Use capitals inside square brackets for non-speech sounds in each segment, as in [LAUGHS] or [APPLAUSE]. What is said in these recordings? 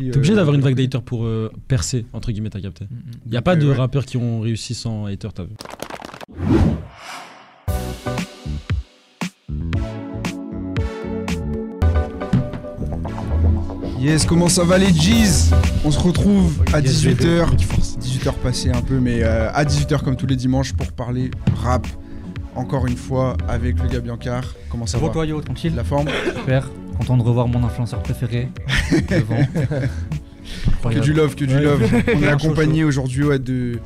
T'es obligé d'avoir une vague d'hater pour euh, Mm, percer, entre guillemets, t'as capté. Il a pas de Ouais, ouais. rappeurs qui ont réussi sans hater, t'as vu. Yes, comment ça va les G's On se retrouve à Yes, 18h. qui force. 18h passé un peu, mais euh, à 18h comme tous les dimanches pour parler rap. Encore une fois avec le gars Biancar. Comment ça Bonjour va toi yo, tranquille, La forme super, content de revoir mon [LAUGHS] influenceur préféré devant. Que du love, que du Ouais. love. On est Chaud, accompagné aujourd'hui ouais, de,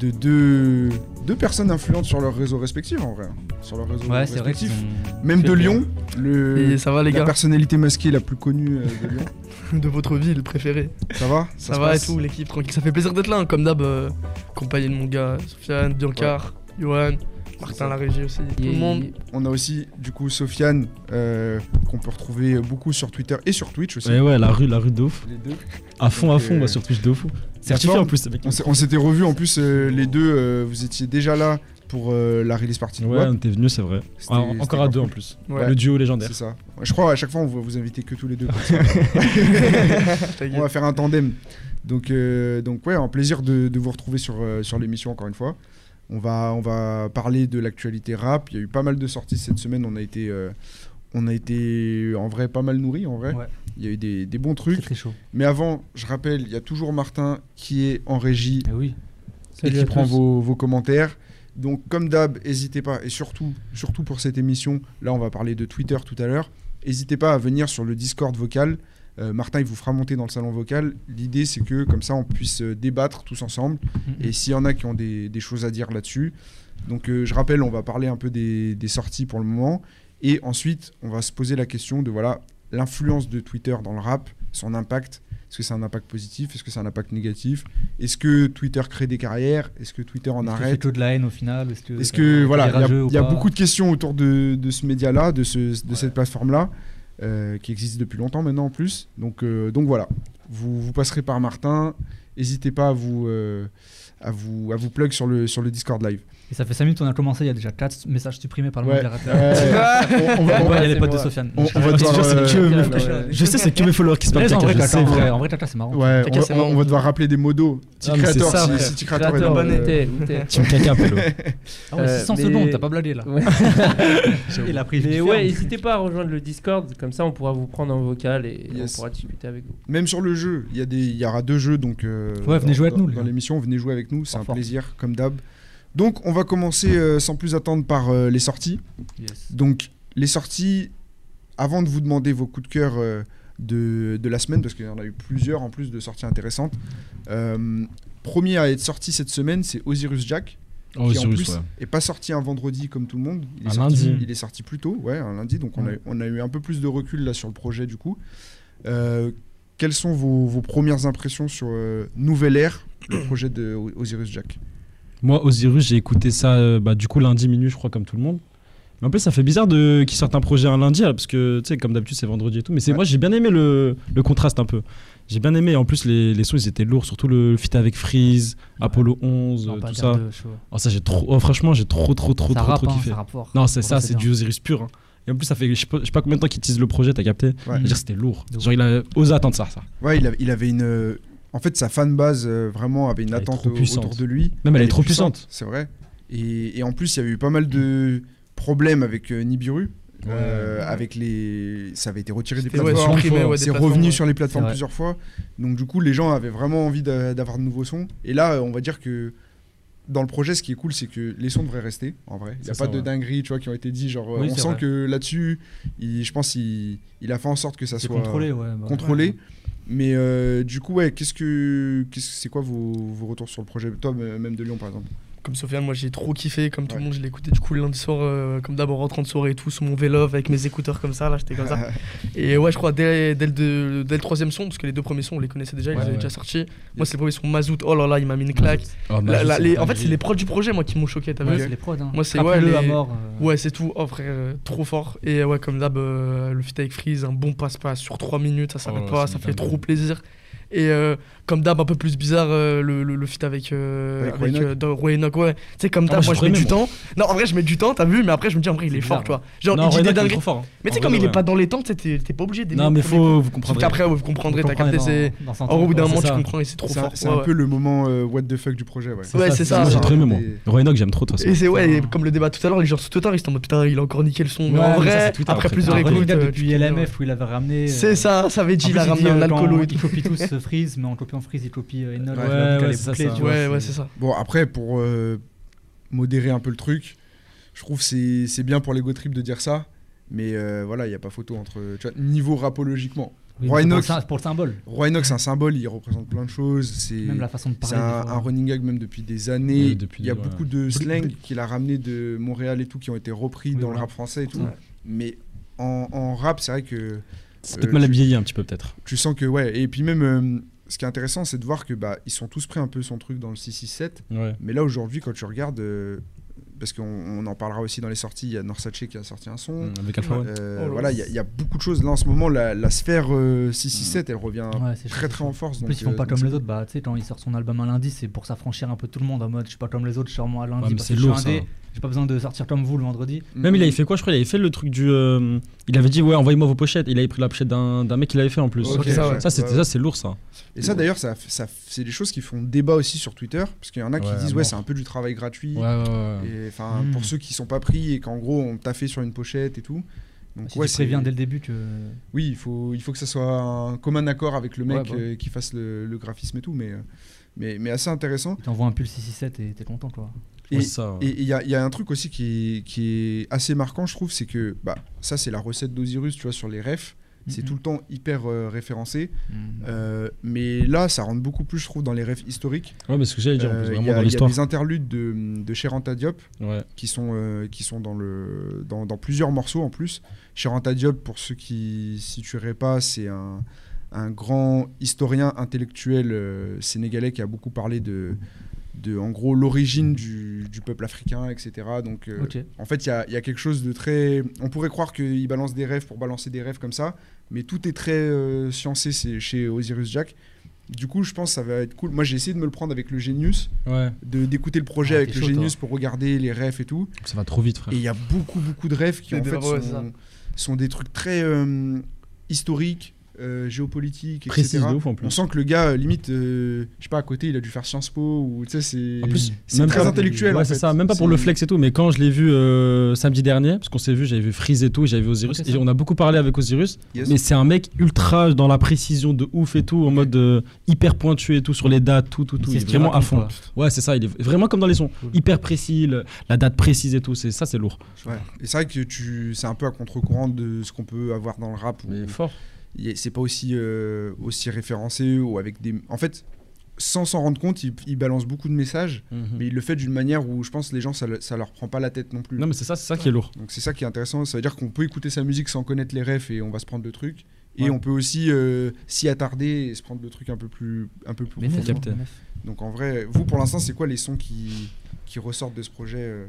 de deux, deux personnes influentes sur leurs réseaux respectifs en vrai. hein. Sur leurs réseaux Ouais, c'est vrai qu'ils respectifs. ont... Même fait de le- Lyon, le, Et ça va les la gars personnalité masquée la plus connue euh, de Lyon. de votre ville préférée Ça va Ça, se va et passe tout, l'équipe tranquille. Ça fait plaisir d'être là, hein, comme d'hab, euh, accompagné de mon gars, Sofiane, Biancar, Johan, Martin la régie aussi, tout le monde. On a aussi du coup Sofiane euh, qu'on peut retrouver beaucoup sur Twitter et sur Twitch aussi. Ouais, ouais, la rue, la rue de ouf. Les deux. À fond, à Donc, fond, euh, bah, sur Twitch de ouf. Certifié forme. en plus, ce mec. On s'est- on s'était revus en plus euh, les deux, euh, vous étiez déjà là pour euh, la release party de Ouais, WAP. on était venu, c'est vrai. C'était- Ah, c'était Encore à grave deux en cool. plus. Ouais. Le duo légendaire. C'est ça. Ouais, Je crois à chaque fois on va vous inviter que tous les deux. comme ça. [LAUGHS] T'inquiète. on va faire un tandem. Donc, euh, donc ouais, un plaisir de, de vous retrouver sur, euh, sur l'émission encore une fois. On va, on va parler de l'actualité rap. Il y a eu pas mal de sorties cette semaine. On a été, euh, on a été en vrai pas mal nourri en vrai. Ouais. Il y a eu des, des bons Très trucs. très chaud. Mais avant, je rappelle, il y a toujours Martin qui est en régie Eh oui. et qui prend vos, vos commentaires. Donc, comme d'hab, n'hésitez pas, et surtout, surtout pour cette émission, là, on va parler de Twitter tout à l'heure. N'hésitez pas à venir sur le Discord vocal. Euh, Martin, il vous fera monter dans le salon vocal. L'idée, c'est que comme ça, on puisse euh, débattre tous ensemble. Mhm. Et s'il y en a qui ont des, des choses à dire là-dessus. Donc, euh, je rappelle, on va parler un peu des, des sorties pour le moment. Et ensuite, on va se poser la question de voilà l'influence de Twitter dans le rap, son impact. Est-ce que c'est un impact positif Est-ce que c'est un impact négatif Est-ce que Twitter crée des carrières Est-ce que Twitter en Est-ce que arrête c'est que de la haine au final Est-ce que, est-ce que voilà, il y a- il y a, beaucoup de... de questions autour de, de ce média-là, de, ce- de cette plateforme-là, euh, qui existe depuis longtemps maintenant en plus. Donc, euh, donc voilà, vous, vous passerez par Martin. N'hésitez pas à vous, euh, à vous, à vous plug sur le, sur le Discord live. Et ça fait 5 minutes qu'on a commencé, il y a déjà 4 messages supprimés par le Ouais. monde de la rap. [LAUGHS] [LAUGHS] Euh, on, on va- on Ouais, ouais, va- il y a c'est les potes de moi. Sofiane. on- on va Je te devoir, [LAUGHS] jure, c'est euh, que- ouais, je- ouais. Je sais, c'est que mes followers qui se parlent. Mais t'as en vrai, capté, c'est Tata, en vrai. vrai, en vrai, Tata, c'est marrant. Ouais, T'inquiète, on, c'est va- on marrant. va devoir rappeler des modos. Petit Ah, mais c'est créateur, ça, si, frère. si petit créateur est dans Créateur, le- euh, Tu me caca, Pélo. Ah ouais, Euh, 600 mais- secondes, t'as pas [LAUGHS] bladé là. Ouais. Il a pris Mais vite ouais, ferme. n'hésitez pas à rejoindre le Discord, comme ça on pourra vous prendre en vocal et Yes. on pourra discuter avec vous. Même sur le jeu, il y, a des- il y aura deux jeux, donc euh, Ouais, dans- venez jouer avec dans- nous, les Dans gars. l'émission, venez jouer avec nous, c'est Fort, un fort. plaisir, comme d'hab. Donc, on va commencer euh, sans plus attendre par euh, les sorties. Yes. Donc, les sorties, avant de vous demander vos coups de cœur euh, de, de la semaine, parce qu'il y en a eu plusieurs en plus de sorties intéressantes, euh, premier à être sorti cette semaine, c'est Osiris Jack, Oh, qui en Cyrus, plus ouais. est pas sorti un vendredi comme tout le monde. Il est Un sorti, lundi. Il est sorti plus tôt, ouais, un lundi. Donc on, a, Ouais. on a eu un peu plus de recul là sur le projet du coup. Euh, quelles sont vos, vos premières impressions sur euh, Nouvelle Ère, [CLEARS THROAT] le projet de O- Osiris Jack Moi, Osiris, j'ai écouté ça euh, bah, du coup lundi minuit, je crois, comme tout le monde. Mais en plus, ça fait bizarre de qu'ils sortent un projet un lundi, là, parce que, tu sais, comme d'habitude, c'est vendredi et tout. Mais c'est Ouais. moi, j'ai bien aimé le, le contraste un peu. J'ai bien aimé. En plus, les, les sons, ils étaient lourds, surtout le feat avec Freeze, Apollo 11, euh, tout ça. Oh, ça, j'ai trop. oh, franchement, j'ai trop, trop, trop, ça trop, rappe, trop hein, kiffé. ça rappe fort. Non, c'est En ça, vrai, c'est bien. du Osiris pur. hein. Et en plus, ça fait, je sais pas, je sais pas combien de temps qu'ils teasent le projet, t'as capté. Ouais. Je veux dire, C'était lourd. De ouf. Genre, il a osé attendre ça, ça. Ouais, il, a- il avait une. euh, en fait, sa fanbase euh, vraiment avait une Elle est attente trop au- puissante. autour de lui. Même elle est est trop puissante. C'est vrai. Et, et en plus, il y avait eu pas mal de problèmes avec euh, Nibiru. euh, avec les ça avait été retiré des C'était, ouais, plateformes supprimé, ouais, des c'est plateformes, revenu ouais. sur les plateformes C'est vrai. plusieurs fois donc du coup les gens avaient vraiment envie d'a- d'avoir de nouveaux sons et là euh, on va dire que dans le projet ce qui est cool c'est que les sons devraient rester en vrai il n'y C'est a ça, pas de ouais. dingueries tu vois qui ont été dit genre euh, Oui, on c'est sent vrai. que là-dessus il- je pense il, il a fait en sorte que ça C'est soit contrôlé, ouais. bah. contrôlé. Mais euh, du coup, ouais, qu'est-ce que qu'est-ce que- c'est quoi vos, vos retours sur le projet Toi, m- même de Lyon, par exemple. Comme Sofiane, moi j'ai trop kiffé, comme tout Ouais. le monde, je l'ai écouté du coup le lundi soir, euh, comme d'hab en rentrant de soirée et tout, sur mon vélo avec mes écouteurs comme ça, là j'étais [LAUGHS] comme ça. Et ouais, je crois dès, dès le, deux- dès le troisième son, parce que les deux premiers sons on les connaissait déjà, ils Ouais, les avaient ouais. déjà sortis. Moi c'est le premier son Mazout, oh là là, il m'a mis une claque. Oh, mais La- je la- sais les- pas, en fait, mais- c'est les prods du projet moi qui m'ont choqué, t'as Ouais, vu c'est les prods. hein. Moi, c'est- Frappe-le ouais, à les- mort. euh. Ouais, c'est tout. Oh frère, euh, trop fort. Et euh, ouais, comme d'hab, euh, le fit avec Freeze, un bon passe-passe sur 3 minutes, ça s'arrête Oh, pas, c'est ça fait dingue. trop plaisir. Et euh, comme d'hab, un peu plus bizarre, euh, le, le, le feat avec, euh, Avec avec Roy euh, de- Roy Enoch, ouais. Tu sais, comme Ah, d'hab, moi, moi, je je mets du prémets, temps. Non, en vrai, je mets du temps, t'as vu, mais après, je me dis, en vrai, il C'est est fort, tu bizarre, vois. Genre, Non, il dit Renac, des il est dingueries. trop fort. hein. Mais tu sais, En comme vrai, il est ouais. pas dans les temps, tu sais, t'es t'es pas obligé d'aimer. Non, mais le premier coup. faut, vous Sauf comprendrez. qu'après, ouais, vous comprendrez, t'as capté, c'est. dans son En gros, au bout d'un Ouais, moment, hein. c'est tu ça. comprends et c'est trop C'est un- fort. c'est ouais, un ouais. peu le moment euh, what the fuck du projet. Ouais. Ouais, c'est ça. Moi, j'ai ouais. trop aimé, moi. Et- Roy Enoch, j'aime trop, de toute façon. Et c'est ouais, et Ouais. comme le débat tout à l'heure, les gens sur Twitter, ils sont en mode putain, il a encore niqué le son. mais Ouais, en mais ça, vrai, c'est Twitter, après après. plusieurs Un Un écoutes. renegade euh, tu depuis te dis, ouais. LMF où il avait ramené. euh, C'est ça, ça avait en dit, plus, il a dit, ramené euh, un quand alcoolo et tout. Ils copient tous euh, Freeze, mais en copiant Freeze, ils copient euh, Enol. Ouais, ils copient ouais, les c'est ça, bouclés, ça. tu vois, Ouais, ouais, c'est ça. Bon, après, pour euh, modérer un peu le truc, je trouve que c'est c'est bien pour les go trip de dire ça. Mais euh, voilà, il n'y a pas photo entre. Tu vois, niveau rapologiquement. Oui, Roy mais pour le Knox. sy- Pour le symbole. Roy Knox, c'est un symbole, il représente plein de choses. C'est Même la façon de c'est parler. un, des fois. un running gag même depuis des années. Oui, depuis il y a des- ouais. beaucoup de slang qu'il a ramené de Montréal et tout, qui ont été repris Oui, dans le voilà. rap français et tout. Ouais. Mais en, en rap, c'est vrai que. C'est Euh, peut-être mal tu- habillé un petit peu, peut-être. tu sens que ouais et puis même euh, ce qui est intéressant c'est de voir que bah ils sont tous pris un peu son truc dans le 667 Ouais. mais là aujourd'hui quand tu regardes euh, parce qu'on on en parlera aussi dans les sorties il y a Norsace qui a sorti un son Mm, Avec Alpha One. euh, Oh là voilà là. il y a- il y, a beaucoup de choses là en ce moment la, la sphère euh, 667 elle revient Ouais, c'est très chaud. très en force En donc, plus, ils font euh, pas donc comme les autres. Bah, tu sais, quand il sort son album un lundi, c'est pour s'affranchir un peu tout le monde en mode je suis pas comme les autres, je sors moi un lundi mais parce c'est que je suis lourd, ça. indé. J'ai pas besoin de sortir comme vous le vendredi. c'est- Même il avait fait quoi Je crois il avait fait le truc du. euh, il avait dit ouais envoyez-moi vos pochettes. Il avait pris la pochette d'un d'un mec qu'il avait fait en plus. Ok, ça, ouais. Ça c'est Ouais. ça c'est lourd ça. et ça d'ailleurs ça, ça c'est des choses qui font débat aussi sur Twitter parce qu'il y en a qui Ouais, disent à ouais mort. c'est un peu du travail gratuit ouais. et enfin Mm. pour ceux qui sont pas pris et qu'en gros on t'a fait sur une pochette et tout donc Si ouais tu c'est préviens dès le début que. Oui, il faut, il faut que ça soit un commun accord avec le mec Ouais, bah. euh, qui fasse le, le graphisme et tout, mais, euh, mais, mais assez intéressant. Il t'envoie un pull 667 et t'es content quoi. Et- Ouais, ça, ouais. Et il y a, il y a un truc aussi qui est, qui est assez marquant, je trouve, c'est que bah, ça, c'est la recette d'Osirus, tu vois, sur les refs. C'est Mhm. tout le temps hyper euh, référencé. Mhm. Euh, mais là, ça rentre beaucoup plus, je trouve, dans les refs historiques. Ouais, mais ce que j'allais dire, en Euh, Il y, plus, vraiment a dans il y a l'histoire. des interludes de, de Sheranta Diop Ouais. qui sont, euh, qui sont dans, le, dans, dans plusieurs morceaux en plus. Sheranta Diop, pour ceux qui ne situeraient pas, c'est un, un grand historien intellectuel euh, sénégalais qui a beaucoup parlé de, de en gros, l'origine du, du peuple africain, etc. Donc, euh, Ok. en fait, il y a, il y a quelque chose de très. On pourrait croire qu'il balance des rêves pour balancer des rêves comme ça, mais tout est très euh, sciencé c'est chez Osiris Jack. Du coup, je pense que ça va être cool. Moi, j'ai essayé de me le prendre avec le Genius, Ouais. de- d'écouter le projet Ah, avec t'es le chaud, Genius pour regarder les rêves et tout. Ça va trop vite, frère. Et il y a beaucoup, beaucoup de rêves qui Des en fait, débats, ouais, c'est ça. sont, sont des trucs très euh, historiques, euh, géopolitiques, etc. Précise de ouf en On plus. sent que le gars, euh, limite, euh, je sais pas, à côté, il a dû faire Sciences Po, ou tu sais, c'est. En plus, c'est même très pas- intellectuel. en Ouais, c'est fait. ça, même pas pour C'est- le flex et tout, mais quand je l'ai vu euh, samedi dernier, parce qu'on s'est vu, j'avais vu Freeze et tout, et j'avais vu Osiris, Ok, ça. et on a beaucoup parlé avec Osiris, Yes. mais c'est un mec ultra dans la précision de ouf et tout, en mode euh, hyper pointu et tout, sur les dates, tout, tout, tout, C'est il ce est qu'il vraiment à raconte, fond. quoi. Ouais, c'est ça, il est vraiment comme dans les sons, Cool. hyper précis, le- la date précise et tout, c'est ça, c'est lourd. Ouais. Et c'est vrai que tu, c'est un peu à contre-courant de ce qu'on peut avoir dans le rap. où fort. il y a- C'est pas aussi, euh, aussi référencé ou avec des. En fait, sans s'en rendre compte, il, il balance beaucoup de messages, Mhm. mais il le fait d'une manière où je pense les gens, ça, le- ça leur prend pas la tête non plus. Non, mais c'est ça, c'est ça qui est lourd. Donc c'est ça qui est intéressant. Ça veut dire qu'on peut écouter sa musique sans connaître les refs et on va se prendre le truc. Et Ouais. on peut aussi euh, s'y attarder et se prendre le truc un peu plus, un peu plus Mais profond. neuf, capter. non, neuf. Donc en vrai, vous pour l'instant, c'est quoi les sons qui, qui ressortent de ce projet euh,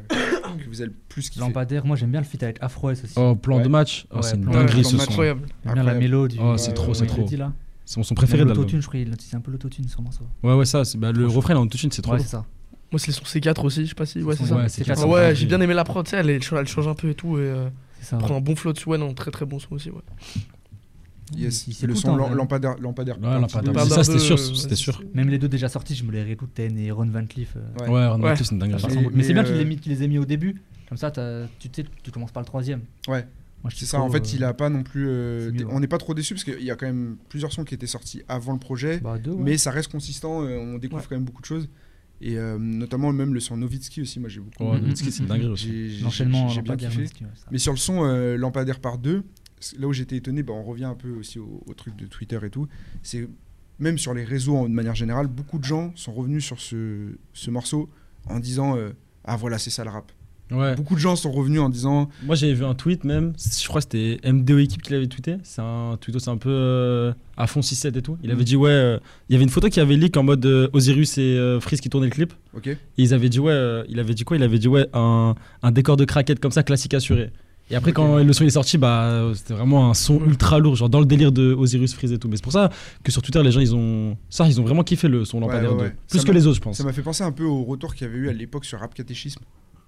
que vous avez le plus kiffé Lampadaire, moi j'aime bien le feat avec Afro S aussi. Oh, plan Ouais. de match, oh, Ouais, c'est une plan de dinguerie match, ce son. Incroyable. J'aime bien la Incroyable. mélo du. Oh, c'est Ouais, trop, ouais, c'est ouais. trop. Dit, là. C'est son préféré Même d'album. L'autotune, je crois, il c'est un peu l'autotune sûrement ça. Ouais, ouais, ça, c'est- bah, le refrain il est en autotune, c'est trop. Ouais, lourd. c'est ça. Moi, c'est les sons C4 aussi, je sais pas si. Ouais, c'est ça. Ouais, c'est c'est quatre, quatre, Ah ça me ouais, paraît. j'ai bien aimé la prod, tu sais, elle, elle change elle change un peu et tout. Et euh, C'est ça. prend un bon flow dessus. Ouais, non, très très bon son aussi. Ouais. Yes, Il- il le s'écoute, son hein, lam- vraiment. lampadaire, lampadaire. Ouais, lampadaire. Ouais, Mais ça, c'était sûr, Barbeux, c'était ouais, sûr. c'est- Même les deux déjà sortis, je me les réécoute, Ten et Ron Van Cleef. euh, Ouais. Ouais, Ron Ouais. Radcliffe, c'est une dinguerie. ça Mais- ressemble. mais c'est bien qu'il euh, les, mis- qu'il les ait mis au début, comme ça t'as- tu sais, tu commences par le troisième. Ouais. Moi, je C'est kiffe ça, trop, en fait, euh, il a pas non plus. euh, c'est mieux, t'es- ouais. On n'est pas trop déçu parce qu'il y a quand même plusieurs sons qui étaient sortis avant le projet, bah, deux, ouais. mais ça reste consistant, euh, on découvre Ouais. quand même beaucoup de choses. Et euh, notamment même le son Novitski aussi, moi j'ai beaucoup. Ouais, Mhm, Nowitzki, c'est mhm, une dinguerie aussi. j'ai- j'ai- L'enchaînement, j'ai bien Lampadaire, kiffé. Ron, ouais, ça. Mais sur le son euh, Lampadaire par 2, là où j'étais étonné, bah, on revient un peu aussi au, au truc de Twitter et tout, c'est même sur les réseaux en- de manière générale, beaucoup de gens sont revenus sur ce, ce morceau en disant euh, Ah voilà, c'est ça le rap. Ouais. Beaucoup de gens sont revenus en disant Moi j'avais vu un tweet même, je crois que c'était MDO équipe qui l'avait tweeté, c'est un tweet c'est un peu euh, à fond 6-7 et tout. Il Mm. avait dit ouais, euh, il y avait une photo qui avait leak en mode euh, Osiris et euh, Freeze qui tournaient le clip. Ok. Et ils avaient dit ouais, euh, il avait dit quoi Il avait dit ouais, un, un décor de craquette comme ça classique assuré. Et après, quand le son il est sorti, bah, euh, c'était vraiment un son ultra lourd, genre dans le délire de Osiris Freeze et tout. Mais c'est pour ça que sur Twitter, les gens, ils ont ça, ils ont vraiment kiffé le son Lampadaire ouais, 2. ouais. Plus Ça que m'a- les autres, je pense. Ça m'a fait penser un peu au retour qu'il y avait eu à l'époque sur Rap Catéchisme.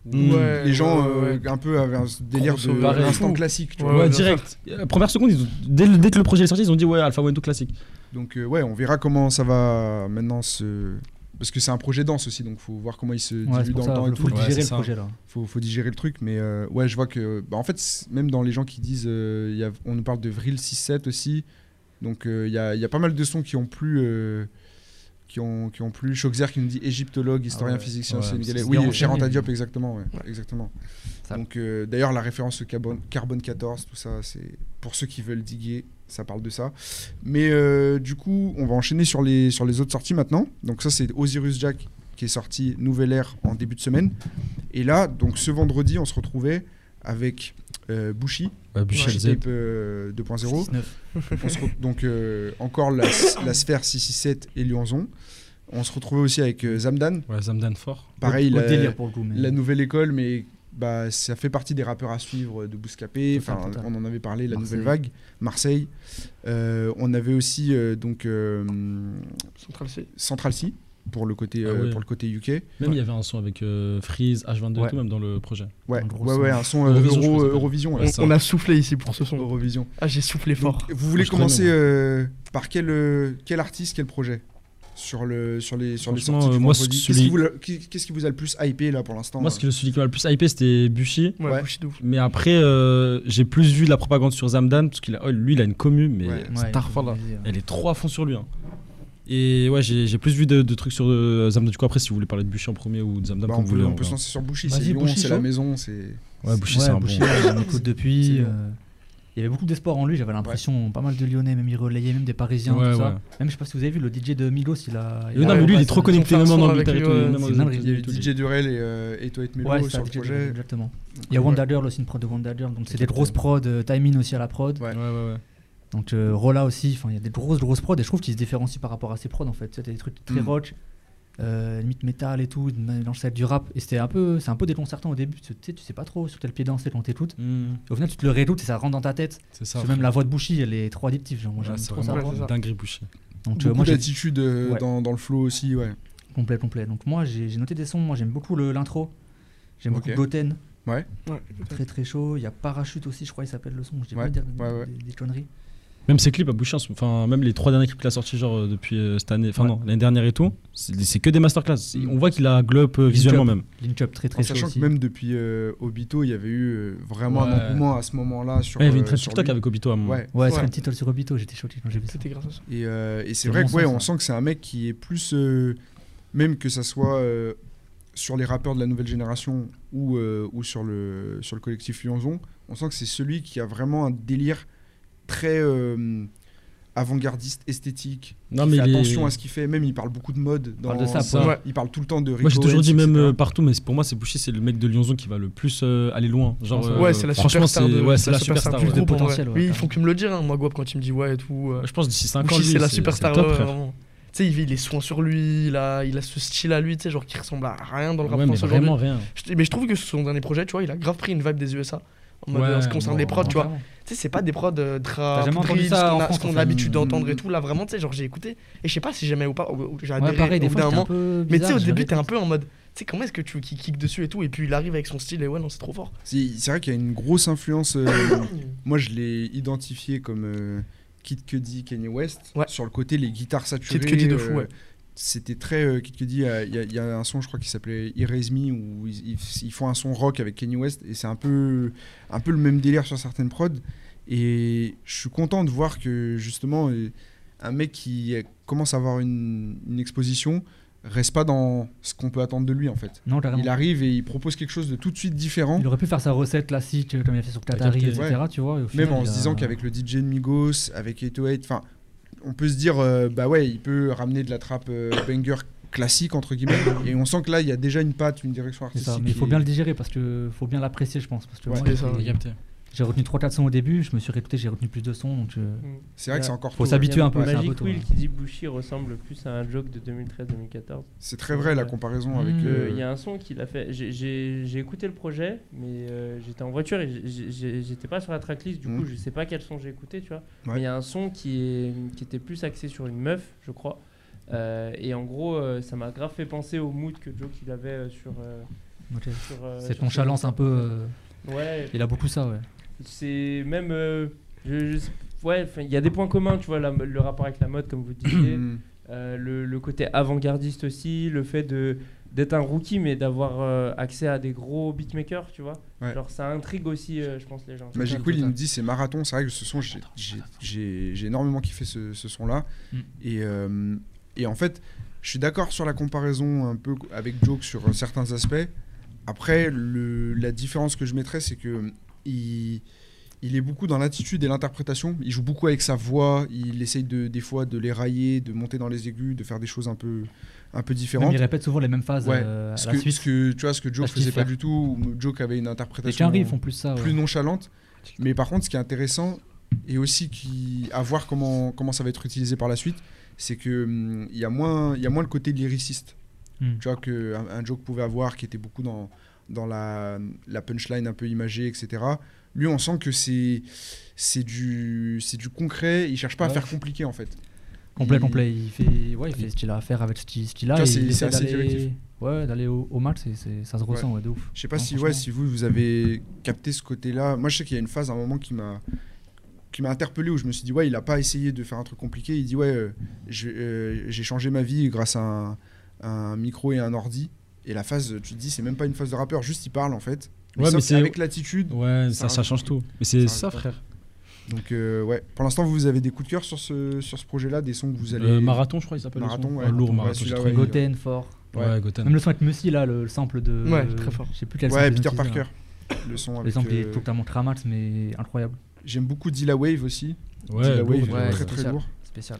Mm. Ouais, Les gens, ouais, euh, ouais. un peu, avaient un délire de Grosso modo. l'instant Fou. classique, tu Ouais, vois. bien direct. La première seconde, ils ont- dès, le- dès que le projet est sorti, ils ont dit ouais, Alpha One tout classique. Donc, euh, ouais, on verra comment ça va maintenant se. Parce que c'est un projet dense aussi, donc faut voir comment il se Ouais, dilue c'est pour dans ça, le temps et faut tout. le Ouais, c'est digérer le ça. projet là. faut, faut digérer le truc, mais euh, ouais, je vois que, bah, en fait, c'est- même dans les gens qui disent, euh, il y a- on nous parle de Vril 6-7 aussi, donc euh, il y, a, il y a pas mal de sons qui ont plus, euh, qui ont, qui ont plus. Schoxer qui nous dit égyptologue, historien, ouais, physicien, ouais, c'est une c'est galère. bien Oui, enchaîné. Cheranta Diop, exactement, ouais, exactement. Ça- Donc euh, d'ailleurs, la référence au carbone, carbone 14, tout ça, c'est pour ceux qui veulent diguer, ça parle de ça. Mais euh, du coup, on va enchaîner sur les, sur les autres sorties maintenant. Donc ça, c'est Osiris Jack qui est sorti Nouvelle Ère en début de semaine. Et là, donc ce vendredi, on se retrouvait avec euh, Bushi, Ouais, Bushi Tape euh, 2.0. 19. On se [LAUGHS] re- donc euh, encore la, la sphère 667 et Lyonzon. On se retrouvait aussi avec euh, Zamdan, Ouais, ça me donne fort. pareil, Au- au la- délire pour le coup. mais- la nouvelle école, mais bah, ça fait partie des rappeurs à suivre euh, de Bouscapé. Total, Enfin, total. on en avait parlé, la Marseille. nouvelle vague, Marseille. Euh, on avait aussi euh, donc euh, Central C. Central C pour le côté Ah euh, ouais. pour le côté UK. Même il y avait un son avec euh, Freeze, H22 et Ouais. tout, même dans le projet. Ouais, Un gros ouais, son. ouais, un son euh, Eurovision, je crois Euro- que ça s'appelle. Eurovision. ouais. Ouais, ça. On, on a soufflé ici pour ce son. Eurovision. Ah, j'ai soufflé Donc, fort. vous voulez je commencer connais, euh, par quel euh, quel artiste, quel projet sur le sur les sur les Franchement, sorties euh, du moi, vendredi celui- Qu'est-ce qui vous l'a- qui- qu'est-ce qui vous a le plus hypé là pour l'instant Moi, euh ce que celui qui m'a le plus hypé, c'était Bushi. Ouais, Ouais. Bushido. Mais après, euh, j'ai plus vu de la propagande sur Zamdan, parce qu'il a, oh, lui, il a une commu, mais Ouais. Ouais, Starfall, il faut le dire. elle est trop à fond sur lui. hein. Et ouais, j'ai j'ai plus vu de, de trucs sur euh, Zamdan. Du coup, après, si vous voulez parler de Bushi en premier ou de Zamdan, Bah, comme on vous peut, voulez. on peut va- se lancer sur Bushi, c'est Vas-y, Lyon, Bushi, c'est la chaud. maison, c'est Ouais, Bushi, Ouais, c'est un Bouchy, bon. euh, on écoute depuis. C'est bon. euh, Il y avait beaucoup d'espoir en lui, j'avais l'impression. Pas mal de Lyonnais, même il relayait, même des Parisiens, Ouais, tout ouais. ça. Même, je sais pas si vous avez vu, le DJ de Milos, il a. Et non, mais lui, il est trop ils ont connecté, fait un même en son Angleterre avec et lui, tout, ouais. même aux C'est dingue, États-Unis Il y a et eu tout, DJ Durel et, euh, et Toet Melo Ouais, c'est sur ça, le DJ, projet. exactement. Il y a Wanda Girl aussi, une prod de Wanda Girl, donc c'est des Exactement. grosses prods. euh, Timing aussi à la prod. Ouais. Ouais, ouais, ouais. Donc euh, Rola aussi, enfin il y a des grosses grosses prods et je trouve qu'ils se différencient par rapport à ces prods en fait. C'était des trucs très Mm. rock, euh, limite métal et tout, mélange ça avec du rap et c'était un peu c'est un peu déconcertant au début, parce que, tu sais tu sais pas trop sur quel pied danser quand t'écoutes. Hmm, Et Au final tu te le réécoutes et ça rentre dans ta tête. c'est ça. Parce que même la voix de Bushy, elle est trop addictive, genre moi Ouais, j'aime c'est trop ça. vraiment Ouais, c'est ça. dinguerie Bushi. Donc euh, Beaucoup moi j'ai d'attitude euh, Ouais. dans, dans le flow aussi, ouais. complet complet. Donc moi j'ai j'ai noté des sons, moi j'aime beaucoup le- l'intro. J'aime Ok. beaucoup Goten, Ouais. très très chaud. Il y a Parachute aussi, je crois il s'appelle le son. J'ai Ouais, pas dire ouais, ouais. des- des conneries. Même ses clips à Bushi, en ce- enfin, même les trois derniers clips qu'il a sortis, genre euh, depuis euh, cette année, enfin Ouais. non, l'année dernière et tout, c'est c'est que des masterclass. Mm. C'est- On voit qu'il a globe Il visuellement globe. même. Link up très En très chaud sachant aussi. que même depuis euh, Obito, il y avait eu euh, vraiment Ouais. un engouement à ce moment-là sur. Ouais, il y avait une euh, traite sur TikTok lui. avec Obito à un moment. Ouais. Ouais, Ouais. c'est un petit tol sur Obito, j'étais choqué quand j'ai vu ça. C'était grâce à ça. Et, euh, et c'est C'est vrai bon que ouais, sens, on ça. sent que c'est un mec qui est plus, euh, même que ça soit euh, sur les rappeurs de la nouvelle génération ou euh, ou sur le sur le collectif Lyonzon, on sent que c'est celui qui a vraiment un délire très euh, avant-gardiste esthétique. Non, qui mais fait il est- attention à ce qu'il fait. Même il parle beaucoup de mode. Dans parle de ça, Ça. Ouais. Il parle tout le temps de. Moi j'ai Rico toujours Rich, dit même etc. euh, partout, mais c'est- pour moi c'est Bouchy, c'est le mec de Lyonzon qui va le plus euh, aller loin. Genre, euh, Ouais, c'est la franchement, superstar. c'est de- ouais, c'est la superstar. du ouais. de groupe, en vrai. potentiel, ouais, Oui, ils quand font que me le dire, hein, moi, Guap, quand il me dit ouais et tout. euh, Je pense d'ici 5 ans, Gucci, lui, c'est la c'est superstar. top, ouais, frère. vraiment. Tu sais, il, il est soin sur lui, il a, il a ce style à lui, tu sais, genre qui ressemble à rien dans le rap Ouais, mais français aujourd'hui. vraiment rien. Je- Mais je trouve que sur son dernier projet, tu vois, il a grave pris une vibe des USA. En mode, Ouais, en ce qui concerne non, les prods, non, tu vois. Tu sais, c'est pas des prods euh, T'as trap, jamais entendu drill, ça ce qu'on en a- France, ce qu'on en a fait. Mm. l'habitude d'entendre et tout. Là, vraiment, tu sais, genre, j'ai écouté et je sais pas si j'aimais ou pas. ou- ou J'ai adhéré Ouais, pareil, des au bout fois, d'un t'es un moment. peu Mais tu sais, au bizarre, début, j'avais- t'es un peu en mode, tu sais, comment est-ce que tu qui kick dessus et tout. Et puis, il arrive avec son style et ouais, non, c'est trop fort. C'est c'est vrai qu'il y a une grosse influence. euh, moi, je l'ai identifié comme euh, Kid Cudi, Kanye West, Ouais. sur le côté les guitares saturées. euh, Kid Cudi de fou, ouais. euh, C'était très euh, Kid Cudi. euh, Il y, a- il y a un son, je crois, qui s'appelait Erase Me, où ils, ils- ils font un son rock avec Kanye West, et c'est un peu, un peu le même délire sur certaines prods. Et je suis content de voir que justement, euh, un mec qui euh, commence à avoir une, une exposition reste pas dans ce qu'on peut attendre de lui en fait. Non, carrément. Il arrive et il propose quelque chose de tout de suite différent. Il aurait pu faire sa recette classique, euh, comme il a fait sur Qatari, Captain, etc. Tu vois, et au final, euh, Même en il se a- disant qu'avec le DJ de Migos, avec 808, enfin, on peut se dire, euh, bah ouais, il peut ramener de la trappe euh, banger classique, entre [COUGHS] guillemets. Et on sent que là, il y a déjà une patte, une direction C'est artistique. ça, mais il qui faut bien est- le digérer parce que faut bien l'apprécier, je pense. Parce que Ouais, moi, c'est j'ai- ça, ouais. capté. J'ai retenu 3-4 sons au début, je me suis réécouté, j'ai retenu plus de sons. Donc euh, C'est vrai que Ouais. c'est encore Faut tôt. s'habituer. Tu es un peu- c'est un Magic peu toi, Will hein. qui dit Bushi ressemble plus à un joke de 2013-2014. C'est très vrai la comparaison avec. Mmh. Il euh, [COUGHS] y a un son qu'il a fait. J'ai- J'ai j'ai écouté le projet, mais euh, j'étais en voiture et j'ai- j'ai- j'étais pas sur la tracklist. Du coup, Mhm. je sais pas quel son j'ai écouté, tu vois. Ouais. Mais il y a un son qui, est, qui était plus axé sur une meuf, je crois. Euh, et en gros, euh, ça m'a grave fait penser au mood que Joe qu'il avait euh, sur, euh, ok. sur, euh, sur cette ce- nonchalance un peu, euh, Ouais. il a beaucoup ça, ouais. C'est même. euh, je- je- ouais, enfin, il y a des points communs, tu vois, la- le rapport avec la mode, comme [CLEARS THROAT] vous disiez. mmh. Euh, le, le côté avant-gardiste aussi, le fait de d'être un rookie mais d'avoir euh, accès à des gros beatmakers, tu vois. Ouais. Genre ça intrigue aussi, euh, je pense, les gens. Magic Total, Will, il total. nous dit c'est marathon. C'est vrai que ce son, j'ai- j'ai j'ai- j'ai énormément kiffé ce, ce son-là. Mm. Et, euh, et en fait, je suis d'accord sur la comparaison un peu avec Joke sur euh, certains aspects. Après, le, la différence que je mettrais, c'est que il, il est beaucoup dans l'attitude et l'interprétation. Il joue beaucoup avec sa voix. Il essaye de, des fois de les railler, de monter dans les aigus, de faire des choses un peu, un peu Même, différentes. il répète souvent les mêmes phases Ouais, euh, ce à que, la suite. ce que- tu vois, ce que Joke Parce qu'il faisait pas fait. du tout. ou Joke avait une Les interprétation Quinry, ils font plus ça. ouais. plus nonchalante. Mais par contre, ce qui est intéressant et aussi qui, à voir comment, comment ça va être utilisé par la suite, c'est que hum, il y, a moins- il y a moins le côté lyriciste. Mm. Tu vois, qu'un un joke pouvait avoir qui était beaucoup dans, dans la, la punchline un peu imagée, etc. Lui, on sent que c'est c'est du, c'est du concret. Il cherche pas à Ouais. faire compliqué, en fait. Complet, Il- complet. Il fait, ouais, il fait ce qu'il a à faire avec ce qu'il- ce qu'il a. Tu vois, et c'est- il c'est essaie assez d'aller- directif. Ouais, d'aller au, au max, c'est- c'est- ça se ressent, ouais, de ouf. Je sais pas Non, si, ouais, franchement. si vous, vous avez capté ce côté-là. Moi, je sais qu'il y a une phase, à un moment, qui m'a qui m'a interpellé où je me suis dit ouais il a pas essayé de faire un truc compliqué il dit ouais euh, je- euh, j'ai changé ma vie grâce à un, un micro et un ordi et la phase tu te dis c'est même pas une phase de rappeur juste il parle en fait mais Ouais, sauf mais c'est- avec l'attitude Ouais, Ça ça, ça rajoute- change tout. Mais c'est ça ça, rajoute frère. donc euh, ouais pour l'instant vous avez des coups de cœur sur ce sur ce projet là des sons que vous allez Euh, marathon, je crois, il s'appelle. le Marathon, son. ouais. Un Lourd Ouais, marathon. celui-là, j'ai ouais, trouvé. Goten, fort. ouais. Ouais, Goten. Même le son avec Musty, là, le, le sample de. Ouais, très fort. Je sais plus quel ouais sample ils Peter ont utilisé, Parker hein. le son [COUGHS] Le avec sample, il euh, faut que tu montré à Max, mais incroyable. j'aime beaucoup Dilla Wave aussi Ouais, Dilla lourd, Wave ouais, très c'est très ça. lourd Spécial.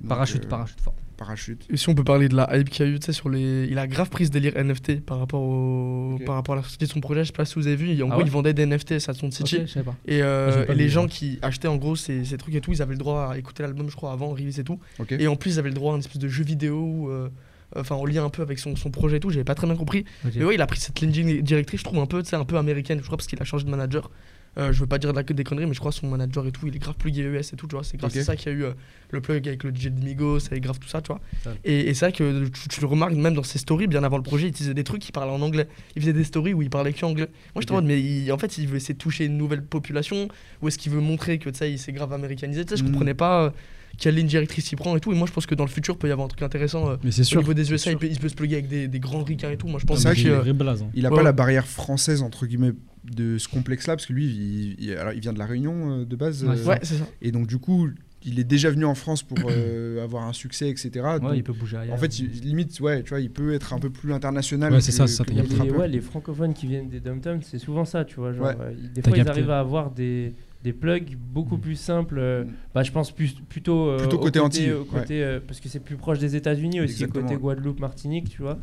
Donc, Parachute, euh, parachute fort. parachute Et si on peut parler de la hype qu'il y a eu, tu sais, sur les. Il a grave pris ce délire NFT par rapport, au... Ok. par rapport à la sortie de son projet, je sais pas si vous avez vu. En Ah gros, ouais il vendait des NFT, ça son City. Ok, je sais pas. Et, euh, Ah, j'ai pas et les vu, gens ouais. qui achetaient en gros ces, ces trucs et tout, ils avaient le droit à écouter l'album, je crois, avant, release et tout. ok Et en plus, ils avaient le droit à une espèce de jeu vidéo, euh, enfin, en lien un peu avec son, son projet et tout. J'avais pas très bien compris. Ok. Mais ouais, il a pris cette ligne directrice, je trouve, un peu, tu sais, un peu américaine, je crois, parce qu'il a changé de manager. Euh, je veux pas dire de la, des conneries, mais je crois son manager et tout, il est grave plus gay US et tout, tu vois. C'est grâce Ok. à ça qu'il y a eu euh, le plug avec le DJ de Migos, c'est grave tout ça, tu vois. Sale. Et, et c'est vrai que tu, tu le remarques même dans ses stories, bien avant le projet, il disait des trucs, qui parlaient en anglais. Il faisait des stories où il parlait que anglais. Moi, je te Ok. demande, mais il- en fait, il veut essayer de toucher une nouvelle population, ou est-ce qu'il veut montrer que, tu sais, il s'est grave américanisé, tu sais, je Mm. comprenais pas. euh, quelle ligne directrice il prend et tout et moi je pense que dans le futur peut y avoir un truc intéressant euh, Mais c'est au sûr. niveau des USA, sûr. il peut, il peut se plugger avec des, des grands ricains et tout. Moi, je pense C'est vrai que Il est euh, vrai blaze, hein. Il n'a Ouais, pas ouais. la barrière française, entre guillemets, de ce complexe-là, parce que lui, il, il- alors, il vient de La Réunion euh, de base. Ouais, euh, ouais, c'est ça. Et donc, du coup, il est déjà venu en France pour euh, [CLEARS THROAT] avoir un succès, etc. Donc, Ouais, il peut bouger ailleurs. En fait, il- limite, ouais, tu vois, il peut être un peu plus international. Ouais, c'est que- ça, c'est ça, que t'as Il y a d'autres les, rappeurs. ouais, les francophones qui viennent des dom-toms, c'est souvent ça, tu vois. Genre, Ouais. euh, ils- des T'as fois, ils capté. arrivent à avoir des, des plugs beaucoup Mm. plus simples. euh, Mm. bah, je pense plus- plutôt, euh, Plutôt au côté Antilles, au côté, euh, parce que c'est plus proche des États-Unis aussi, Exactement, côté ouais. Guadeloupe, Martinique, tu vois.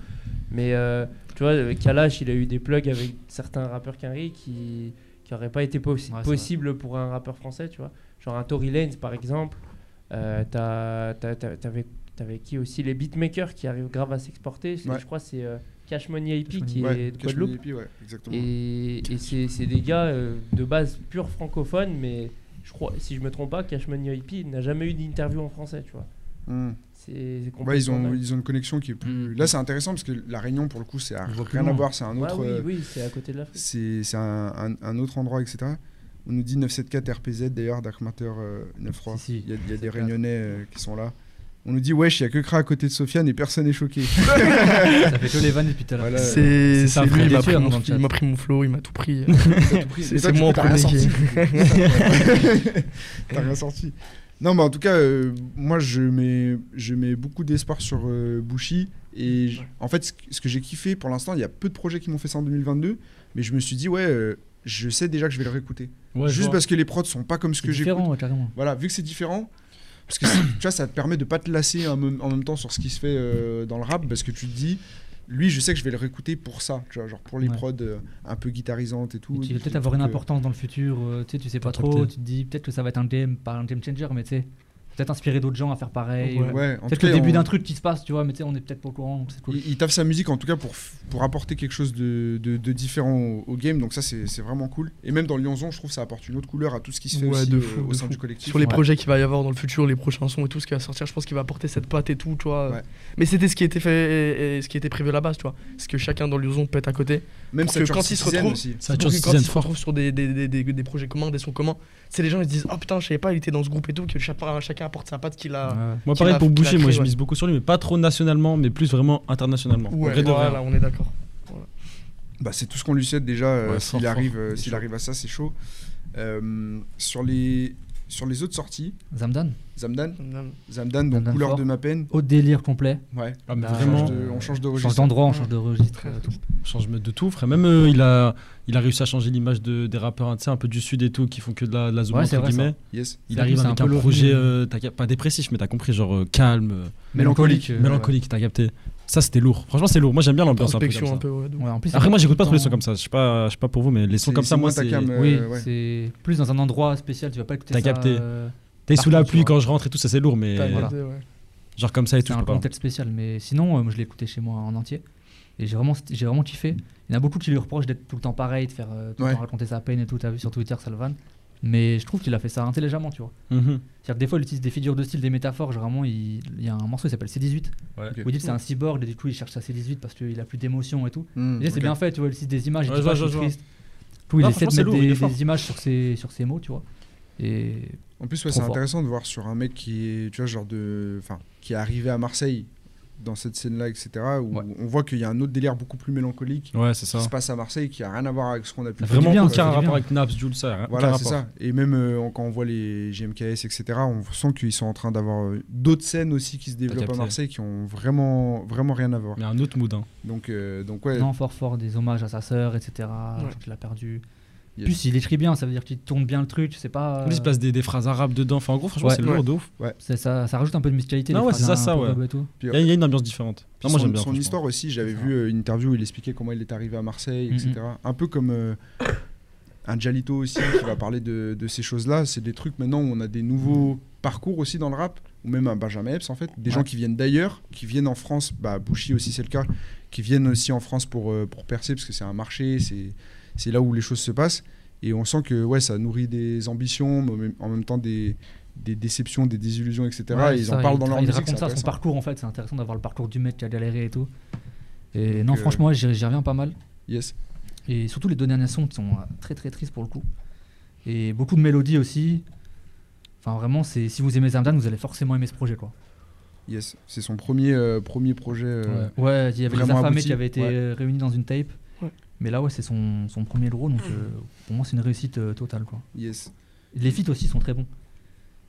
Mais euh, tu vois, euh, Kalash, il a eu des plugs avec certains rappeurs qu'Henry qui qui n'auraient pas été possi- Ouais, c'est possible pour un rappeur français, tu vois. Genre un Tory Lanez, par exemple. Euh, t'as- t'as- t'as- T'avais t'avais qui aussi Les beatmakers qui arrivent grave à s'exporter. C'est- Ouais. Je crois que c'est euh, Cash Money IP Cash Money. qui Ouais, est de Cash Guadeloupe. Money Hippie, ouais, exactement. Et, et c'est c'est des gars euh, de base pure francophone, mais je crois, si je me trompe pas, Cash Money IP n'a jamais eu d'interview en français, tu vois. Hmm. C'est c'est complètement Ouais, ils, ont, dingue. ils ont une connexion qui est plus. Mm. Là, c'est intéressant parce que La Réunion, pour le coup, c'est à On voit plus rien à loin. voir, c'est un Ouais, autre. euh, oui, oui, c'est à côté de l'Afrique. c'est c'est un, un- un autre endroit, etc. On nous dit 974 RPZ d'ailleurs, Dark Matter euh, 93. Si, si, il y a, il y a des 974. Réunionnais euh, qui sont là. On nous dit, wesh, il y a que Kra à côté de Sofiane et personne n'est [LAUGHS] choqué. ça fait que les vannes depuis tout à l'heure. Voilà. Euh, C'est ça, c'est lui, Fred il m'a Lesser, pris, mon- dans le chat. il m'a pris mon flow, il m'a tout pris. euh, Et C'est toi, c'est du moi en coup, t'as rien premier qui. sorti. [LAUGHS] [LAUGHS] T'as rien sorti. Non, mais en tout cas, euh, moi, je mets, je mets beaucoup d'espoir sur euh, Bushi. Et j- en fait, ce que- ce que j'ai kiffé pour l'instant, il y a peu de projets qui m'ont fait ça en 2022. Mais je me suis dit, ouais, euh, je sais déjà que je vais le réécouter. Ouais, je Juste vois. parce que les prods sont pas comme ce C'est que j'écoute. différent, ouais, carrément. voilà, vu que c'est différent, parce [COUGHS] que c'est- tu vois, ça te permet de pas te lasser en même, en même temps sur ce qui se fait euh, dans le rap, parce que tu te dis, lui, je sais que je vais le réécouter pour ça, tu vois, genre pour les Ouais. prods euh, un peu guitarisantes et tout. Tu des vas peut-être trucs, avoir une euh, importance dans le futur, euh, tu sais, tu sais pas Peut-être, trop, peut-être. tu te dis peut-être que ça va être un game, pas un game changer, mais tu sais, peut-être inspirer d'autres gens à faire pareil. Ouais. ou- Ouais, en Peut-être tout le cas, début on- d'un truc qui se passe, tu vois, mais tu sais, on est peut-être pas au courant, donc c'est cool. Il, il taffe sa musique en tout cas pour, f- pour apporter quelque chose de, de- de différent au, au game, donc ça c'est c'est vraiment cool. Et même dans Lyonzon, je trouve que ça apporte une autre couleur à tout ce qui se fait Ouais, aussi, de euh, fou, au de sein fou. du collectif. Sur les Ouais. projets qu'il va y avoir dans le futur, les prochains sons et tout ce qui va sortir, je pense qu'il va apporter cette patte et tout, tu vois. Ouais. Mais c'était ce qui était fait et- et ce qui était prévu à la base, tu vois. Ce que chacun dans Lyonzon pète à côté. Même Parce que Saturn quand il se Citizen retrouve- aussi. Ça Surtout Just que quand Season ils se 4. retrouvent sur des, des, des, des- des projets communs, des sons communs, c'est les gens ils se disent Oh putain, je savais pas, il était dans ce groupe et tout, que chacun, chacun apporte sa patte qu'il Ah. a. Ouais. Moi, Qui pareil, l'a- pour qui l'a bouger, moi, créé, je ouais. mise beaucoup sur lui, mais pas trop nationalement, mais plus vraiment internationalement. Ouais, Vrai de vrai. voilà, on est d'accord. Bah, c'est tout ce qu'on lui souhaite déjà euh, Ouais, fort, s'il fort. arrive, euh, Il est s'il chaud. arrive à ça, c'est chaud. Euh, sur, les, sur les autres sorties, Zamdan, Zamdan, Zamdan, donc Zamdan couleur fort. de ma peine. au délire complet. Ouais. Ah, mais Bah, On vraiment, change de- on change de On registre. change d'endroit, on change de registre. euh, tout. change de tout, frère. Même euh, il, a, il a réussi à changer l'image de, des rappeurs hein, tu sais, un peu du sud et tout, qui font que de la, de la zone, Ouais, c'est entre vrai, ça. guillemets. Yes. Il C'est vrai arrive que c'est avec un un, peu l'ovni, projet, hein. euh, t'as cap- pas dépressif, mais t'as compris, genre euh, calme, euh, Mélancolique. euh, mélancolique, t'as capté. Ça, c'était lourd. Franchement, c'est lourd. Moi, j'aime bien l'ambiance un peu. Inspection comme un ça. peu, ouais. de ouf. Ouais, en plus, Après, moi, j'écoute pas tout trop le les sons comme ça. Je sais pas, je sais pas pour vous, mais les sons C'est- comme ça, c'est moi, moins ta c'est. cam, euh, Oui, ouais. c'est plus dans un endroit spécial, tu vas pas écouter T'as ça. capté. euh, T'es sous la Par contre, pluie tu vois. quand je rentre et tout, ça, c'est lourd, mais T'as une voilà. idée, ouais. genre comme ça et C'est tout, je un peux pas. contexte spécial, mais sinon, euh, moi je l'ai écouté chez moi en entier. Et j'ai vraiment, j'ai vraiment kiffé. Il y en a beaucoup qui lui reprochent d'être tout le temps pareil, de faire euh, tout Ouais. le temps raconter sa peine et tout. T'as vu sur Twitter, ça le vanne. Mais je trouve qu'il a fait ça intelligemment, tu vois. Mhm. C'est-à-dire que des fois, il utilise des figures de style, des métaphores. Genre vraiment, il, il y a un morceau qui s'appelle C18. Ouais. Où il dit que c'est un cyborg et du coup, il cherche sa C18 parce qu'il a plus d'émotion Mmh, et tout. Hmm, Et là, c'est ok. bien fait, tu vois. Il utilise des images, il Ouais, dit je pas, vois, je je suis vois. triste. Tout, il Non, essaie Ah, franchement, de c'est mettre lourd, il est des, fort. des images sur ses, sur ses mots, tu vois. Et En plus, ouais, Trop c'est fort. intéressant de voir sur un mec qui est, tu vois, genre de, enfin, qui est arrivé à Marseille dans cette scène-là, etc. Où Ouais. on voit qu'il y a un autre délire beaucoup plus mélancolique Ouais, c'est ça. qui se passe à Marseille, qui a rien à voir avec ce qu'on a pu. Il a Vraiment du bien, c'est aucun du rapport bien. avec Naps, Jules, ça. rien- Voilà, aucun c'est rapport. ça. Et même euh, quand on voit les GMKS, etc. On sent qu'ils sont en train d'avoir euh, d'autres scènes aussi qui se développent à capté. Marseille, qui ont vraiment, vraiment rien à voir. Mais un autre mood. hein. Donc, euh, donc ouais. non, fort, fort, des hommages à sa sœur, etc. Ouais. Quand il a perdu. Yes. Plus, il écrit bien, ça veut dire qu'il tourne bien le truc, c'est En pas. plus, il se place des, des phrases arabes dedans. Enfin, en gros, franchement, Ouais. c'est lourd de ouf. Ça, ça, ça rajoute un peu de musicalité. Non, les ouais, phrases c'est ça, ça, un peu ouais. bobo et tout. Il y a- il y a une ambiance différente. Puis Ah, Moi, son, j'aime bien. son franchement. histoire aussi, j'avais C'est vu euh, une interview où il expliquait comment il est arrivé à Marseille, Mhm. etc. Un peu comme euh, un Jalito aussi qui va parler de, de ces choses-là. C'est des trucs maintenant où on a des nouveaux parcours aussi dans le rap, ou même un Benjamin Epps en fait, des gens qui viennent d'ailleurs, qui viennent en France, bah, Bouchy aussi c'est le cas, qui viennent aussi en France pour, euh, pour percer parce que c'est un marché, c'est c'est là où les choses se passent. Et on sent que ouais, ça nourrit des ambitions, mais en même- en même temps des, des déceptions, des désillusions, etc. Ouais, et ils ça, en parlent dans il- leur Il musique. raconte c'est ça, son intéressant. parcours en fait. C'est intéressant d'avoir le parcours du mec qui a galéré et tout. Et non, euh, franchement, ouais, j'y j'y reviens pas mal. Yes. Et surtout les deux dernières sons qui sont euh, très très tristes pour le coup. Et beaucoup de mélodies aussi. Enfin, vraiment, c'est si vous aimez Zamdan, vous allez forcément aimer ce projet quoi. Yes, c'est son premier, euh, premier projet. euh, Ouais, il y avait les Vraiment affamés abouti, qui avaient été ouais. euh, réunis dans une tape. Ouais. Mais là, ouais, c'est son, son premier gros, donc euh, pour moi, c'est une réussite euh, totale quoi. Yes. Les feats aussi sont très bons.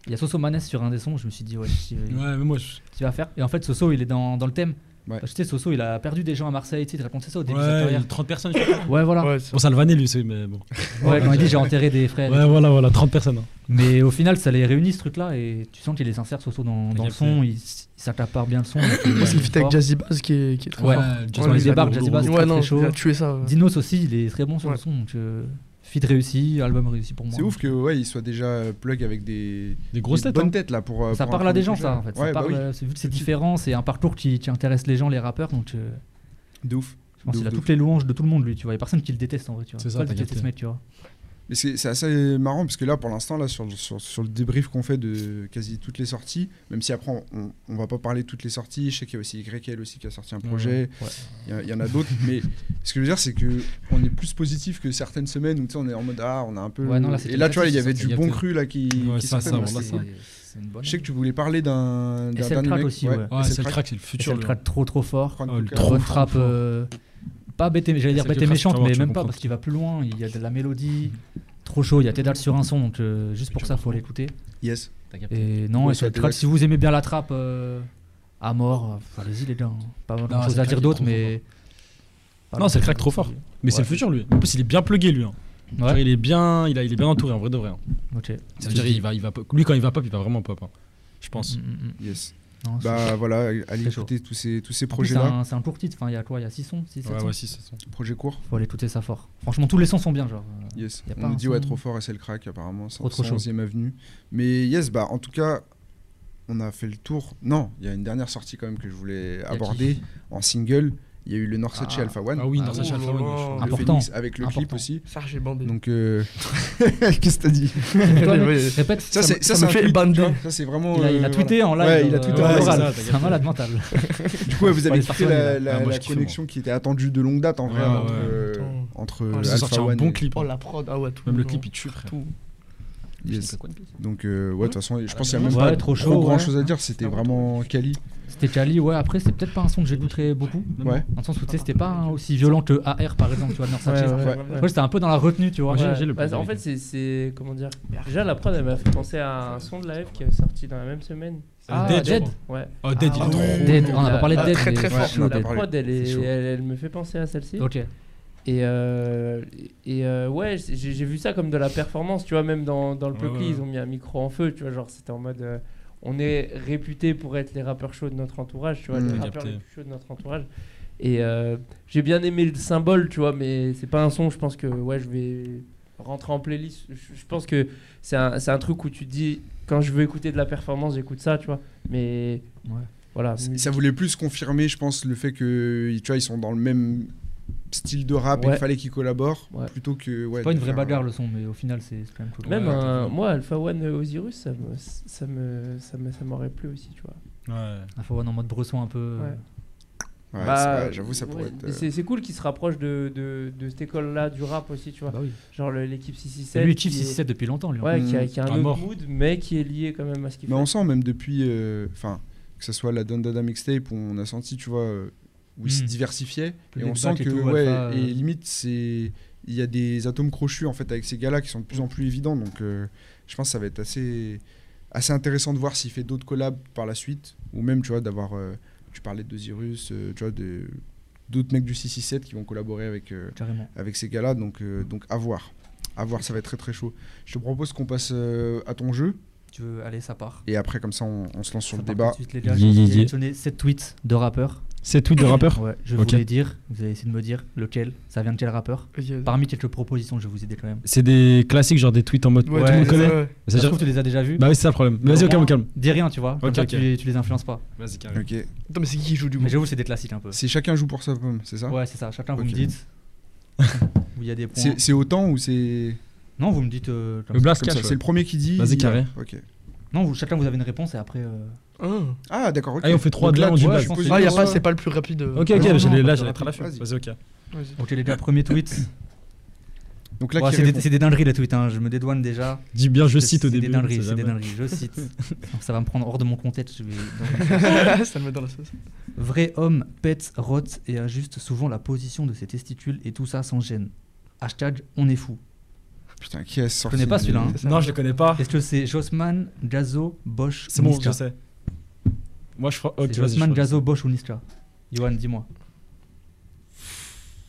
Il y a Soso Manes sur un des sons, je me suis dit, ouais, qui, Ouais, mais moi, je- qui va faire Et en fait, Soso, il est dans, dans le thème. Ouais. Parce que tu sais, Soso, il a perdu des gens à Marseille, tu sais, il racontait ça au début de sa Ouais, [LAUGHS] carrière. il- 30 personnes. je crois. Ouais, voilà. Ouais, Ouais, c'est- Bon, ça le vannait, lui, c'est- mais bon. quand il dit j'ai enterré des frères. Ouais, voilà, voilà, 30 personnes. hein. Mais au final, ça les réunit ce truc-là, et tu sens qu'il est sincère, Soso, dans, dans le son, il, s- il s'accapare bien le son. donc il est Moi, c'est le feat avec fort. Jazzy Bass qui est, qui est trop Ouais, fort. Jazzy Ouais, Bass, il débarque, lourd, Jazzy lourd, Bass. lourd. Ouais, très, non, très chaud. il a tué ça. ouais. Dinos aussi, il est très bon sur le Ouais. son, donc euh, feat réussi, album réussi pour moi. C'est ouf que ouais, il soit déjà euh, plug avec des, Des grosses des têtes. bonnes hein. têtes là pour. euh, Ça pour un parle à des premier projet. gens, ça, en fait. Ça Ouais, bah parle, oui, euh, c'est- vu que c'est différent, c'est un parcours qui, qui intéresse les gens, les rappeurs, donc euh, de ouf. je pense De qu'il a ouf, de toutes les louanges de tout le monde, lui, tu vois. Il y a personne qui le déteste, en vrai, tu vois. C'est ça, Pas le t'as déteste, capté. ce mec, tu vois. Mais c'est c'est assez marrant parce que là, pour l'instant, là, sur, sur, sur le débrief qu'on fait de quasi toutes les sorties, même si après on, on va pas parler de toutes les sorties, je sais qu'il y a aussi YL aussi qui a sorti un projet, Ouais. il y a- il y, en a d'autres, [LAUGHS] mais ce que je veux dire, c'est que on est plus positif que certaines semaines où tu sais, on est en mode ah, on a un peu. Ouais, non, là, c'était Et là, tu vois, il y négatif, avait ça, du c'est bon capté. cru là qui. Ouais, qui ça, sortait, ça, donc on l'a, c'était ça. cool. une bonne. Je sais que tu voulais parler d'un d'un SL dernier Crack mec. aussi, ouais. Ouais, SL c'est le Crack. crack, c'est le futur. Ah, le le- track trop trop fort. Chronicle Oh, le Crack. Trop, Bonne trop frappe. fort. euh, Pas bête, et- j'allais dire C'est le bête et crash méchante, tower, mais tu même comprends. pas parce qu'il va plus loin. Il y a de la mélodie, trop chaud. Il y a Tedal sur un son, donc euh, juste pour ça, faut l'écouter. Yes. Et non, Ouais, et sur le Tedal. track, si vous aimez bien la trappe euh, à mort, euh, allez-y les gars. hein. Pas grand c'est chose le à crack, il dire est d'autre, trop mais. Non, c'est le crack trop fort. Mais c'est Ouais. le futur, lui. En plus, il est bien plugué, lui. hein. Genre, Ouais, il est bien, il a, il est bien entouré, en vrai de vrai. hein. ok. Ça veut dire, il va, il va, pop- lui, quand il va pop, il va vraiment pop. hein. Je pense. Mm, mm, mm. Yes. Non, c'est- Bah voilà, allez Très chaud. écouter tous ces, tous ces en plus, c'est projets-là. un, c'est un court titre. Enfin, il y a quoi Il y a 6 sons 6 Ouais, ouais, si, ça sent. hein. Projet court. Faut aller écouter ça fort. Franchement, tous les sons sont bien. Genre, euh, Yes. Y a pas On nous un dit ouais son- trop fort et c'est le crack apparemment. Trop, trop chaud. 111e avenue. Mais yes bah en tout cas on a fait le tour. Non, il y a une dernière sortie quand même que je voulais y a qui- aborder en single. Il y a eu le Northside Ah. chez Alpha One. Ah oui, Ah, dans sa ouh chatte, ouais, là là. ouais, Le je- Important. Phoenix avec le clip Important. aussi. Ça, j'ai bandé. Donc euh, [LAUGHS] qu'est-ce que t'as dit Toi, mec, Ouais. Répète. Ça, c'est ça, me c'est un fait le tweet, bander. tu vois. Ça c'est vraiment. Il a, il a euh, tweeté en live. Ouais, il a euh, tweeté en à live, l'oral. c'est ça, t'as C'est un capté. malade mental. Du coup, ouais, vous avez Faut kiffé aller la, faire la- Ah, moi, la je kiffe, connexion qui était attendue de longue date en vrai Ouais, entre, ouais. euh, Attends. entre Ah, Ils Alpha ont sorti un One bon et- clip. Oh la prod, ah ouais, tout Même le long. clip, il tue, frère. Tout. Yes. Donc euh, ouais, de toute façon, je pense qu'il y a même Ouais, pas trop, trop chaud, grand ouais. chose à dire. C'était vraiment quali. C'était Cali, ouais. Après, c'est peut-être pas un son que j'écouterais beaucoup. Ouais. Dans le sens où, tu sais, c'était pas hein, aussi violent que AR, par exemple, tu vois, de North Sanchez. ouais. Moi, j'étais un peu dans la retenue, tu vois. Moi, j'ai- j'ai le Bah, plaisir euh, en avec fait, c'est- c'est. Comment dire Déjà, la prod, elle m'a fait penser à un son de la F qui est sorti dans la même semaine. Ah, Dead, je Dead. crois. Ouais. Oh, Dead, il est Ah, trop. ouais. Dead, on n'a pas parlé de Ah, Dead. très, mais- très fort. je suis au On a Dead. La prod, elle, est- C'est chaud. elle, elle me fait penser à celle-ci. Ok. Et, euh, et euh, ouais, j'ai j'ai vu ça comme de la performance, tu vois, même dans, dans le Ouais, peuple, ouais, ils ouais. ont mis un micro en feu, tu vois, genre c'était en mode, euh, on est réputé pour être les rappeurs chauds de notre entourage, tu vois, Mmh. les J'ai rappeurs capté. les plus chauds de notre entourage. Et euh, j'ai bien aimé le symbole, tu vois, mais c'est pas un son, je pense que, ouais, je vais rentrer en playlist. Je, je pense que c'est un, c'est un truc où tu te dis, quand je veux écouter de la performance, j'écoute ça, tu vois, mais Ouais. voilà. Ça- Ça voulait plus confirmer, je pense, le fait que tu vois, ils sont dans le même style de rap et Ouais. qu'il fallait qu'ils collaborent Ouais. plutôt que. Ouais, C'est pas de une vraie faire un- bagarre le son, mais au final, c'est c'est quand même cool. Même Ouais, un- t'as fait. moi, Alpha One euh, Osiris, ça me, ça me, ça me- ça m'aurait plu aussi, tu vois. Ouais. Il faut voir en mode bresson un peu. Ouais. Ouais, Bah, c'est vrai, J'avoue, ça ouais, pourrait être. mais euh, C'est c'est cool qu'il se rapproche de, de, de cette école-là, du rap aussi, tu vois. Bah oui. Genre le- l'équipe 667. Lui, Chief qui est- 6-7 depuis longtemps, lui. en Ouais, Mm. qui a, qui a À un autre mort. mood, mais qui est lié quand même à ce qu'il Mais fait. on sent même depuis. euh, Enfin, que ce soit la Don Dada mixtape où on a senti, tu vois, euh, où ils se Mm. diversifiaient. Plus et les on sent bacs que, et tout, ouais, Alpha, euh. et limite, c'est. Il y a des atomes crochus en fait avec ces gars-là qui sont de plus en plus évidents. Donc, euh, je pense que ça va être assez, assez intéressant de voir s'il fait d'autres collabs par la suite. Ou même, tu vois, d'avoir. euh, tu parlais de Zirus, euh, tu vois, de- d'autres mecs du 667 qui vont collaborer avec, euh, Carrément. avec ces gars-là. Donc, euh, donc, à voir. À voir, ça va être très très chaud. Je te propose qu'on passe euh, à ton jeu. Tu veux aller, ça part. Et après, comme ça, on, on se lance sur Ça le part débat. tout de suite, les gars. Yeah, yeah, J'ai yeah. sélectionné 7 tweets de rappeurs. C'est tout de rappeur Ouais, je Ok. voulais dire, vous allez essayer de me dire lequel, ça vient de quel rappeur. Ok. Parmi quelques propositions, je vais vous aider quand même. C'est des classiques, genre des tweets en mode. Ouais, tout le monde ouais, connaît. ouais. Ça je veut trouve dire- que tu les as déjà vus. Bah oui, c'est ça le problème. Mais Vas-y, au Au calme, moins, au calme. Dis rien, tu vois. Comme Ok, ça, ok. tu, les, tu les influences pas. Vas-y, calme. Ok. Attends, mais c'est qui qui joue du Mais coup j'avoue, c'est des classiques un peu. C'est chacun joue pour sa pomme, c'est ça Ouais, c'est ça. Chacun, vous Ok. me [LAUGHS] dites. où il y a des points. C'est c'est autant ou c'est. Non, vous me dites. euh, comme Le ça. blast comme ça, cash. C'est le premier qui dit. Vas-y, carré. Ok. Non, vous, chacun, vous avez une réponse et après. euh, Hein Ah, d'accord. ok. Allez, on fait trois Donc de là, là, on tu dit vois, base. je pense pose que- une Ah, y a question. pas, c'est pas le plus rapide. euh. Ok, Non, ok, non, j'allais non, là, pas j'allais de très la rapide, Vas-y, ok. Vas-y. [LAUGHS] Ok, les gars, premier tweet. Donc là, Ouais, qui c'est des, répond c'est des dingueries les tweets, hein. je me dédouane déjà. Dis bien, je C'est- cite au c'est début. Des on dingueries, sait c'est des jamais. dingueries, [LAUGHS] je cite. Donc, ça va me prendre hors de mon contexte. je vais- donc, ça [LAUGHS] le met dans la sauce. Vrai homme pète, rote et ajuste souvent la position de ses testicules et tout ça sans gêne. Hashtag on est fou. Putain, qui a sorti connais pas des- celui-là, hein. C'est ça. Non, je le connais pas. Est-ce que c'est Josman, Gazo, Bosch C'est ou bon, Niska je sais. Moi, je crois. C'est Ok, vas-y. je Josman, crois. Gazo, Bosch ou Niska Johan, dis-moi.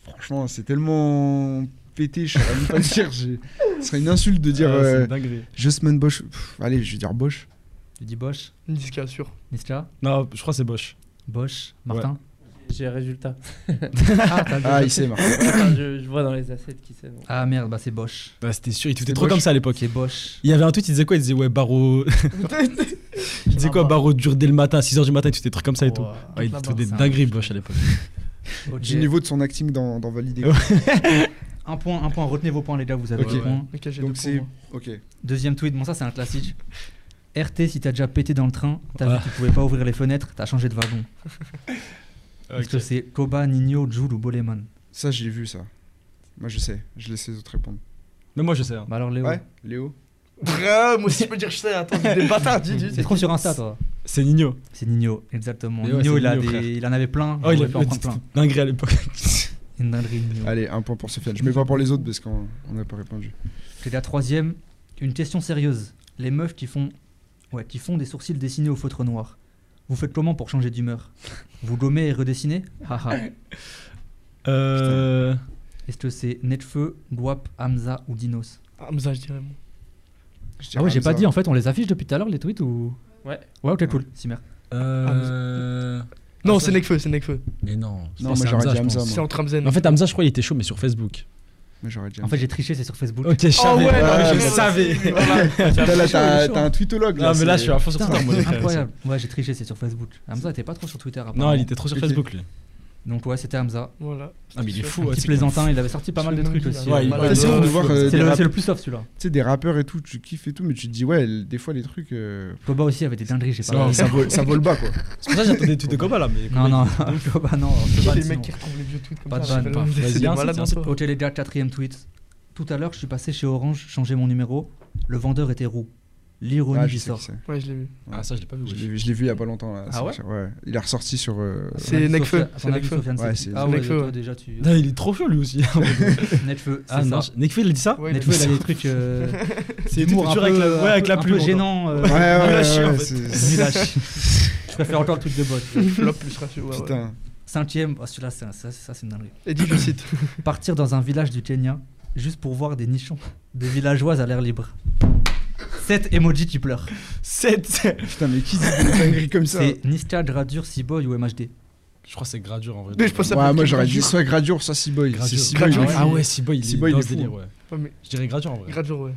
Franchement, c'est tellement pété, je saurais même pas dire. j'ai- Ce serait une insulte de dire Ouais, Ah, c'est euh, une dinguerie. Justman Bosch. Pff, allez, je vais dire Bosch. Tu dis Bosch, Une disque assure. [LAUGHS] Niska, Non, je crois que c'est Bosch. Bosch, Martin J'ai résultat. ah, t'as- Ah, il sait, Marc. [LAUGHS] Enfin, je, je vois dans les assets qui c'est. donc. Ah, merde, bah c'est Bosch. Bah, c'était sûr, il tweetait C'est trop Bosch. comme ça à l'époque. C'est Bosch. Il y avait un tweet, il disait quoi Il disait ouais, barreau. [LAUGHS] il Ah, disait bah. quoi, barreau dur dès le matin, 6h du matin, il tweetait des trucs comme ça et tout. Ouah. Oh, Ouais, Ah, bah, il Là-bas, tweetait des c'est un- dingueries, Bosch à l'époque. Ok. Du niveau de son acting dans, dans Validé. Ouais. Un point, un point, retenez vos points les gars, vous avez Ok. vos points. Ok, j'ai deux Donc c'est. points. Ok. Deuxième tweet, bon ça c'est un classique. RT, si t'as déjà pété dans le train, t'as Ah. vu que tu pouvais pas ouvrir les fenêtres, t'as changé de wagon. Est-ce que c'est Koba, Nino, Jules ou Boleman Ça, j'ai vu ça. Moi, je sais. Je laisse les autres répondre. Mais moi, je sais. hein. Bah alors Léo, Ouais, Léo Bravo, moi aussi je peux dire que je sais, attends, c'est [LAUGHS] des bâtards, dis, dis. c'est trop sur Insta toi. C'est Nino. C'est Nino, exactement. Mais ouais, Nino, c'est il, a Nino, des- frère. il en avait plein. Oh, il voulait a pas fait en une prendre plein. dinguerie à l'époque. [LAUGHS] Une dinguerie, Nino. Allez, un point pour Sofiane. Je mets pas pour les autres parce qu'on on n'a pas répondu. C'est la troisième. Une question sérieuse. Les meufs qui font, ouais, qui font des sourcils dessinés au feutre noir. Vous faites comment pour changer d'humeur Vous gommez et redessinez [COUGHS] Haha. Euh. Est-ce que c'est Netfeu, Guap, Hamza ou Dinos Ah, mais ça, je dirais, moi. Je Ah ouais, j'ai dirais pas Hamza. dit en fait, on les affiche depuis tout à l'heure les tweets ou Ouais. Ouais, ok, cool. Simer. Euh... Non, c'est Nekfeu, c'est Nekfeu. Mais non. je Non, pense moi, à j'aurais dit je pense. Hamza, moi. C'est entre Hamzen. Mais En fait, Hamza, je crois, il était chaud, mais sur Facebook. Ah Moi, j'aurais dit. En fait, j'ai triché, c'est sur Facebook. Ok, je Oh savais. ouais, non, mais je je [LAUGHS] savais. Putain, là, t'as chaud. t'as un tweetologue. Non, mais là, je suis à fond sur Putain, Twitter. moi, [LAUGHS] les frères. incroyable. Ouais, j'ai triché, c'est sur Facebook. Hamza était pas trop sur Twitter. Non, apparemment. il était trop sur Ok. Facebook, lui. Donc ouais, c'était Hamza. Voilà. Ah, mais il est fou. Un ouais, petit c'est- plaisantin, il avait sorti pas mal de C'est trucs le aussi. nom Ouais, du il- gars. ouais, Malade. c'est ouf de voir, euh, C'est des le, rap- c'est le plus soft celui-là. Tu sais, des rappeurs et tout, tu kiffes et tout, mais tu te dis, ouais, l- des fois, les trucs. euh, Koba aussi avait des dingueries, j'ai C'est pas vrai. Ça vaut ça vaut le bas, quoi. C'est pour ça que j'attendais des tweets de Koba là. mais [LAUGHS] Non, non, Koba, non. on se bat, les sinon. mecs qui retrouvent les vieux tweets comme Pas de ça. vanne, c'est pas. des- Vas-y, c'est des un, malades c'est dans un, toi. Ok, les gars, quatrième tweet. Tout à l'heure, je suis passé chez Orange, changer mon numéro. Le vendeur était roux. L'ironie Ah, je du sais sort. qui c'est. Ouais, je l'ai [LAUGHS] vu. Ah, ça, je l'ai pas vu. Je ouais. l'ai vu- je l'ai vu il y a pas longtemps. là, Ah ça, ouais je- ouais Il est ressorti sur. euh, C'est Nekfeu, c'est Nekfeu. Ouais, c'est c'est- Ah c'est ouais, Nekfeu, toi, ouais. déjà, tu. [LAUGHS] Non, il est trop chaud, lui aussi. [LAUGHS] Nekfeu, Ah c'est non, ça. Nekfeu, il a dit ça Ouais, Nekfeu, il a Nekfeu. des trucs. euh, C'est d'humour toujours un avec peu- la- ouais, un avec la peu- plume Un peu encore. gênant. euh, Ouais, ouais, a ouais, chié, en ouais, fait. c'est- nul à chier. [LAUGHS] Je préfère encore le tweet de bot. Flop plus ratio. ouais, ouais. Putain. Cinquième, oh, celui-là, c'est un- ça, ça, c'est une dinguerie. Et dis, je [LAUGHS] cite. Partir dans un village du Kenya juste pour voir des nichons, des villageoises à l'air libre. 7 emojis qui pleurent. 7 Putain, mais qui dit des dingueries comme ça C'est Niska, Gradur, Seaboy ou MHD. Je crois que c'est Gradure en vrai. Mais je pense que ça Ouais, peut moi être j'aurais Gradure. dit soit Gradure, soit Seaboy. Gradure. C'est Seaboy, Gradure, il est ouais. Ah fou. ouais, Seaboy, il est Seaboy, il dans est ce fou, délire, hein. ouais. Ouais, mais Je dirais Gradure en vrai. Gradure, ouais.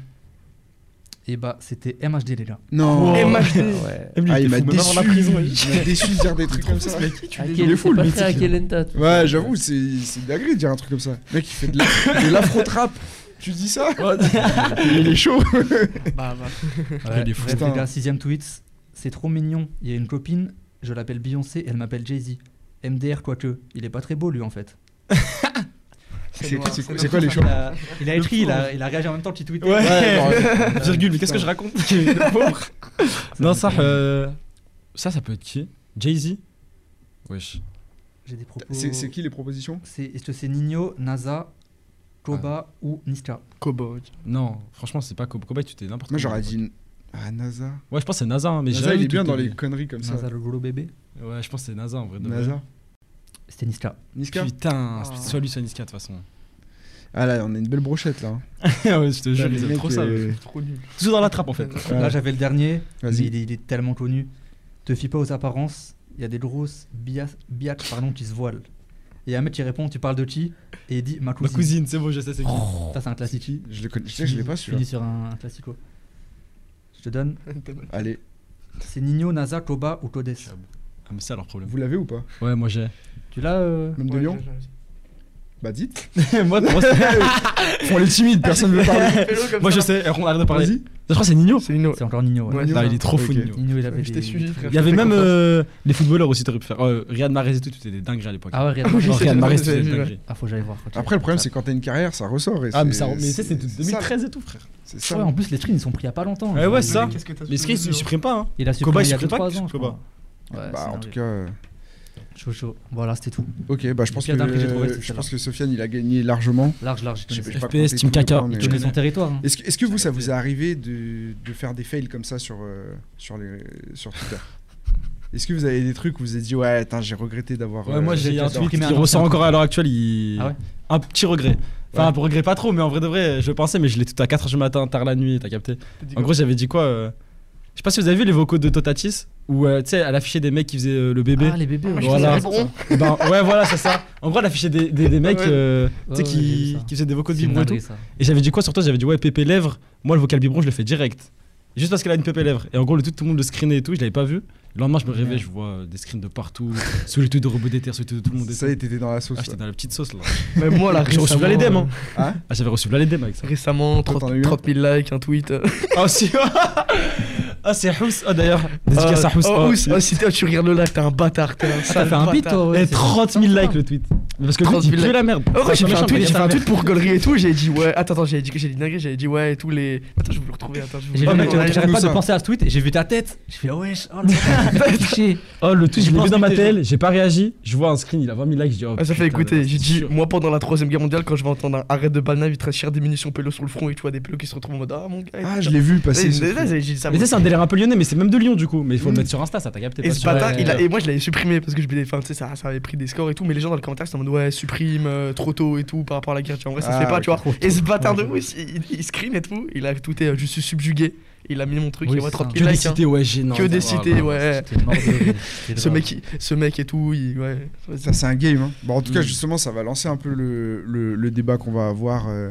Et bah, c'était MHD, les gars. Non. Wow. MHD. Ah Ouais. Même lui, Ah, il était m'a fou, même avant déçu. la prison, il- Il m'a déçu de dire des trucs comme ça. Akel- il est Ah, C'est fou, le pas mythique. très Akelenta, tout ça. Ouais, j'avoue, c'est c'est une dinguerie de dire un truc comme ça. Le mec, il fait de la- de l'afro-trap. Tu dis ça Il est chaud. Bah, bah. Ouais, il est fou. Bref, Putain. les gars, sixième tweet. C'est trop mignon. Il y a une copine, je l'appelle Beyoncé, elle m'appelle Jay-Z. MDR, quoique. Il est pas très beau, lui, en fait. C'est noir, c'est- c'est noir. quoi les Il choses a, Bah, il a écrit, pauvre. il a, il a réagi en même temps qu'il tweetait. Ouais. Ouais, Virgule, mais qu'est-ce que je raconte Le pauvre. Non, ça, euh, ça, ça peut être qui Jay-Z Wesh. J'ai des propos. C'est c'est qui les propositions C'est- Est-ce que c'est Nino, NASA, Koba ou Niska Kobo. Non, franchement, c'est pas Kobe. Kobe, tu t'es n'importe Moi quoi. j'aurais dit. Ah, NASA. Ouais, je pense que c'est NASA. hein, Mais NASA, j'avais il est tout bien dans oublié. les conneries comme ça. NASA, le gros bébé. Ouais, je pense que c'est NASA en vrai. de vrai. NASA. C'était Niska. Niska Putain, Oh. Ah. soit lui, soit Niska de toute [LAUGHS] façon. Ah là, on a une belle brochette là. hein. ouais, je te jure, les ils aiment mecs, trop ça. euh, Trop nul. Toujours dans la trappe en fait. Ouais. Là, j'avais le dernier. mais Vas-y. il, est, il est tellement connu. Te fie pas aux apparences. Il y a des grosses bias- biatches pardon, qui se voilent. Et un mec qui répond Tu parles de qui Et il dit Ma Ma cousine. cousine, c'est bon, je sais c'est qui. Oh. Ça, c'est un C'est classique. qui Je le connais. Je sais, je l'ai pas Je finis celui-là. sur un, un classico. Je te donne T'es mal. Allez, C'est Nino, NASA, Koba ou Codes. Ah, mais c'est leur problème. vous l'avez ou pas Ouais, moi [LAUGHS] j'ai. Tu l'as euh, Même de Ouais, Lyon j'ai- j'ai- Bah dites. moi, moi, On est timide, personne veut parler. [LAUGHS] Fais-le [LAUGHS] comme moi, je ça. sais, on arrête de parler. Vas-y. Je crois que c'est Nino. C'est Nino. C'est encore Nino. Ouais. Ouais, Nino, Ah, il est hein. trop fou, Ok. Nino. Nino, il avait Je des- t'ai suivi, frère. Il y avait Fais même confiance. euh, les footballeurs aussi, t'aurais pu faire. Euh, Riyad Mahrez et tout, tu étais des dingueries à l'époque. Ah [LAUGHS] ouais, regarde. oui, Non, je sais, Riyad j'ai Mahrez, vu, c'était j'ai des vu. dingueries. Ah, faut que j'aille voir. faut que Après, le problème, j'aille c'est quand t'as une carrière, ça ressort. Et Ah, mais ça, mais ça, c'est de c'est ça. 2013 et tout, frère. C'est voir. ça. Ouais, Eh en plus, les streams, ils sont pris il y a pas longtemps. Ouais, ouais, Mais- ça. Qu'est-ce que t'as Mais ce qu'ils sous ne le nez, suppriment pas, hein. Il a Koba, supprimé il y il a supprime pas, 2-3 ans. je Koba. crois. Ouais, Bah, c'est en dingue. tout cas, euh, Chaud, chaud. Voilà, c'était tout. ok, bah je pense que pire dinguerie que j'ai trouvé, c'est je celle-là. pense que Sofiane, il a gagné largement. Large, large. Je Il sais connaît- pas FPS, compter Team tous les Kaka, points, mais- je il connaît son connais. territoire. hein. Est-ce que, est-ce que vous, ça vous est arrivé de, de faire des fails comme ça sur, euh, sur, les, sur [LAUGHS] Twitter Est-ce que vous avez des trucs où vous avez dit, ouais, attends, j'ai regretté d'avoir. Ouais, euh, moi j'ai un d'avoir- tweet qui supprimé un ressort ancien encore à l'heure actuelle. il- Ah ouais un petit regret. Enfin, Ouais. un regret pas trop, mais en vrai de vrai, je le pensais, mais je l'ai tout à 4h du matin, tard la nuit, t'as capté. t'as dit En quoi gros, j'avais dit quoi euh, Je sais pas si vous avez vu les vocaux de Totatis, où euh, tu sais, elle affichait des mecs qui faisaient euh, le bébé. Ah, les bébés. Ah, ouais. je Voilà. faisais les broncs. Eh ben, ouais, voilà, c'est ça. En gros, elle affichait des, des, des mecs Ouais. euh, tu sais, Ouais, ouais, j'ai qui, vu ça. qui faisaient des vocaux de C'est une biberon et tout. dinguerie, ça. Et j'avais dit quoi sur toi J'avais dit ouais, pépé lèvres. Moi, le vocal biberon, je le fais direct. Juste parce qu'elle a une pépé lèvres. Et en gros, le tout, tout le monde le screenait et tout. Je l'avais pas vu. Le lendemain, je me réveille, je vois euh, des screens de [LAUGHS] partout. sous les tweets de Robot Déter, sous les tweets de tout le monde. et Ça tout. y est, t'étais dans la sauce. Ah, là. j'étais dans la petite sauce là. Mais moi, là, J'ai reçu récemment, plein les euh, DM. Hein. Hein ah, j'avais reçu plein les DM avec ça. Récemment, Toi, 30 t'en as eu un 30 000 likes, un tweet. euh. Ah, [LAUGHS] aussi. ah, c'est Hous. Ah, d'ailleurs. Dédicace à Euh, Hous. Oh, Ous, oh, si t'es- tu regardes le live, t'es un bâtard. Ah, T'es un T'as sale fait un beat, bâtard. toi Ah, ouais, Et c'est- 30 000 likes le tweet. Parce que le 30 tweet, 000 il pue la merde. Ah ouais, j'ai fait Franchement, un tweet, j'ai méchant, fait mais un il y a tweet pour Gollery et tout, j'ai dit ouais, attends, attends, j'ai dit que j'ai dit une dinguerie, j'avais dit ouais et tout les... Attends, je vais vous le retrouver, attends, je vais vous J'ai le Oh, vu, mais retrouver. t'as- mec, j'arrête nous pas de ça. penser à ce tweet et j'ai vu ta tête. Je fais, wesh, [LAUGHS] oh le mec, il est fiché. un- Oh, le tweet, je l'ai vu pense dans ma qu'il était- telle. J'ai pas réagi. Je vois un screen, il a 20 000 likes. Je dis, oh, Ah, ça fait putain, écouter, j'ai c'est dit, sûr. moi pendant la troisième guerre mondiale, quand je vais entendre un arrêt de balnave, il te rachère des munitions pélo sur le front et tu vois des pélos qui se retrouvent en mode Ah mon gars. Ah, je l'ai vu passer. ce truc. J'ai dit ça. Mais tu sais, c'est un délire un peu lyonnais, mais c'est même de Lyon du coup. Mais il faut Mm. le mettre sur Insta, ça t'a capté. Et pas ce sur- bâtard, Ouais. il a- et moi je l'avais supprimé parce que je enfin, tu sais, ça, ça avait pris des scores et tout, mais les gens dans le commentaire, c'était en mode ouais, supprime euh, trop tôt et tout par rapport à la guerre. Tu vois, En vrai, ça se Ah, fait pas, ouais, tu vois. trop Et ce bâtard de Ouais. ouf, il, il scream et tout. Il a tout est, euh, je suis subjugué. Il a mis mon truc, Oui, il voit c'est 30 Que 000 des likes. hein. cités, ouais, gênant. Que des Voilà. cités, ouais. C'était mort de rire, [LAUGHS] c'était Ce grave. mec, il- ce mec et tout, il, ouais. vas-y. Ça, c'est un game. hein. Bon, en tout cas, Mm. justement, ça va lancer un peu le, le- le débat qu'on va avoir euh,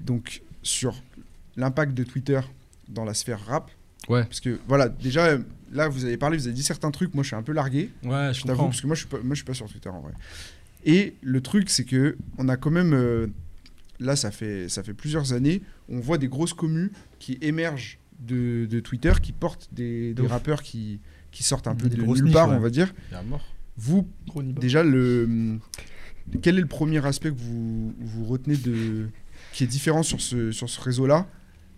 donc, sur l'impact de Twitter dans la sphère rap. Ouais. Parce que, voilà, déjà, euh, là, vous avez parlé, vous avez dit certains trucs. Moi, je suis un peu largué, Ouais, je je t'avoue, comprends. parce que moi, je suis pas, moi, je suis pas sur Twitter en vrai. Et le truc, c'est que on a quand même. euh, là, ça fait, ça fait plusieurs années, on voit des grosses communes qui émergent de, de Twitter, qui portent des, des ouf. rappeurs qui, qui sortent un peu Des de grosses nulle part, niches, ouais. on va dire. Vous, Gros niba. Déjà, le... hum, quel est le premier aspect que vous, vous retenez de... qui est différent sur ce, sur ce réseau-là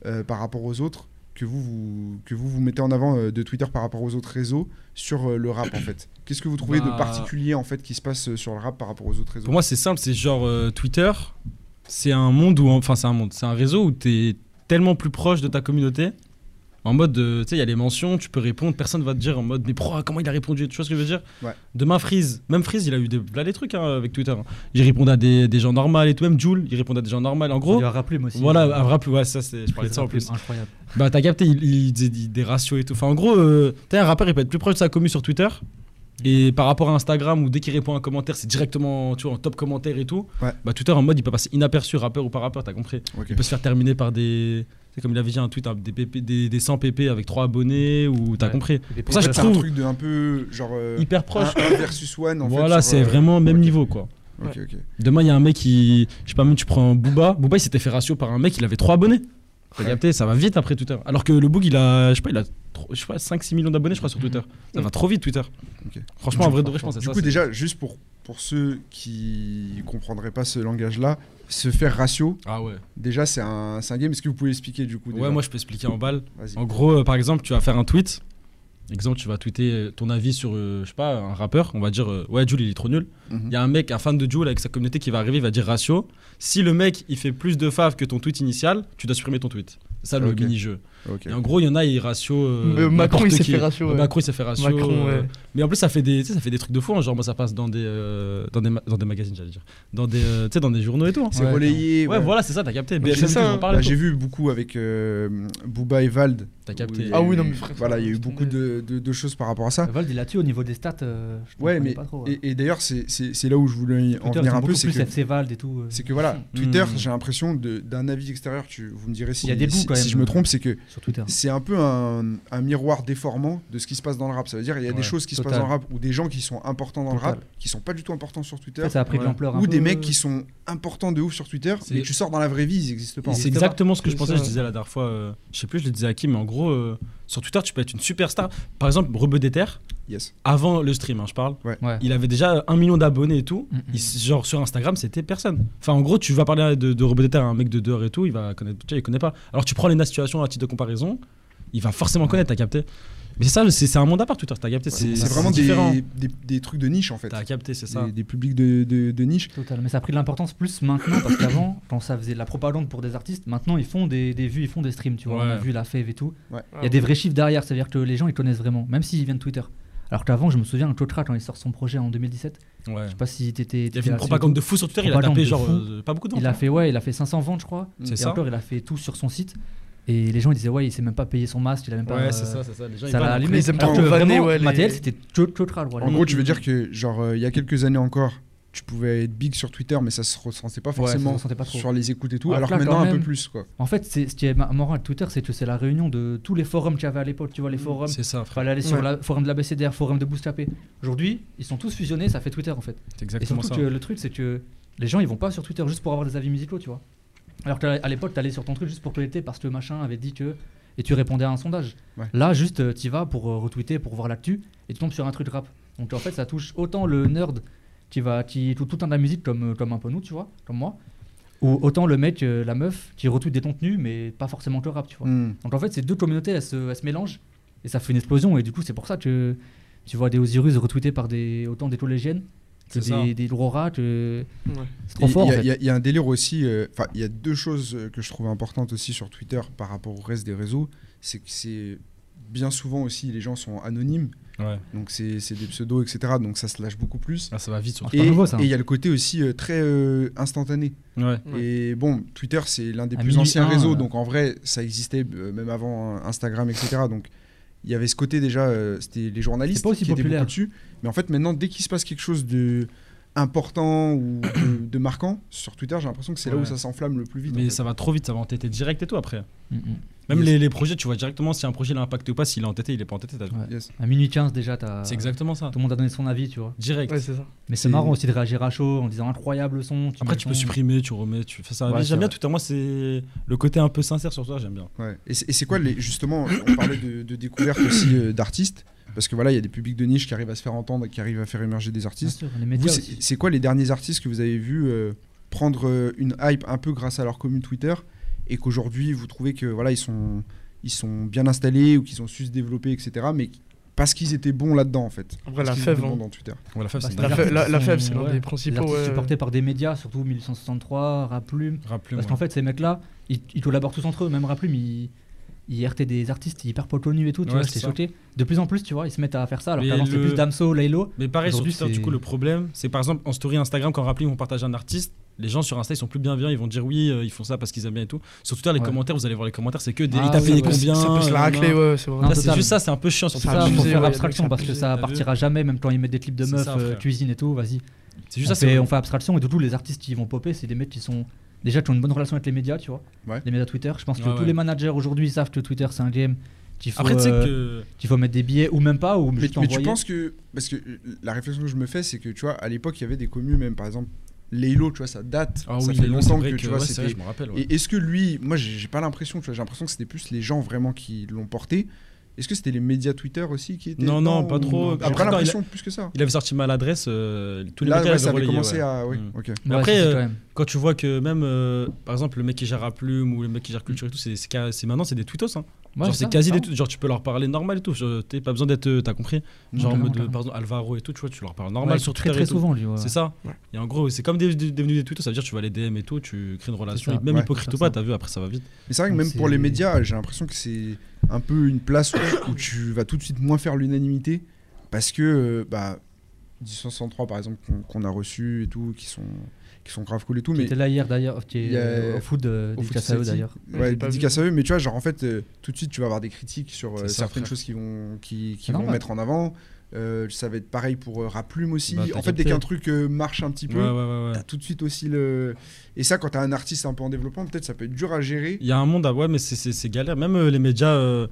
euh, par rapport aux autres que vous, vous, que vous vous mettez en avant euh, de Twitter par rapport aux autres réseaux sur euh, le rap en fait Qu'est-ce que vous trouvez Bah- de particulier en fait qui se passe euh, sur le rap par rapport aux autres réseaux Pour moi, c'est simple, c'est genre euh, Twitter. C'est un monde où, enfin, c'est un monde, c'est un réseau où t'es tellement plus proche de ta communauté. En mode, euh, tu sais, il y a les mentions, tu peux répondre, personne va te dire en mode, mais pro, comment il a répondu Tu vois ce que je veux dire Ouais. Demain, Freeze, même Freeze, il a eu des, là, des trucs hein, avec Twitter. hein. Il répondait à des, des gens normaux et tout, même Jules, il répondait à des gens normaux. En Il gros, lui a rappelé, moi aussi. voilà, Il lui a un rap, ouais, ça, c'est, je parlais de ça en rappelé, plus. Incroyable. Bah t'as capté, il, il disait des, des ratios et tout. Enfin en gros, euh, t'as un rappeur, il peut être plus proche de sa commu sur Twitter. Et par rapport à Instagram, où dès qu'il répond à un commentaire, c'est directement tu vois, en top commentaire et tout. Ouais. Bah Twitter en mode, il peut passer inaperçu, rappeur ou pas rappeur, t'as compris. Ok. Il peut se faire terminer par des... C'est comme il avait dit un tweet, hein, des, PP, des, des 100 PP avec 3 abonnés, ou t'as Ouais. compris. Il est Pour ça, je C'est un trouve- truc de un peu genre euh, Hyper proche. un- un versus one en fait, voilà, sur, c'est euh, vraiment même ok. niveau quoi. Ok, ok. Demain, il y a un mec qui. Je sais pas, même tu prends Booba. Booba, il s'était fait ratio par un mec, il avait 3 abonnés. T'as Ouais. capté, ça va vite après Twitter. Alors que le Boog, il a, je sais pas, il a tro- je sais pas, 5-6 millions d'abonnés, je crois, sur Twitter. Ça va trop vite, Twitter. Ok. Franchement, en vrai, de vrai, je pense à Du ça. coup, c'est- déjà, juste pour, pour ceux qui comprendraient pas ce langage-là, se faire ratio, Ah ouais. Déjà, c'est un, c'est un game. Est-ce que vous pouvez expliquer du coup Ouais, moi, je peux expliquer en balle. Vas-y. En gros, euh, par exemple, tu vas faire un tweet. Exemple, tu vas tweeter euh, ton avis sur, euh, je sais pas, un rappeur. On va dire, euh, ouais, Jules, il est trop nul. Il Mhm. y a un mec, un fan de Jules avec sa communauté qui va arriver, il va dire ratio. Si le mec, il fait plus de faves que ton tweet initial, tu dois supprimer ton tweet. C'est Ça, le Ok. mini-jeu. Ok. Et en gros, il y en a, ils ratio. Euh, Macron, il s'est fait ratio, ouais. Macron, il s'est fait ratio. Macron, euh, ouais. Mais en plus, ça fait des, tu sais, ça fait des trucs de fou. hein, genre, moi, ça passe dans des, euh, dans des, ma- dans des magazines, j'allais dire. Dans des, euh, tu sais, dans des journaux et tout. hein. C'est ouais, relayé. Ouais, voilà, c'est ça, t'as capté. c'est BFM, ça, ils en hein. parlaient, Bah, toi. J'ai vu beaucoup avec euh, Booba et Vald. T'as capté. Où- Ah oui, non, mais frère, Voilà, il y a eu c'est beaucoup de, de- de choses par rapport à ça. Vald, il a tué au niveau des stats. euh, je Ouais, comprenais mais. pas trop. ouais. Et, et d'ailleurs, c'est- c'est c'est là où je voulais en Twitter, ils venir ont un peu. beaucoup C'est plus que, FC Vald et tout. euh, c'est que voilà, Twitter, Hmm. j'ai l'impression de- d'un avis extérieur. Tu, vous me direz si, Il y a des si, bouts, quand si même. je me trompe, c'est que Sur Twitter. c'est un peu un, un miroir déformant de ce qui se passe dans le rap. Ça veut dire il y a Ouais, des choses qui se total. passent dans le rap ou des gens qui sont importants dans Total. le rap qui sont pas du tout importants sur Twitter. Ça, ça a pris de Ouais. l'ampleur. un ou peu, des mecs euh, qui sont importants de ouf sur Twitter, C'est- mais tu sors dans la vraie vie, ils n'existent pas. Et en C'est fait. exactement ce que je C'est pensais, ça. je disais la dernière fois. euh, je sais plus, je le disais à qui, mais en gros, euh, sur Twitter, tu peux être une superstar. Par exemple, Rebeu des Terres, Yes. avant le stream, hein, je parle. Ouais. Il avait déjà un million d'abonnés et tout. Mhm. Il s- genre sur Instagram, c'était personne. Enfin, en gros, tu vas parler de, de Rebeu des Terres à un mec de dehors et tout, il va connaître. Tu sais, il connaît pas. Alors, tu prends les situations à titre de comparaison, il va forcément connaître, t'as capté. Mais c'est ça, c'est c'est un monde à part Twitter, t'as capté. c'est C'est vraiment différent. des, des, des trucs de niche en fait. T'as capté, c'est ça. Des, des publics de, de- de niche. Total, mais ça a pris de l'importance plus maintenant parce qu'avant, quand ça faisait de la propagande pour des artistes, maintenant ils font des, des vues, ils font des streams, tu vois. On a Ouais. vu la fève et tout. Ouais. Il Ah y a des vrais chiffres derrière, c'est-à-dire que les gens ils connaissent vraiment, même s'ils viennent de Twitter. Alors qu'avant, je me souviens, Cotra, quand il sort son projet en 2017, Ouais. je sais pas si t'étais. Il y t'étais avait une là-dessus propagande et de tout. fou sur Twitter, il a Propagande tapé de genre fou. euh, pas beaucoup de temps. Il a fait, ouais, il a fait 500 ventes, je crois. C'est Et ça. encore, il a fait tout sur son site. Et les gens ils disaient, ouais, il s'est même pas payé son masque, il a même pas. Ouais, c'est ça, euh, c'est ça. Les gens, ils Ça l'a parlent. allumé. ils aiment Alors trop que vanner, vraiment, ouais, les- Mattel, c'était Cotra le roi. En gros, tu veux dire que, genre, euh, il y a quelques années encore, tu pouvais être big sur Twitter, mais ça se ressentait pas ça se forcément ressentait pas trop. sur les écoutes et tout. Alors, Alors que là, que maintenant, quand un peu même- plus quoi. En fait, c'est- ce qui est ma- marrant avec Twitter, c'est que c'est la réunion de tous les forums qu'il y avait à l'époque. Tu vois, les forums. C'est ça, frère. Fallait aller sur Ouais. le forum de la BCDR, forum de Boostapé. Aujourd'hui, ils sont tous fusionnés, ça fait Twitter en fait. C'est Et exactement surtout, ça. que le truc, c'est que les gens, ils vont pas sur Twitter juste pour avoir des avis musicaux, tu vois. Alors qu'à à l'époque, t'allais sur ton truc juste pour collecter parce que machin avait dit que. Et tu répondais à un sondage. Ouais. Là, juste, euh, t'y vas pour euh, retweeter, pour voir l'actu, et tu tombes sur un truc rap. Donc en fait, ça touche autant le nerd qui va qui écoute tout le temps de la musique comme, euh, comme un peu nous, tu vois, comme moi, ou autant le mec, euh, la meuf, qui retweet des contenus, mais pas forcément que rap, tu vois. Hmm. Donc en fait, ces deux communautés, elles se, elles se mélangent et ça fait une explosion. Et du coup, c'est pour ça que tu vois des Osiris retweetés par des, autant des collégiennes que C'est ça. des, des gros rats. Que... Ouais. C'est trop Et Il fort. En y a- fait. il y, a- il y a un délire aussi. euh, Enfin, il y a deux choses euh, que je trouve importantes aussi sur Twitter par rapport au reste des réseaux. C'est que c'est bien souvent aussi les gens sont anonymes Ouais. Donc c'est c'est des pseudos, etc. Donc ça se lâche beaucoup plus. Ah, ça va vite sur Ah, c'est Et pas et nouveau, ça. il y a le côté aussi euh, très euh, instantané. Ouais. Ouais. Et bon, Twitter, c'est l'un des À plus minuit anciens un, réseaux, euh. donc en vrai, ça existait euh, même avant euh, Instagram, etc. Donc il y avait ce côté déjà, euh, c'était les journalistes C'est pas aussi qui étaient populaire. beaucoup dessus. Mais en fait, maintenant, dès qu'il se passe quelque chose de important ou de, de marquant sur Twitter, j'ai l'impression que c'est là Ouais. où ça s'enflamme le plus vite. en Mais fait. ça va trop vite, ça va entêter direct et tout après. Mm, mm. Même Yes. les, les projets, tu vois directement si un projet l'a impacté ou pas, s'il est entêté, il est pas entêté. t'as- Ouais. Yes. À minuit 15 déjà, t'as- C'est exactement ça. tout le monde a donné son avis, tu vois. Direct. Ouais, c'est ça. Mais c'est C'est- marrant aussi de réagir à chaud en disant incroyable le son. mets Après, le tu peux son. supprimer, tu remets, tu fais ça. Ouais, Mais c'est j'aime bien vrai. tout à moi, c'est le côté un peu sincère sur toi, j'aime bien. Ouais. Et c'est et c'est quoi, les, justement, on parlait de, de découverte aussi euh, d'artistes, parce que voilà, il y a des publics de niche qui arrivent à se faire entendre et qui arrivent à faire émerger des Bien artistes. sûr, les Vous, médias. c'est- aussi. Bah, c'est quoi les derniers artistes que vous avez vus euh, prendre euh, une hype un peu grâce à leur commune Twitter et qu'aujourd'hui vous trouvez que voilà ils sont ils sont bien installés ou qu'ils ont su se développer etc mais qu- parce qu'ils étaient bons là-dedans en fait. Après, Parce la qu'ils fève. étaient bons hein. dans Twitter. Ouais, la fève, Bah, c'est c'est La dingue. fève, la, la fève, c'est Ouais. l'un des Les principaux. artistes ouais. supportés par des médias, surtout 1863, Raplume. Rappelez-moi. Parce qu'en fait, ces mecs-là, ils, ils collaborent tous entre eux. Même Raplume, ils, ils RT des artistes hyper peu connus et tout. Tu Ouais, vois, c'est j'étais ça. choqué. De plus en plus, tu vois, ils se mettent à faire ça. Alors Mais qu'avant, c'était le- plus Damso, Laylo. Mais pareil sur Aujourd'hui, Twitter, du c'est- coup, le problème, c'est par exemple en story Instagram, quand Rappelez, on partage un artiste, les gens sur Insta, ils sont plus bienveillants, ils vont dire oui, euh, ils font ça parce qu'ils aiment bien et tout. Sur Twitter, les Ouais. commentaires, vous allez voir les commentaires, c'est que des. Ah il t'a ouais, payé ça peut- combien Ça peut se la euh, racler, nan. ouais, c'est vrai. Là, Non, c'est total. juste ça, c'est un peu chiant sur Ça, Twitter. Ça, faut abusé, faire ouais, abstraction c'est parce que abusé. ça T'as vu partira jamais, même quand ils mettent des clips de C'est meufs, ça, frère. euh, cuisine et tout, vas-y. C'est on, juste ça, fait, c'est. on fait abstraction et de tout, les artistes qui vont popper, c'est des mecs qui sont déjà qui ont une bonne relation avec les médias, tu vois. Ouais. Les médias Twitter. Je pense que Ouais, tous ouais. les managers aujourd'hui savent que Twitter c'est un game. Qu'il faut, Après, tu sais euh, que. qu'il faut mettre des billets ou même pas, ou Mais, juste mais tu envoyer. penses que parce que euh, la réflexion que je me fais c'est que tu vois à l'époque il y avait des communes même par exemple Laylo tu vois ça date Ah ça oui, fait les longtemps vrai que tu vois ouais, c'est vrai, c'était je me rappelle. ouais. Et est-ce que lui, moi j'ai j'ai pas l'impression, tu vois, j'ai l'impression que c'était plus les gens vraiment qui l'ont porté. Est-ce que c'était les médias Twitter aussi qui étaient Non, non, dedans pas trop. J'ai Après, pas quand l'impression plus que ça. Il avait sorti maladresse, euh, tous les Là, médias ouais, ils ça ont avait relayé, commencé ouais. à. Oui, Mm. ok. Ouais, Après, c'est- c'est euh, quand même. Quand tu vois que même, euh, par exemple, le mec qui gère à Plume ou le mec qui gère Culture et tout, c'est c'est ca- c'est maintenant, c'est des tweetos. Hein. Ouais, genre, ça, c'est quasi ça. des tweetos. Genre, tu peux leur parler normal et tout. genre, T'es pas besoin d'être. euh, T'as compris Non, Genre, en clairement, mode, clairement. par exemple, Alvaro et tout, tu vois, tu leur parles Ouais, normal sur très Twitter. très et tout. souvent, lui. ouais. C'est ça. Ouais. Et en gros, c'est comme des- des- devenus des tweetos, ça veut dire tu vas les DM et tout, tu crées une relation. ça. Même Ouais, hypocrite ou c'est pas, ça. t'as vu, après ça va vite. Mais c'est vrai que Donc, même pour c'est- les médias, j'ai l'impression que c'est un peu une place où, où tu vas tout de suite moins faire l'unanimité parce que euh, bah 1063 par exemple qu'on- qu'on a reçu et tout, qui sont qui sont grave cool et tout, Qui mais était là hier d'ailleurs, qui Il y est a- euh, au foot de au des foot Cassao, society. d'ailleurs. Ouais, j'ai Ouais, pas dédicace à eux, mais tu vois, genre en fait, euh, tout de suite, tu vas avoir des critiques sur euh, C'est ça, certaines frère. choses qui vont, qui, qui C'est vont normal. mettre en avant. Euh, ça va être pareil pour euh, Raplume aussi. Bah, t'as en fait, dès capté. qu'un truc euh, marche un petit Ouais, peu, ouais, ouais. ouais. t'as tout de suite aussi le. Et ça, quand t'as un artiste un peu en développement, peut-être ça peut être dur à gérer. Il y a un monde à. Ouais, mais c'est- c'est c'est galère. Même euh, les médias. euh,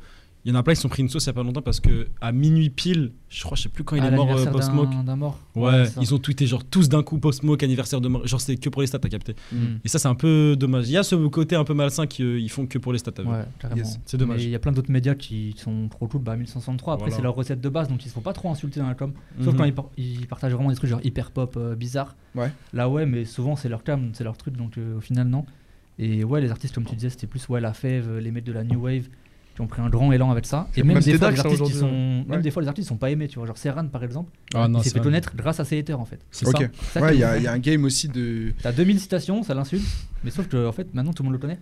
Il y en a plein qui se sont pris une sauce il y a pas longtemps parce que à minuit pile, je crois, je sais plus quand il Ah, est mort, euh, l'anniversaire Post d'un- Smoke. d'un mort. Ouais, c'est ça. ils ont tweeté genre tous d'un coup Post Smoke anniversaire de mort. Genre c'est que pour les stats, t'as capté. Mm. Et ça c'est un peu dommage. Il y a ce côté un peu malsain qu'ils font que pour les stats. t'as vu. Ouais, carrément. Yes. C'est dommage. Mais il y a plein d'autres médias qui sont trop cool. Bah, 1563, après, Voilà. c'est leur recette de base, donc ils se font pas trop insulter dans la com. Sauf Mhm. quand ils, par- ils partagent vraiment des trucs genre hyper pop, euh, bizarre. Ouais. Là, ouais, mais souvent, c'est leur cam, c'est leur truc, donc euh, au final, non. Et ouais, les artistes, comme tu disais, c'était plus ouais, la fève, euh, les mecs de la new wave qui ont pris un grand élan avec ça. Et Même même, des, des fois, les dax, hein, artistes, qui aujourd'hui, sont... Ouais. même des fois, les artistes sont pas aimés, tu vois. Genre Serran, par exemple, Ah non, il s'est c'est fait vrai. connaître grâce à ses haters, en fait. C'est Ok. ça. Ça ouais, il qui est y, a ouf. il y a un game aussi de. T'as 2000 citations, ça l'insulte, mais sauf que, en fait, maintenant, tout le monde le connaît.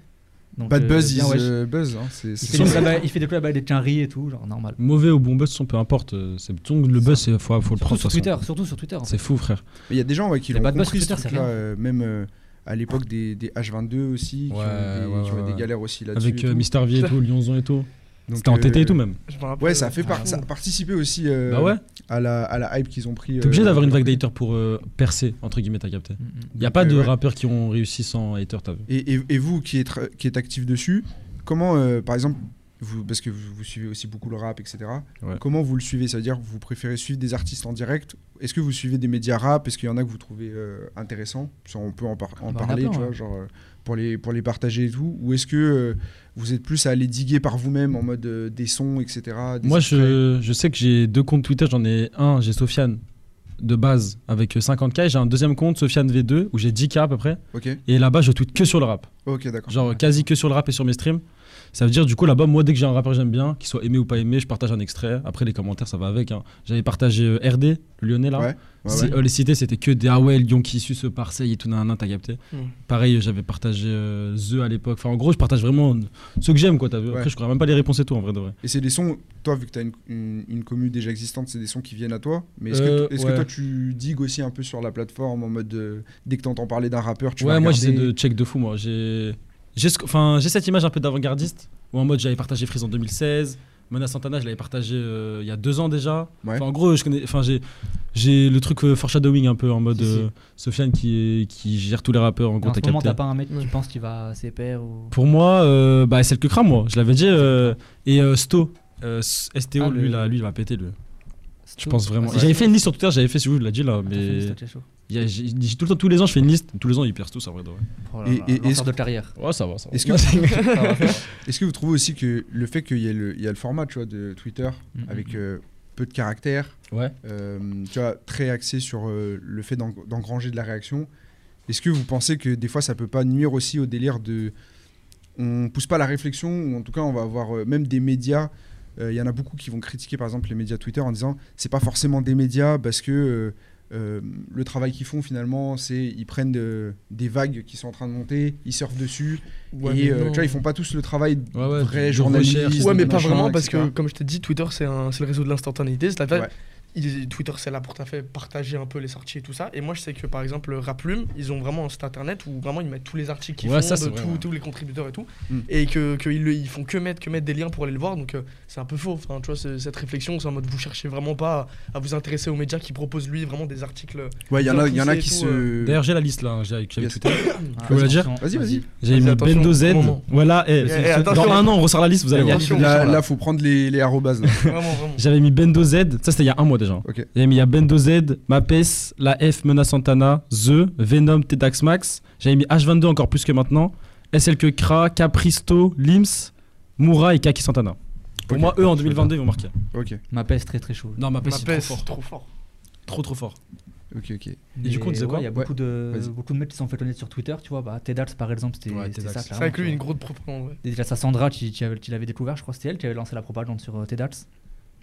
Donc, Bad euh, Buzz, bien, is, wesh. euh, Buzz. hein, c'est- Il c'est- fait des collabs avec- il fait des collabs avec des Tinry et tout, genre normal. Mauvais ou bon buzz, son peu importe. euh, C'est donc, le buzz, il faut, faut le Surtout prendre. de sur toute façon. Twitter, surtout sur hein. Twitter. en C'est fou, frère. Mais Il y a des gens ouais, qui Les l'ont Bad Buzz compris ce sur Twitter, c'est truc-là, euh, même euh, à l'époque des, des H22 aussi, qui Ouais, ont eu des, ouais, qui ont eu ouais, des ouais. galères aussi là-dessus. Avec et euh, tout. Mister V [LAUGHS] et tout, Lyonzon et tout. Donc, C'était entêté et tout même. Je me rappelle. Ouais, ça, fait par- Ah, ça a participé aussi euh, Bah ouais. à, la, à la hype qu'ils ont pris. T'es obligé euh, d'avoir une vague d'hater pour euh, percer, entre guillemets, t'as capté. Mm, mm. Il y a pas Donc, de euh, ouais. rappeurs qui ont réussi sans hater, t'as vu. Et, et- et vous qui êtes, qui êtes actif dessus, comment, euh, par exemple, vous, parce que vous, vous suivez aussi beaucoup le rap, etc., Ouais. comment vous le suivez C'est-à-dire, vous préférez suivre des artistes en direct Est-ce que vous suivez des médias rap Est-ce qu'il y en a que vous trouvez euh, intéressants Ça, On peut en, par- en Bah, on a parler, plein, tu vois, hein. ouais. genre, euh, pour, les, pour les partager et tout Ou est-ce que euh, vous êtes plus à aller diguer par vous-même en mode euh, des sons, etc. des Moi, extraits je, je sais que j'ai deux comptes Twitter. J'en ai un, j'ai Sofiane de euh, base avec 50k. et J'ai un deuxième compte, Sofiane V2, où j'ai 10k à peu près. Ok, Et là-bas, je tweete que sur le rap. Ok, d'accord. genre quasi que sur le rap et sur mes streams. Ça veut dire du coup là-bas, moi dès que j'ai un rappeur que j'aime bien, qu'il soit aimé ou pas aimé, je partage un extrait. Après les commentaires, ça va avec. hein. J'avais partagé euh, RD, le lyonnais là. Ouais, ouais, Si, ouais. euh, les cités, c'était que des Ah ouais, Lyon qui suce Marseille et tout, nan, nan, t'as capté. Mm. Pareil, j'avais partagé euh, The à l'époque. Enfin, en gros, je partage vraiment ce que j'aime, quoi. t'as vu. Après, Ouais. je crois même pas les réponses et tout, en vrai de vrai. Et c'est des sons, toi, vu que tu as une, une, une commu déjà existante, c'est des sons qui viennent à toi. Mais est-ce Euh, que, t- est-ce ouais. que toi, tu digues aussi un peu sur la plateforme en mode euh, dès que tu entends parler d'un rappeur, tu ouais, vas moi, regarder j'essaie de check de fou, moi. J'ai j'ai ce- enfin, j'ai cette image un peu d'avant-gardiste, où en mode j'avais partagé Freeze en 2016, Mona Santana, je l'avais partagé euh, il y a deux ans déjà. Ouais. Enfin, en gros, je connais. Enfin, j'ai. J'ai le truc euh, foreshadowing un peu en mode Si, si. euh, Sofiane qui, est- qui gère tous les rappeurs en gros en ce t'as moment, capté. t'as pas un mec qui Ouais. pense qu'il va à ses pères ou. Pour moi, euh, bah, c'est le que crame, moi. Je l'avais dit. euh, et euh, Sto, euh, S- STO, Ah, lui, le- là, lui, il va péter, lui. Je Sto- pense vraiment. Ah, c'est- J'avais fait une liste sur Twitter, j'avais fait, si vous, je l'ai dit, là. Ah, t'as fait une Mais liste, t'es chaud. il y a- j'ai j'ai tout le temps, tous les ans, je fais une liste. Tous les ans, ils percent tous, en vrai. de vrai. Oh là Et- là, et- lanceur est-ce- [LAUGHS] de carrière. Ouais, ça va, ça va. Est-ce [LAUGHS] que, Ça va, ça va. est-ce que vous trouvez aussi que le fait qu'il y ait le, il y a le format tu vois, de Twitter Mhm. avec euh, peu de caractères, Ouais. euh, tu vois, très axé sur euh, le fait d'en- d'engranger de la réaction, est-ce que vous pensez que des fois ça peut pas nuire aussi au délire de. On pousse pas la réflexion, ou en tout cas on va avoir euh, même des médias. euh, Il y en a beaucoup qui vont critiquer par exemple les médias Twitter en disant c'est pas forcément des médias parce que euh, euh, le travail qu'ils font finalement c'est ils prennent de- des vagues qui sont en train de monter, ils surfent dessus et euh, tu vois, ils font pas tous le travail Ouais, ouais, de- vrai de journaliste. recherche, Ouais, mais pas machin, vraiment, parce etc.. que, comme je t'ai dit, Twitter, c'est un- c'est le réseau de l'instantanéité. C'est-à-dire, Ouais. il- Twitter, c'est là pour t'a fait partager un peu les sorties et tout ça. Et moi, je sais que, par exemple, Raplume, ils ont vraiment un site internet où vraiment ils mettent tous les articles qu'ils Ouais, font, ça, de c'est vrai, tous- ouais. tous les contributeurs et tout. Mm. Et qu'ils que ils le- ils font que mettre, que mettre des liens pour aller le voir. Donc, euh, c'est un peu faux. Enfin, tu vois, c'est- cette réflexion, c'est en mode, vous cherchez vraiment pas à, à vous intéresser aux médias qui proposent, lui, vraiment des articles. Ouais, il y en a, il y en a Poussé et qui tout, euh. se. D'ailleurs, j'ai la liste, là, hein, j'ai- que j'avais Yes. Ah, Twitter. Ah, Faut la dire attention. Vas-y, vas-y. J'ai Vas-y, mis attention, Bendo Z. au moment. Voilà, et Eh, eh, attention. dans un an, on ressort la liste, vous allez voir. Attention, là, attention, là, faut prendre les, les arrobas. là. Vraiment, vraiment. J'avais mis Bendo Z, ça c'était il y a un mois déjà. hein. Ok. J'avais mis il y a Bendo Z, Mapes, La F, Mena Santana, The, Venom, Tedax Max. J'avais mis H22 encore plus que maintenant. SLK Kra, Capristo, Lims, Moura et Kaki Santana. Pour Ok. moi, eux en 2022 ils vont marquer. Ok, Ma peste très très chaud. Non, Mapes, Ma c'est E trop peste, fort. trop fort. Trop trop fort. ok, ok. Et du coup, on disait ouais, quoi Il y a Ouais. beaucoup, de, Vas-y. beaucoup de mecs qui se sont fait connaître sur Twitter, tu vois. Bah, Tedax, par exemple, c'était Ouais, c'était Tedax. ça. C'est C'est clairement, vrai que tu lui, vois. une grosse propagande. ouais. Et Déjà, ça, Sandra, tu, tu avais- tu l'avais découvert, je crois, c'était elle qui avait lancé la propagande sur euh, TEDx.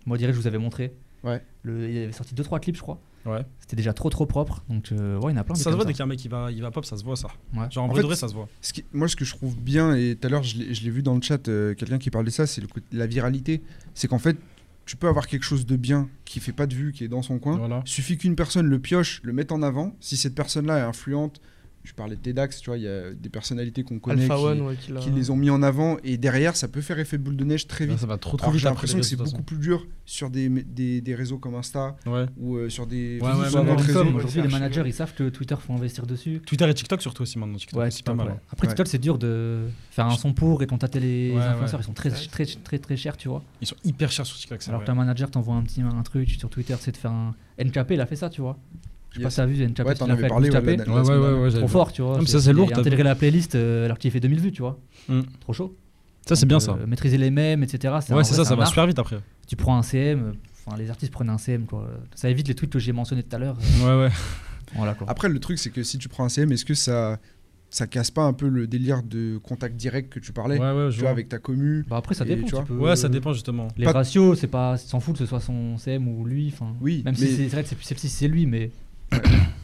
Moi, je dirais, je vous avais montré. Ouais. Le, il avait sorti 2-3 clips, je crois. Ouais. C'était déjà trop, trop propre. Donc, euh, ouais, il y en a plein. des Ça se comme voit dès qu'il y a un mec qui va, il va pop, ça se voit ça. Ouais. Genre en, En vrai fait, de vrai, ça se voit. Ce qui- moi, ce que je trouve bien, et tout à l'heure, je l'ai je l'ai vu dans le chat, euh, quelqu'un qui parlait de ça, c'est le côté- la viralité. C'est qu'en fait, tu peux avoir quelque chose de bien qui fait pas de vue, qui est dans son coin. Voilà. Suffit qu'une personne le pioche, le mette en avant. Si cette personne-là est influente, je parlais de TEDx, tu vois, il y a des personnalités qu'on connaît Alpha qui, One, ouais, qui l'a- qui les ont mis en avant, et derrière, ça peut faire effet boule de neige très vite. Ah, Ça va trop trop Alors, vite j'ai après les l'impression que c'est réseaux, de beaucoup toute plus dur sur des, des, des réseaux comme Insta façon. Ouais. ou euh, sur des Ouais, ouais, sur ouais, d'autres ouais. réseaux. ouais, Aujourd'hui, c'est les archi managers, vrai. ils savent que Twitter, faut investir dessus. Twitter et TikTok surtout aussi maintenant. TikTok, Ouais, c'est pas TikTok, mal. ouais. hein. Après, Ouais. TikTok, c'est dur de faire un son pour et de contacter les Ouais, influenceurs. ouais. Ils sont très, Ouais. très, très, très chers, tu vois. Ils sont hyper chers sur TikTok. c'est Alors vrai. que ta manager t'envoie un petit un truc sur Twitter, c'est de faire un. NKP, il a fait ça, tu vois. Je sais pas Yes. si t'as vu, NKP, Ouais, ce t'en qu'il a avais fait avec parlé. Boustapé. ouais, la- la Ouais, ouais, semaine ouais, dernière. ouais, j'avais Trop vu. fort, tu vois. Ah, mais c'est- ça, c'est lourd, Il a t'as- intégré la playlist euh, alors qu'il fait 2000 vues, tu vois. Mm. Trop chaud. Ça, c'est Donc, bien euh, ça. Maîtriser les mêmes, etc. un- Ouais, c'est en ça, vrai, ça un va art. super vite après. Tu prends un CM, euh, enfin les artistes prennent un CM, quoi. Ça évite les tweets que j'ai mentionnés tout à l'heure. euh, Ouais, ouais. voilà, Ah. quoi. Après, le truc, c'est que si tu prends un CM, est-ce que ça ça casse pas un peu le délire de contact direct que tu parlais Ouais, ouais, je Tu vois. vois, avec euh, ta commu Bah, après, ça et dépend. tu tu vois. peux- euh, Ouais, ça dépend justement. Les Pas- ratios, c'est pas. S'en fout que ce soit son CM ou lui. Enfin, Oui, Même si mais- c'est c'est vrai que c'est celle-ci, c'est [COUGHS] lui, mais.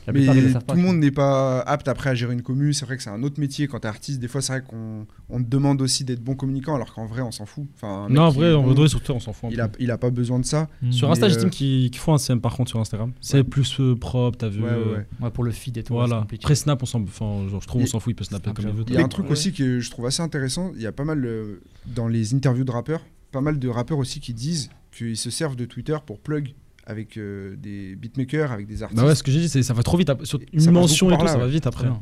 La Mais plupart, ils le savent tout pas. le tu vois. monde n'est pas apte après à gérer une commu. C'est vrai que c'est un autre métier quand t'es artiste. Des fois, c'est vrai qu'on on te demande aussi d'être bon communicant, alors qu'en vrai, on s'en fout. Enfin, un mec Non, en qui vrai, est en bon, vrai, surtout, on s'en fout. un il peu. a, il a pas besoin de ça. Mm. Sur Insta, Mais, j'estime euh, qu'ils qu'ils font un CM par contre sur Instagram. C'est plus euh, propre, t'as vu. Ouais, ouais, euh, ouais. Ouais, pour le feed et tout. c'est Voilà. compliqué. Après Snap, on s'en, enfin, genre, je trouve, on Il- s'en fout, il peut snapper Snap, comme il veut. Il y a Mais- un truc ouais. aussi que je trouve assez intéressant. Il y a pas mal euh, dans les interviews de rappeurs, pas mal de rappeurs aussi qui disent qu'ils se servent de Twitter pour plug avec euh, des beatmakers, avec des artistes. Bah ouais, ce que j'ai dit, c'est ça va trop vite. ap- Sur une passe mention beaucoup et par tout, là, ça va ouais. vite Très après. bien.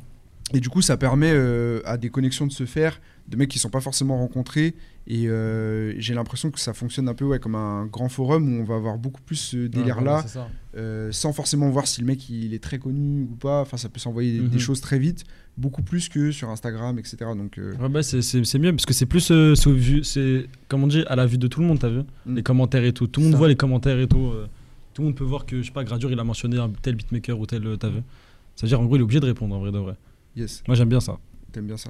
Et du coup, ça permet euh, à des connexions de se faire, de mecs qui sont pas forcément rencontrés. Et euh, j'ai l'impression que ça fonctionne un peu ouais, comme un grand forum où on va avoir beaucoup plus ce délire-là, Ouais, c'est ça. euh, sans forcément voir si le mec il est très connu ou pas. Enfin, ça peut s'envoyer des- Mhm. des choses très vite, beaucoup plus que sur Instagram, etc. Donc, euh, Ouais, bah, c'est, c'est- c'est mieux parce que c'est plus. euh, sous vue- c'est, comme on dit, à la vue de tout le monde, t'as vu. Mm. Les commentaires et tout. Tout le monde Ça. voit les commentaires et tout. euh, Tout le monde peut voir que, je sais pas, Gradure, il a mentionné un tel beatmaker ou tel, euh, t'as vu. Ça veut dire, en gros, il est obligé de répondre en vrai de vrai. yes, Moi, j'aime bien ça. t'aimes bien ça.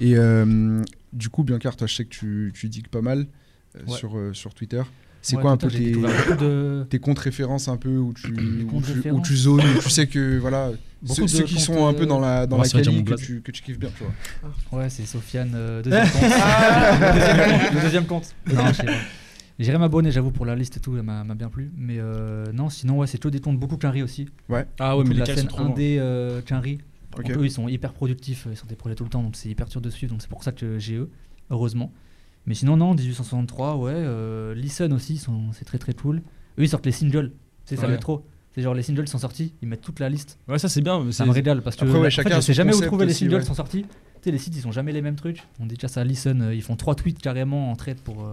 Et euh, du coup, Biancar, toi, je sais que tu, tu digues pas mal euh, Ouais. sur, euh, sur Twitter. C'est Ouais, quoi un tout à peu fait, j'ai tes, découvert beaucoup de- tes comptes références un peu où tu, où comptes tu, où références. tu zones, où tu sais que voilà, Beaucoup ceux, de ceux qui comptes, sont un peu dans la, dans Ouais, la ça veut dire quali mon que blase. tu, que tu kiffes bien, tu vois. Ouais, c'est Sofiane, [LAUGHS] euh, deuxième compte. Le deuxième- Ah, le deuxième compte. Non, je sais pas. J'irai m'abonner, j'avoue, pour la liste et tout, elle m'a m'a bien plu. Mais euh, non, sinon, ouais, c'est que des comptes, beaucoup Quinry aussi. Ah ouais, Beaucoup mais de les la cas sont scène trop loin. indé euh, Quinry. Par Ok. contre, Eux, ils sont hyper productifs, euh, ils sont des projets tout le temps, donc c'est hyper dur de suivre, donc c'est pour ça que j'ai eux, heureusement. Mais sinon, non, 1863, ouais. euh, Listen aussi, ils sont- c'est très très cool. Eux, ils sortent les singles, tu sais, ça Ouais. m'aide trop. C'est genre les singles sont sortis, ils mettent toute la liste. Ouais, ça c'est bien. mais Ça c'est- me régale parce que Après, ouais, en fait, chacun a je sais son jamais où concept trouver les aussi, singles ouais. sont sortis. Tu sais, les sites ils sont jamais les mêmes trucs. On dit déjà ça à Listen, euh, ils font trois tweets carrément en trade pour, euh,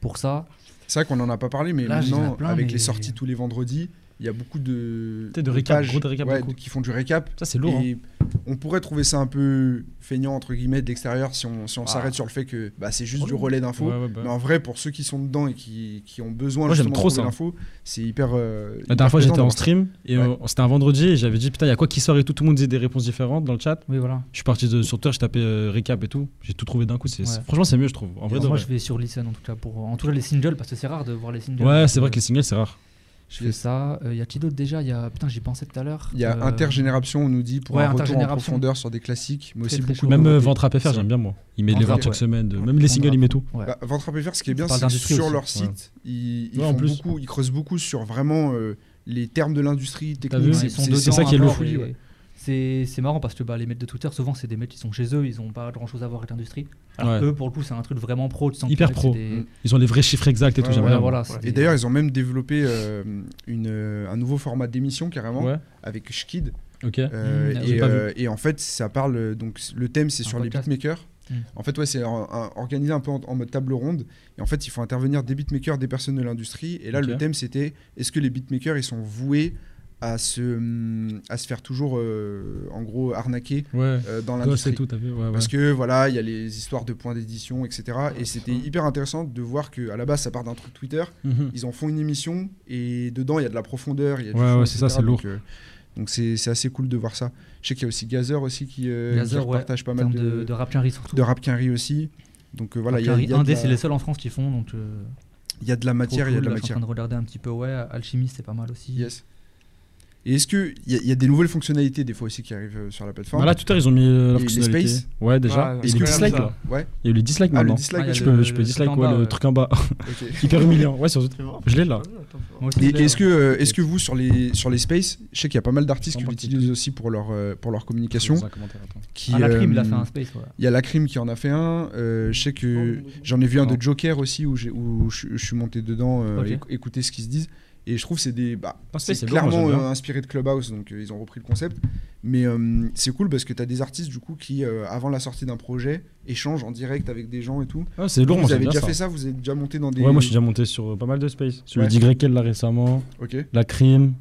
pour ça. C'est vrai qu'on en a pas parlé, mais Là, j'en ai maintenant, plein, avec mais- les sorties tous les vendredis, il y a beaucoup de. T'es de récap, pages, gros de récap ouais, beaucoup. de- qui font du récap. Ça c'est lourd. hein. Et on pourrait trouver ça un peu feignant, entre guillemets, de l'extérieur si on si on Ah. s'arrête sur le fait que bah, c'est juste Oh. du relais d'infos. Ouais, ouais, bah. Mais en vrai, pour ceux qui sont dedans et qui, qui ont besoin Moi, j'aime justement trop de trouver ça. l'info, c'est hyper. euh, La hyper dernière fois, plaisant j'étais en d'avoir stream et Ouais. euh, c'était un vendredi et j'avais dit putain, il y a quoi qui sort et tout. Tout le monde disait des réponses différentes dans le chat. Oui, voilà. Je suis parti de, sur Twitter, je tapais euh, récap et tout. J'ai tout trouvé d'un coup. c'est Ouais. c'est- Franchement, c'est mieux, je trouve. En vrai, de moi vrai. je vais sur Listen en tout cas pour en tout cas les singles parce que c'est rare de voir les singles. Ouais, c'est vrai que les Euh, singles, c'est rare. Je fais ça. Il y a qui d'autre déjà Il y a putain j'y pensais tout à l'heure. Il y a Euh, Intergénération, on nous dit, pour ouais, un retour en Intergénération. profondeur sur des classiques, mais aussi Très, très beaucoup chaud. Même Ouais, euh, ouais. Ventre à PFR, C'est- j'aime bien, moi. Il met les Ventre à ventes chaque ouais. semaine. de- Même les singles, il met tout. Ouais. Bah, Ventre à Pépère, ce qui est bien, parle c'est que d'industrie sur aussi. leur site, ils, ils Ouais, en font plus. beaucoup, ils creusent beaucoup sur vraiment euh, les termes de l'industrie T'as technique. vu c'est- ils sont c'est- dedans C'est ça qui est encore lourd. et Ouais. C'est c'est marrant parce que bah, les mecs de Twitter, souvent, c'est des mecs qui sont chez eux, ils ont pas grand chose à voir avec l'industrie. Alors Ouais. eux, pour le coup, c'est un truc vraiment pro. tu sens que Hyper les mecs, pro. c'est des- Mm. Ils ont les vrais chiffres exacts et tout. Ouais, J'aime Ouais, bien. voilà, Ouais. c'est Et des- d'ailleurs, ils ont même développé euh, une, euh, un nouveau format d'émission carrément Ouais. avec Schkid. Ok. euh, Mm, j'ai et, pas vu. euh, et en fait, ça parle. euh, Donc, c- le thème, c'est Un sur podcast. les beatmakers. Mm. En fait, ouais, c'est un- un- organisé un peu en, en mode table ronde. Et en fait, il faut intervenir des beatmakers, des personnes de l'industrie. Et là, Ok. le thème, c'était est-ce que les beatmakers, ils sont voués à se, hum, à se faire toujours, euh, en gros, arnaquer Ouais. euh, dans Gosse et l'industrie tout, t'as vu. Ouais, ouais. Ah, parce que voilà, il y a les histoires de points d'édition, etc. Et c'était hyper intéressant de voir que à la base, ça part d'un truc Twitter. Mhm. Ils en font une émission et dedans, il y a de la profondeur. il Y a du Ouais, fond, ouais, c'est ça, etc. c'est lourd. Donc, euh, donc c'est c'est assez cool de voir ça. Je sais qu'il y a aussi Gazer aussi qui, euh, Gazer, qui ouais, partage pas en mal termes de, de, de rap Quinry, surtout. de rap Quinry aussi. Donc euh, voilà, Rap il y a, Quinry il y a 1D, de c'est la- les seuls en France qui font, donc euh, il y a de la trop matière, il y a cool. de la Là, je suis en matière. train de regarder un petit peu, ouais, Alchimiste, c'est pas mal aussi. Yes. Et est-ce qu'il y, a- il y a des nouvelles fonctionnalités des fois aussi qui arrivent euh, sur la plateforme Bah là, Twitter, ils ont mis euh, Et les la fonctionnalité. spaces Ouais, déjà. Ouais, Et Est-ce les que- dislikes, ça. là. Ouais. Il y a eu les dislikes Ah, le maintenant. dislike Ah, il y a aussi. Je le- peux, je peux le dislike, truc en ouais, bas, le ouais. truc en bas. Ok. [LAUGHS] Hyper humiliant. Ouais, sur Je l'ai là. Moi aussi, Et je l'ai, est-ce ouais. que, euh, est-ce que vous, sur les, sur les spaces, je sais qu'il y a pas mal d'artistes Sans qui pratique. l'utilisent aussi pour leur, euh, pour leur communication. Dans un commentaire, attends. Qui, Ah, la crime, euh, il a fait un space, ouais. Il y a Lacrim qui en a fait un. euh, je sais Oh, que j'en ai vu un de Joker aussi où, j'ai- où je, je suis monté dedans, euh, Ok. éc- écouter ce qu'ils se disent. Et je trouve que c'est des, bah, Un space, c'est c'est lourd, moi, clairement j'aime euh, bien. inspiré de Clubhouse, donc euh, ils ont repris le concept. Mais euh, c'est cool parce que tu as des artistes du coup qui, euh, avant la sortie d'un projet, échangent en direct avec des gens et tout. Ah, c'est lourd, moi, vous j'aime avez bien déjà ça. fait ça Vous êtes déjà monté dans des. Ouais, moi je suis déjà monté sur euh, pas mal de space. Sur Ouais. le DYL là récemment, Ok. la crime.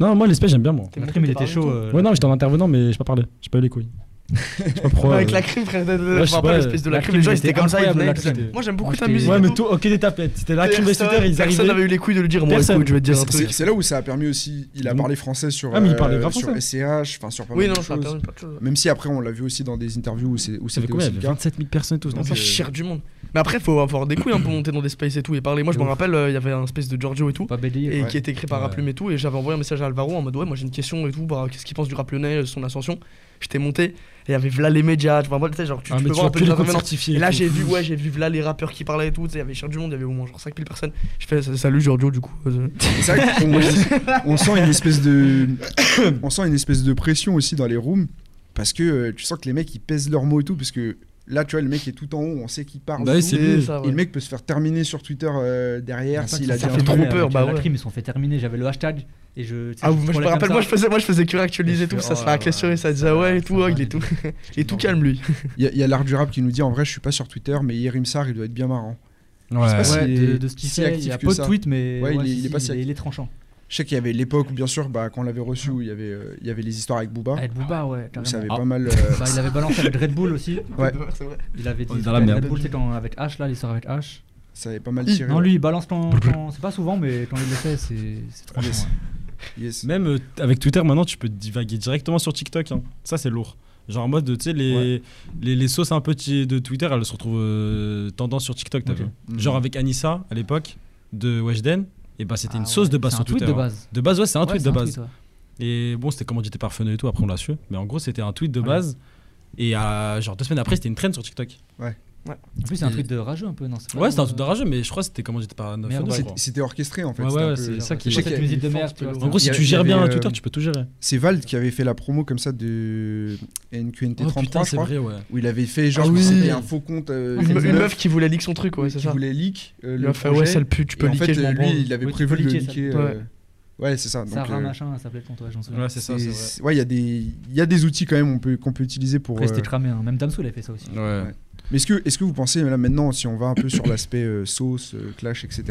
Non, moi les space j'aime bien moi. La crime, il était chaud. euh, Ouais, non, j'étais en intervenant, mais j'ai pas parlé. J'ai pas eu les couilles. Je sais pas pourquoi. Avec euh. la crime, frère. je Je sais me pas, rappelle l'espèce de la la crime. Les crime, gens, ils c'était étaient comme ça. ils incroyable, venaient- la crime. Moi, j'aime beaucoup Moi, ta j'étais- musique. Ouais, et mais tout. tout, ok des tapettes. C'était la crime de Personne- Twitter, ils Personne n'avait arrivaient. eu les couilles de le dire. Bon, Personne. écoute, je vais te dire un C'est truc. c'est là où ça a permis aussi. Il a Donc- parlé français sur, Mmh. euh, Ah, mais il parlait grave sur français. SCH, enfin sur pas Oui, mal de non, ça a choses. permis plein de choses. Même si après, on l'a vu aussi dans des interviews où c'est- où Ça fait c'était aussi combien Il y le avait cas. 27 000 personnes et tout. On donc, s'en euh, chire du monde. Mais après, faut avoir des couilles hein, pour monter dans des spaces et tout et parler. Moi, je me Ouf. rappelle, euh, il y avait un space de Giorgio et tout. Pas bélier. Et ouais. qui était écrit par Ouais. Raplume et tout. Et j'avais envoyé un message à Alvaro en mode Ouais, moi j'ai une question et tout. Bah, qu'est-ce qu'il pense du rap lyonnais, euh, son ascension J'étais monté. Et il y avait Vla les médias. Tu vois, moi, tu sais, genre, tu, Ah, tu mais peux tu voir un vois peu que les les comptes intervenants. certifiés. Et là, tout. j'ai vu, ouais, j'ai vu Vla les rappeurs qui parlaient et tout. Tu sais, il y avait cher du monde, il y avait au moins genre 5000 personnes. Je fais Salut Giorgio, du coup. [LAUGHS] Euh, Et C'est [LAUGHS] vrai qu'on on sent une espèce [COUGHS] de, on sent une espèce de pression aussi dans les rooms parce que euh, tu sens que les mecs ils pèsent leurs mots et tout parce que là tu vois le mec est tout en haut, on sait qu'il parle. Bah et oui, tout. c'est c'est lui. ça, Et ouais. le mec peut se faire terminer sur Twitter euh, derrière s'il a dit ça un fait truc. trop peur, bah La ouais. crime, ils se sont fait terminer. J'avais le hashtag. Et je. tu sais, Ah, je moi, je me scrollais rappelle, comme moi je ça. faisais, moi je faisais que Et réactualiser je tout, fais, ça se oh fait là actionner, là, ça disait ça ouais va, et ça tout, va, ouais, il est les tout. deux. Il est tout calme lui. Il y a- il y a l'art du rap qui nous dit en vrai je suis pas sur Twitter mais Yerimsar il doit être bien marrant. Ouais. si Ouais, il est de, de ce qu'il si fait, actif il y a que peu ça. de tweets, mais Ouais, il est- il est si, pas si il est- actif. il est tranchant. Je sais qu'il y avait l'époque où bien sûr bah, quand on l'avait reçu où il y avait euh, il y avait les histoires avec Booba. Avec Booba, ouais, où Ah, carrément. ça avait Ah. pas mal. euh, [LAUGHS] Bah, il avait balancé avec Red Bull aussi. [LAUGHS] Ouais. Il avait dit On est il dans la avait merde. Red Bull, c'est quand avec H là, il sort avec H. ça avait pas mal tiré. Non, ouais. lui, il balance quand, quand- c'est pas souvent, mais quand il le fait, c'est c'est trop bien. Yes. Même euh, avec Twitter, maintenant, tu peux divaguer directement sur TikTok. hein. Ça, c'est lourd. Genre en mode, tu sais, les, les, les sauces un peu ti- de Twitter, elles se retrouvent euh, tendance sur TikTok. t'as Ok. vu. Mhm. Genre avec Anissa, à l'époque, de Weshden, et bah c'était Ah une sauce ouais, de base c'est sur un tweet Twitter. de hein. base. De base, ouais, c'est un Ouais, tweet c'est de base. tweet, ouais. Et bon, c'était comment j'étais par et tout, après on l'a su. Mais en gros, c'était un tweet de Ouais. base. Et euh, genre deux semaines après, c'était une trend sur TikTok. En plus, c'est un Et- tweet de rageux un peu, non c'est pas- Ouais, c'était un truc de rageux, mais je crois que c'était comment j'étais par Merde, je ouais. crois. C'était- C'était orchestré en fait. Ouais, c'était ouais, un ouais, peu- c'est ça Je qui- Je sais sais qu'il y cette a- musique de il merde, force tu vois. que En gros, Il y si a- tu il y gères bien avait, un euh, Twitter, tu peux tout gérer. C'est Vald qui avait fait la promo comme ça de Oh NQNT33, putain, je c'est crois, vrai, ouais. où il avait fait genre Ah oui. c'était un faux compte. euh, Une, une une meuf qui voulait leak son truc, ouais, qui c'est ça. voulait leak euh, Il le a fait, projet. ouais, sale pute, tu peux Et en liker, fait, je m'en branle. lui, il avait Oui, tu prévu peux de le liker, ça. leaker. euh, Ouais, c'est ça. Donc, Sarah euh, machin, ça s'appelait le compte, ouais, j'en souviens. Ouais, c'est ça, c'est- c'est c'est- ouais, il y a des, il y a des outils quand même on peut- qu'on peut, utiliser pour. Après, euh, c'était cramé, hein. même Damsou, il a fait ça aussi. vrai. Ouais. Mais est-ce que, est-ce que vous pensez, là maintenant, si on va un peu sur l'aspect euh, sauce, euh, clash, etc.,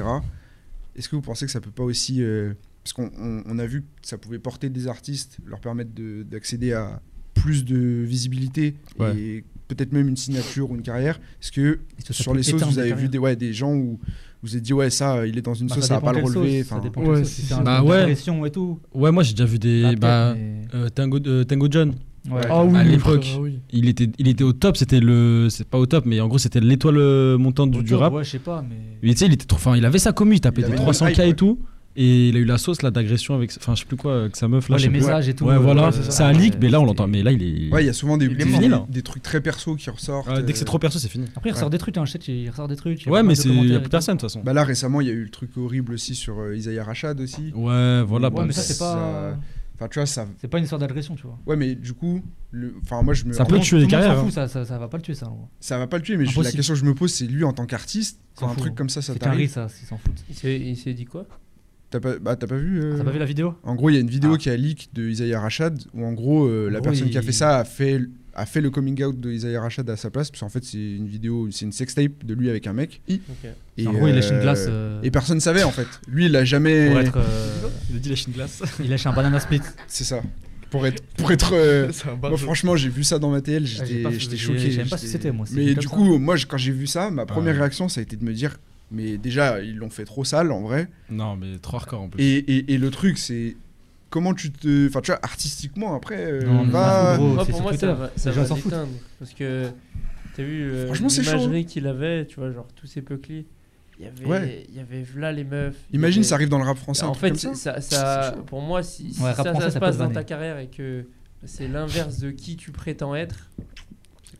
est-ce que vous pensez que ça peut pas aussi. euh, parce qu'on on- on a vu que ça pouvait porter des artistes, leur permettre de- d'accéder à plus de visibilité Ouais. et peut-être même une signature ou une carrière. Est-ce que Est-ce que ça sur peut les sauces, éteindre vous avez des vu des, ouais, des gens où vous êtes dit, ouais, ça, euh, il est dans une Bah, sauce, ça va dépend pas le quelle sauce, relever. Ça enfin, dépend Ouais, quelle sauce. c'est Si ça. c'est un Bah truc ouais. de pression et tout. Ouais, moi j'ai déjà vu la des. tête, Bah, mais- euh, Tango, euh, Tango John, Ouais. Ah Ah oui, à mais l'époque. frère, oui. il était, il était au top, c'était le. C'est pas au top, mais en gros, c'était l'étoile euh, montante du, du rap. Ouais, je sais pas, mais. Mais tu sais, il était trop. Enfin, il avait sa commu, il tapait Il des avait 300k une hype, et tout. Et il a eu la sauce là d'agression avec. Enfin, je sais plus quoi, avec sa meuf là. Ouais, je les sais plus. messages et tout. Ouais, voilà, ouais, c'est ça. un leak, mais là on c'était- l'entend. Mais là, il est. Ouais, il y a souvent des, Il est des, mort, des- hein. là. des trucs très perso qui ressortent. Ouais, dès que euh, c'est trop perso, c'est fini. Après, il ressort des trucs, hein, je sais, il ressort des trucs. il y a Ouais, pas mal mais de c'est- il y a commentaires et plus tout. personne de toute façon. Bah là, récemment, il y a eu le truc horrible aussi sur euh, Isaiah Rachad aussi. Ouais, voilà. Ouais, bah, mais ça, c'est pas. ça- Enfin, tu vois, ça. C'est pas une histoire d'agression, tu vois. Ouais, mais du coup, le... enfin, moi, je me. Ça en peut fait, tuer les Tout le monde carrières. hein. s'en fout, ça, ça, ça va pas le tuer, ça. en gros. ça va pas le tuer, mais je- la Impossible. question que je me pose, c'est lui en tant qu'artiste, S'en quand un fout. truc comme ça, ça C'est un riz, t'arrive. ça, ils s'en foutent. Il s'est- Il s'est dit quoi T'as pas... Bah, t'as pas vu. euh, Ah, T'as pas vu la vidéo En gros, il y a une vidéo Ah. qui a leak de Isaiah Rachad où, en gros, euh, la En gros, personne qui a il- fait ça a fait a fait le coming out de Isaiah Rachad à sa place parce qu'en fait c'est une vidéo c'est une sextape de lui avec un mec Ok. et En gros, il lèche une euh, glace. euh, et personne savait en fait lui il a jamais Pour être. euh, Il a dit la chine glace. [LAUGHS] Il lèche un banana split. c'est ça pour être pour être euh, C'est un Moi, barjo. franchement, j'ai vu ça dans ma TL, Ah, j'ai pas- j'étais j'étais j'ai- choqué. je savais pas ce j'étais- que c'était, moi, c'est Mais comme du ça. coup, moi, je- quand j'ai vu ça, ma première Ouais. réaction, ça a été de me dire. Mais déjà, ils l'ont fait trop sale en vrai. Non, mais trop hardcore en plus. Et, et- et le truc, c'est comment tu te. Enfin, tu vois, artistiquement, après, euh, Non, mais va. en gros, Moi, c'est Oh, pour sur moi, Twitter. ça va, ça Les gens va s'en foutent. l'éteindre. Parce que t'as vu euh, Franchement, c'est chaud, hein. l'imagerie qu'il avait, tu vois, genre tous ces peuclis. Il y avait, Ouais. il y avait là les meufs. il y Imagine, avait- ça arrive dans le rap français. un En truc fait, comme ça. ça, ça, C'est chaud. pour moi, si, si Ouais, ça, rap ça français, se ça passe peut dans vanner. ta carrière et que c'est l'inverse de qui tu prétends être.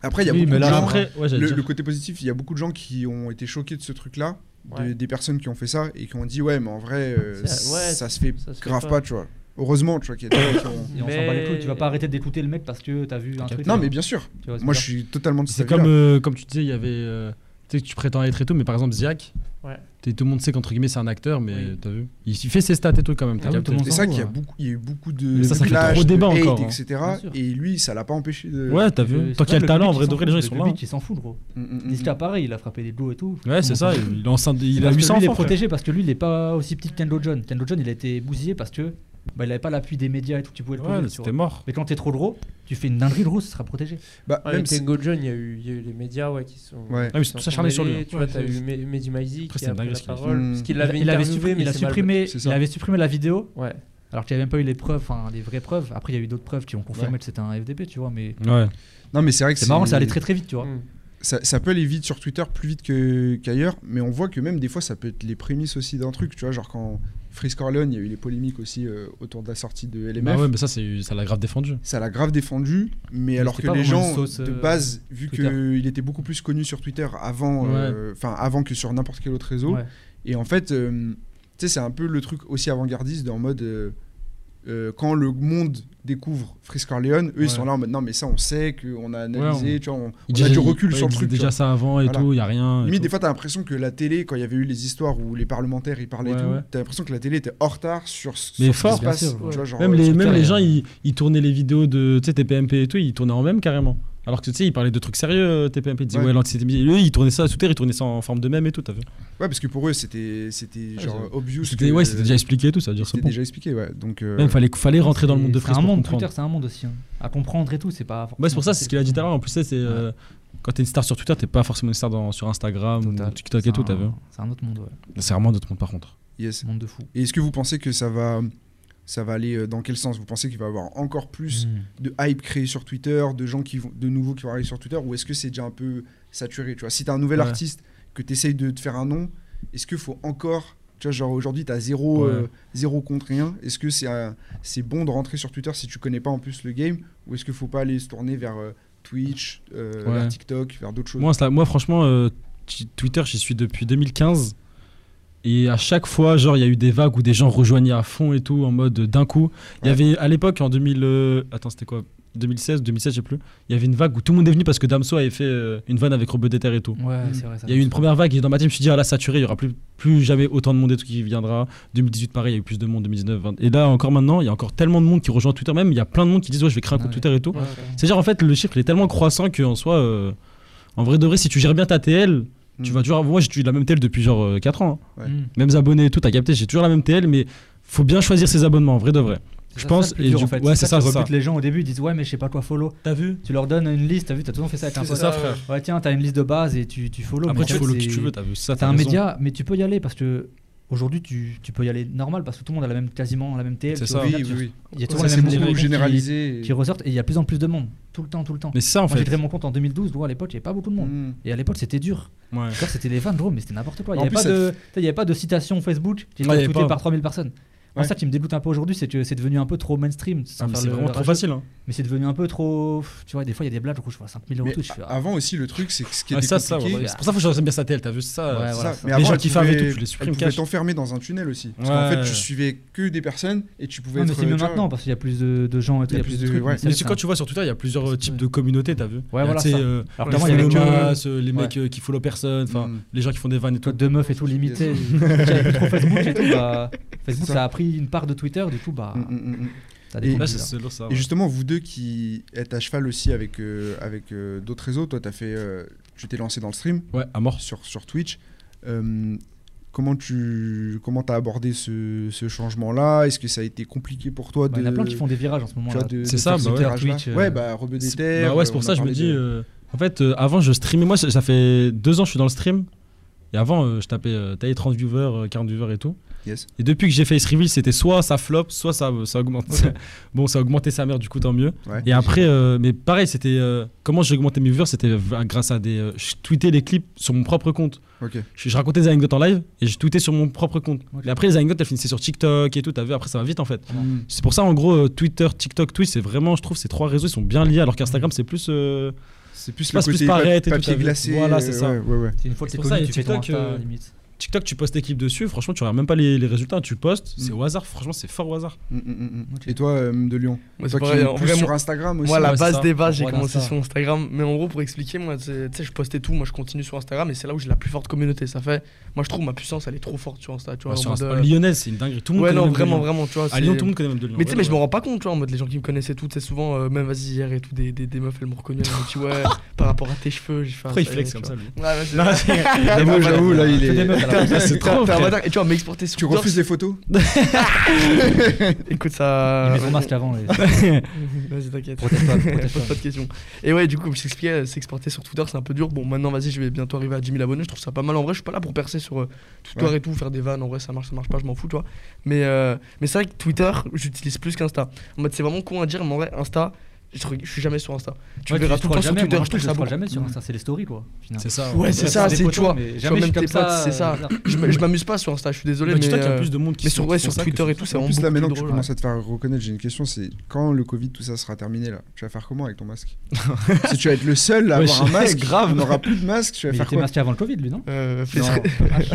Après, il y a Oui, beaucoup mais de là, gens. après, ouais, j'allais le, dire. le côté positif, il y a beaucoup de gens qui ont été choqués de ce truc-là, de- Ouais. des personnes qui ont fait ça et qui ont dit, ouais, mais en vrai, euh, Ça- ouais, ça se fait ça se fait grave pas. pas, tu vois. Heureusement, tu vois, qu'il y a des gens qui ont. Et on s'en bat les couilles. Tu vas pas arrêter d'écouter le mec parce que t'as vu un truc. euh, Non, mais bien sûr. tu vois, c'est Moi, pas- je suis totalement de C'est cet comme, avis-là. euh, comme tu disais, il y avait. euh, tu sais que tu prétends être et tout, mais par exemple, Ziak. Ouais. t'es- Tout le monde sait qu'entre guillemets, c'est un acteur, mais Oui. t'as vu Il il fait ses stats et tout quand même. t'as Ah oui, capté. tout le monde C'est Sans ça vous, qu'il y a ouais. beaucoup, il y a eu beaucoup de, Mais ça, de ça fait clash, trop de débat hate, encore, hein. etc. Bien sûr. Et lui, ça l'a pas empêché de. Ouais, t'as vu Le- Tant qu'il y a le c'est vrai, talent, en vrai, public, de vrai, les gens, ils il s'en sont fout. là. Le public, il s'en fout, gros. Mm, mm, mm, Disque mm. pareil, il a frappé des dos et tout. hein. Ouais, c'est ça. Il, est en cin- il a Parce 800 que lui, il est enfants, frère. protégé parce que lui, il n'est pas aussi petit que Kendall John. Kendall John, il a été bousillé parce que bah, il avait pas l'appui des médias et tout. Tu pouvais le Ouais, poser, tu c'était vois. mort. Mais quand t'es trop gros, tu fais une dinguerie de gros, ça sera protégé. Bah, Ouais, même mais si- Tengo John, il y, a eu- il y a eu les médias ouais, qui sont. ouais. Ah, mais qui c'est sont tout acharné sur lui. mêlés, hein. Tu vois, Ouais, t'as c'est- eu Me- Mehdi Maizi Après, qui c'est a une pris dinguerie, la ce qu'il a fait. parole. Mm. Parce qu'il Il, a- l'avait il avait, interviewé, supprimé- mais il a c'est mal- supprimé, C'est ça. il avait supprimé la vidéo Ouais. alors qu'il n'y avait même pas eu les preuves, enfin les vraies preuves. Après, il y a eu d'autres preuves qui ont confirmé que c'était un FDP, tu vois. Mais Ouais. Non, mais c'est vrai que c'est marrant, ça allait très très vite, tu vois. Mm. Ça, ça peut aller vite sur Twitter, plus vite que- qu'ailleurs, mais on voit que même des fois, ça peut être les prémices aussi d'un truc. Tu vois, genre quand Freeze Corleone, il y a eu les polémiques aussi euh, autour de la sortie de LMF. Bah ouais, mais ça, c'est- ça l'a grave défendu. Ça l'a grave défendu, mais, alors c'était que pas les vraiment gens, une sauce, de euh, base, vu Twitter. qu'il était beaucoup plus connu sur Twitter avant, euh, enfin avant que sur n'importe quel autre réseau, Ouais. Et en fait, euh, tu sais, c'est un peu le truc aussi avant-gardiste de- en mode. euh, euh, quand le monde découvre Freeze Corleone, eux Ouais. ils sont là en mode non, mais ça on sait qu'on a analysé, Ouais, tu vois, on, Il on a disait- du recul ouais, sur le il disait truc. déjà Déjà... ça avant et Voilà. tout, y a rien. et Limite, tout. des fois t'as l'impression que la télé, quand il y avait eu les histoires où les parlementaires ils parlaient Ouais, et tout, ouais. t'as l'impression que la télé était en retard sur, ce- sur ce qui Mais fort. se passe. Bien sûr, tu vois, genre, Même euh, les, sur même Terre, les il y a- gens, ils, ils tournaient les vidéos de tu sais, TPMP et tout, ils tournaient en même carrément. Alors que tu sais, ils parlaient de trucs sérieux, euh, TPMP, ils disaient Ouais. ouais, l'antisémitisme. Eux, ils tournaient ça sous terre, ils tournaient ça en forme de mème et tout, t'as vu Ouais, parce que pour eux c'était c'était Ouais, genre c'est- obvious. C'était que- ouais, c'était déjà expliqué et tout, ça veut dire c'était c'est bon. déjà expliqué, ouais. Donc, euh, Même fallait, fallait rentrer dans le monde de C'est Freeze un pour monde, comprendre. Twitter, c'est un monde aussi. hein. À comprendre et tout, c'est Ouais, pas. c'est pour ça, forcément c'est ce qu'il a dit tout à l'heure. En plus, ça, c'est euh, quand t'es une star sur Twitter, t'es pas forcément une star dans- sur Instagram, ou Total. TikTok et Ah, C'est tout, t'as un- vu C'est un autre monde, ouais. C'est vraiment d'autre monde par contre. yes. monde de fou. Et est-ce que vous pensez que ça va Ça va aller euh, dans quel sens Vous pensez qu'il va y avoir encore plus Mm. de hype créé sur Twitter, de gens qui vont, de nouveaux qui vont arriver sur Twitter, ou est-ce que c'est déjà un peu saturé Tu vois, si t'es un nouvel Ouais. artiste que t'essayes de te faire un nom, est-ce qu'il faut encore tu vois, genre aujourd'hui, t'as zéro, Ouais. euh, zéro contre rien. Est-ce que c'est euh, c'est bon de rentrer sur Twitter si tu connais pas en plus le game Ou est-ce qu'il faut pas aller se tourner vers euh, Twitch, euh, Ouais. vers TikTok, vers d'autres choses Moi, ça- moi, franchement, euh, t- Twitter, j'y suis depuis 2015. Et à chaque fois, genre, il y a eu des vagues où des gens rejoignaient à fond et tout, en mode euh, d'un coup. Il y Ouais. avait, à l'époque, en 2000. euh, attends, c'était quoi 2016, 2017, je sais plus. Il y avait une vague où tout le monde est venu parce que Damso avait fait euh, une vanne avec Rebeu Déter et tout. Ouais, Mm. c'est vrai. ça. Il y a eu une première vague et dans ma team, je me suis dit, ah là, saturé, il y aura plus, plus jamais autant de monde et tout qui viendra. 2018, pareil, il y a eu plus de monde, 2019, 20. Et là, encore maintenant, il y a encore tellement de monde qui rejoint Twitter, même il y a plein de monde qui disent, ouais, je vais créer un compte Ouais. Twitter et tout. Ouais, C'est-à-dire, en fait, le chiffre, il est tellement croissant qu'en soi, euh, en vrai de vrai, si tu gères bien ta TL, tu Mm. vas toujours. Moi, j'ai toujours la même TL depuis genre 4 ans. hein. Ouais. Mm. Mêmes abonnés et tout, t'as capté, j'ai toujours la même TL, mais faut bien choisir ses abonnements, en vrai de vrai. C'est Je ça, pense- c'est ça le plus et dur, du en coup- fait. ouais, c'est ça, c'est que ça. rebute les gens au début, ils disent ouais, mais je sais pas quoi follow. T'as vu Tu leur donnes une liste, t'as vu, t'as tout le temps fait ça avec un C'est pote. ça, ouais. Ouais, tiens, t'as une liste de base et tu, tu follow. mais Après, en tu fait, follow qui c'est- tu veux, t'as vu ça. T'as un raison. média, mais tu peux y aller parce que aujourd'hui, tu, tu peux y aller normal parce que tout le monde a la même, quasiment la même TL. C'est tu ça. vois, Oui, oui, regarde, tu- oui. Il y a toujours Ça, les c'est mêmes beaucoup les mêmes plus qui- généralisé. et- qui ressortent et il y a de plus en plus de monde, tout le temps, tout le temps. Mais c'est ça, en Moi, j'ai fait. créé mon compte en 2012, ouais, à l'époque, il n'y avait pas beaucoup de monde. Mm. Et à l'époque, c'était dur. Ouais. Encore, c'était les fans, gros, mais c'était n'importe quoi. Il En n'y avait, plus, pas ça de- il y avait pas de citation Facebook qui Ah, il y était avait tweetée pas. par 3000 personnes. Moi, Ouais. ça qui me dégoûte un peu aujourd'hui, c'est que c'est devenu un peu trop mainstream. sans Ah, mais faire C'est le- vraiment le trop rachat. facile. hein. Mais c'est devenu un peu trop. Tu vois, des fois, il y a des blagues où je vois 5000 euros Mais tout. Je fais, ah, Avant aussi, le truc, c'est que ce qui Ouais, était ça, ça, compliqué, ouais. C'est pour ça qu'il faut choisir bien sa TL, t'as vu ça Ouais, c'est voilà. ça. Ça, mais Les avant, gens elle qui faisaient pouvait- tout, je les supprime elle pouvait cash. t'enfermer dans un tunnel aussi. Parce qu'en Ouais. fait, tu suivais que des personnes et tu pouvais non, mais être. euh, c'est mieux tu vois, maintenant parce qu'il y a plus de, de gens et tout. Il y a plus de trucs. ouais. ça, Mais c'est c'est quand un- tu vois sur Twitter, il y a plusieurs c'est euh, ça. types de communautés, t'as vu Il y a, voilà, tu sais, ça. euh, Alors les qu'avant, il y avait que- followers, euh, les mecs euh, qui follow personne, enfin, Mm. les gens qui font des vannes et Toi, tout. deux meufs et tout limité. J'avais plus trop Facebook et tout. Bah, Facebook, ça. ça. a pris une part de Twitter, du coup, bah, Mm, mm, mm, mm. t'as des Et- comptes Là, c'est bizarres. c'est lourd ça. Et ah. ouais. justement, vous deux qui êtes à cheval aussi avec, euh, avec euh, d'autres réseaux, toi, as fait, euh, tu t'es lancé dans le stream Ouais, à mort. sur, sur Twitch. Euh, comment tu comment as abordé ce, ce changement-là Est-ce que ça a été compliqué pour toi Bah, de... Il y en a plein qui font des virages en ce moment. tu vois, de- C'est de ça, faire bah ce ouais. virage-là Twitch, euh, Ouais, bah, Rebeu des C'est- Terres, bah ouais, c'est pour on ça a que je me parlé dis. de- euh, en fait, euh, avant, je streamais. Moi, ça ça fait deux ans que je suis dans le stream. Et avant, euh, je tapais euh, taillé 30 viewers, euh, 40 viewers et tout. Yes. Et depuis que j'ai fait Ace Reveal, c'était soit ça flop, soit ça, ça augmente. [LAUGHS] bon, ça a augmenté sa mère, du coup, tant mieux. Ouais. Et après, euh, mais pareil, c'était. euh, comment j'ai augmenté mes viewers C'était v- grâce à des. euh, je tweetais les clips sur mon propre compte. Ok. Je, je racontais des anecdotes en live et je tweetais sur mon propre compte. Ok. Mais après, les anecdotes, elles finissaient sur TikTok et tout. T'as vu, après, ça va vite en fait. Mm. C'est pour ça, en gros, euh, Twitter, TikTok, Twitch, c'est vraiment, je trouve, ces trois réseaux, ils sont bien liés, alors qu'Instagram, c'est plus. euh, C'est plus Je le pense plus côté paraître et pa- tout, t'as papier vu. glacé. Voilà, euh, c'est ça. ouais, ouais, ouais. C'est une fois que C'est t'es pour ça, connu, les tu fais ton TikTok, Insta, euh, limite. TikTok, tu postes tes clips dessus, franchement, tu regardes même pas les, les résultats, tu postes, Mm. c'est au hasard, franchement, c'est fort au hasard. Mm, mm, mm. Ok. Et toi, euh, de Lyon Moi, c'est Toi qui pareil, hein. es en plus vrai, sur moi- Instagram aussi hein. Moi, la ouais, c'est base ça. des bases, j'ai Roi commencé d'Insta. sur Instagram. Mais en gros, pour expliquer, moi, c'est- tu sais, je postais tout. Moi, je continue sur Instagram et c'est là où j'ai la plus forte communauté. Ça fait, moi, je trouve ma puissance, elle est trop forte sur Insta. Tu vois, Bah, en sur mode, Insta- euh, Lyonnaise, c'est une dinguerie, tout le monde ouais, connaît non, le nom de vraiment, Lyon. vraiment, tu vois. À c'est- Lyon, tout le monde connaît même de Lyon. Mais tu sais, ouais, mais je ouais. me rends pas compte, tu vois, en mode les gens qui me connaissaient toutes, c'est souvent, euh, même vas-y, hier et tout, des, des, des meufs, elles m'ont reconnu, elles m'ont [LAUGHS] dit, ouais, par rapport à tes cheveux, j'ai fait un Après, il ça y est, flex tu comme ça, vois. lui. Ouais, ouais, c'est Non, vrai. [LAUGHS] c'est- J'avoue, j'avoue, là, il Fais des est. meufs à la base. [LAUGHS] c'est T'es trop. un frère. bâtard. Et tu vois, m'exporter sur Tu Twitter, refuses les photos c'est- Écoute, ça. Mais remarque avant. les- Vas-y, t'inquiète. Protège-toi, [LAUGHS] Pose pas protège-toi. de questions. Et ouais, du coup, comme je t'expliquais, euh, s'exporter sur Twitter, c'est un peu dur. Bon, maintenant, vas-y, je vais bientôt arriver à 10 000 abonnés. Je trouve ça pas mal. En vrai, je suis pas là pour percer sur euh, Twitter Ouais. et tout, faire des vannes. En vrai, ça marche, ça marche pas, je m'en fous, tu vois. Mais, euh, mais c'est vrai que Twitter, j'utilise plus qu'Insta. En mode, c'est vraiment con à dire, mais en vrai, Insta, je, reg- je suis jamais sur Insta. Tu Ouais, me verras je tout le temps scrolle sur jamais, Twitter. moi, je trouve je ça scrolle bon. jamais sur Insta, c'est les stories quoi. finalement. C'est ça. Ouais, c'est ça, des c'est, potos, tu vois, mais Sur Jamais je même suis tes comme potes, ça. c'est ça. euh, Je m- je m'amuse pas sur Insta, je suis désolé. Bah, mais TikTok, il y a euh, plus de monde qui mais sont- sur, ouais, qui font sur ça que Twitter sur et tout, c'est En vraiment plus, là, beaucoup plus maintenant que tu drôle, commences à te faire reconnaître, j'ai une question c'est quand le Covid, tout ça sera terminé là Tu vas faire comment avec ton masque Si tu vas être le seul à Ouais, avoir un je- masque, grave. on n'aura plus de masque, tu vas Mais il faire était quoi masqué avant le Covid lui, non Euh, Non, [LAUGHS]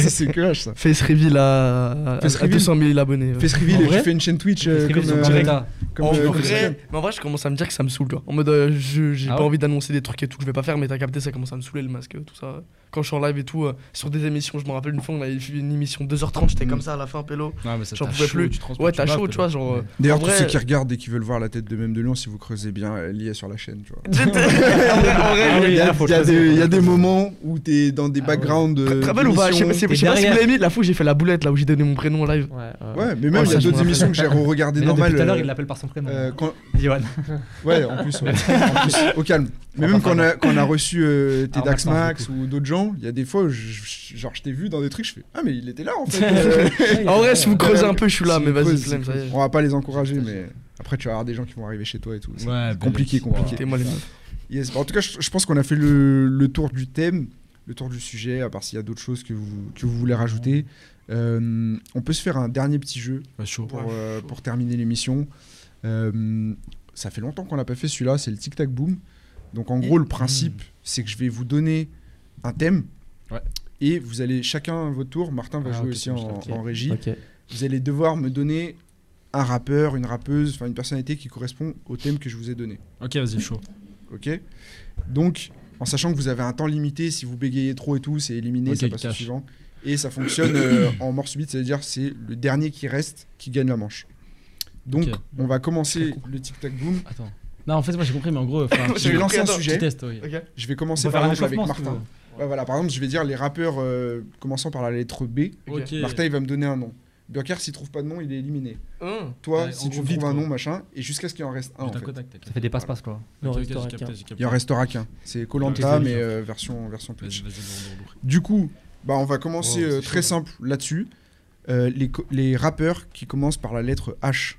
[LAUGHS] ça, c'est que lâche ça. Face Reveal à, à- Face à Reveal. 200 000 abonnés. ouais. Fais ce reveal En et tu vrai fais une chaîne Twitch euh, Ils comme. écrivaient euh, sur Greta. comme, en euh, comme vrai, Instagram. mais en vrai, je commence à me dire que ça me saoule, tu vois. En mode, euh, je- j'ai Ah pas ouais envie d'annoncer des trucs et tout que je vais pas faire, mais t'as capté, ça commence à me saouler le masque, euh, tout ça. Quand je suis en live et tout, euh, sur des émissions, je me rappelle une fois, on avait fait une émission 2h30, j'étais Mm. comme ça à la fin, pélo. Non, mais ça, J'en t'as pouvais chaud, plus. tu transpires, Ouais, t'as baves, chaud, tu vois, genre. euh, D'ailleurs, en tous vrai- ceux qui regardent et qui veulent voir la tête de Même de Lyon, si vous creusez bien, euh, lié sur la chaîne, tu vois. en vrai, [LAUGHS] en vrai, Il y a- là, faut il y a creuser. des- il y a des moments où t'es dans des Ah ouais. backgrounds. te euh, rappelles ou pas Je sais pas, je sais pas T'es si vous derrière. l'avez mis, la fois où j'ai fait la boulette, là où j'ai donné mon prénom en live. Ouais, Ouais, mais même Oh, il y ça, a je me d'autres rappelle. émissions que j'ai regardé [LAUGHS] Mais non, normal. Depuis tout à l'heure, euh, il l'appelle par son euh, prénom. quand- Johan. [LAUGHS] Ouais, en plus, ouais. En plus, au calme. Mais même quand on a, quand on a reçu euh, Ah, on Tedax va pas Max ou d'autres gens, talent, il y a des fois, où je- je- genre, je t'ai vu dans des trucs, je fais Ah, mais il était là en [LAUGHS] fait. En vrai, si vous creusez un peu, je suis là, Si mais on vas-y, creuse, flemme, ça y est. On va pas les encourager, mais après, tu vas avoir des gens qui vont arriver chez toi et tout. C'est Ouais, compliqué, bah, compliqué. Écoutez, moi, les meufs. Yes. En tout cas, je, je pense qu'on a fait le, le tour du thème, le tour du sujet, à part s'il y a d'autres choses que vous, que vous voulez rajouter. Euh, on peut se faire un dernier petit jeu bah, chaud. pour, Ouais, euh, pour terminer l'émission. Euh, ça fait longtemps qu'on n'a pas fait celui-là, c'est le Tic Tac Boom. Donc en gros, le principe, c'est que je vais vous donner un thème. Ouais. Et vous allez chacun à votre tour, Martin va Ah, jouer ok, aussi c'est en, bon, je en régie. Ok. Vous allez devoir me donner un rappeur, une rappeuse, enfin une personnalité qui correspond au thème que je vous ai donné. Ok, vas-y, chaud. Ok Donc, en sachant que vous avez un temps limité, si vous bégayez trop et tout, c'est éliminé, Ok, ça passe au cash. suivant. Et ça fonctionne euh, en mort subite, c'est-à-dire c'est le dernier qui reste qui gagne la manche. Donc, Ok. on va commencer le tic-tac-boom. Attends. Non, en fait, moi j'ai compris, mais en gros, enfin, Je petit- vais J'ai lancer un compris, petit sujet. test. ouais. Ok. Je vais commencer On peut par faire un exemple avec réchauffement, si Martin. Ouais, voilà, par exemple, je vais dire les rappeurs euh, commençant par la lettre B. Ok. Ok. Martin, il va me donner un nom. Burker, s'il trouve pas de nom, il est éliminé. Hein Toi, Ouais, en si tu gros, trouves vite, un quoi. nom, machin, et jusqu'à ce qu'il en reste un. Du En tac fait. au tac, tac. Ça fait des passe-passe, quoi. Non, Ok, ok, restaurant j'ai capté, j'ai capté. Il en restera qu'un. C'est Colanta, Ok, mais ok. euh, version, version Twitch. Vas-y, vas-y, lourd, lourd, lourd. Du coup, bah on va commencer Wow, Oh, c'est euh, très chaud. simple là-dessus. Euh, les, co- les rappeurs qui commencent par la lettre H.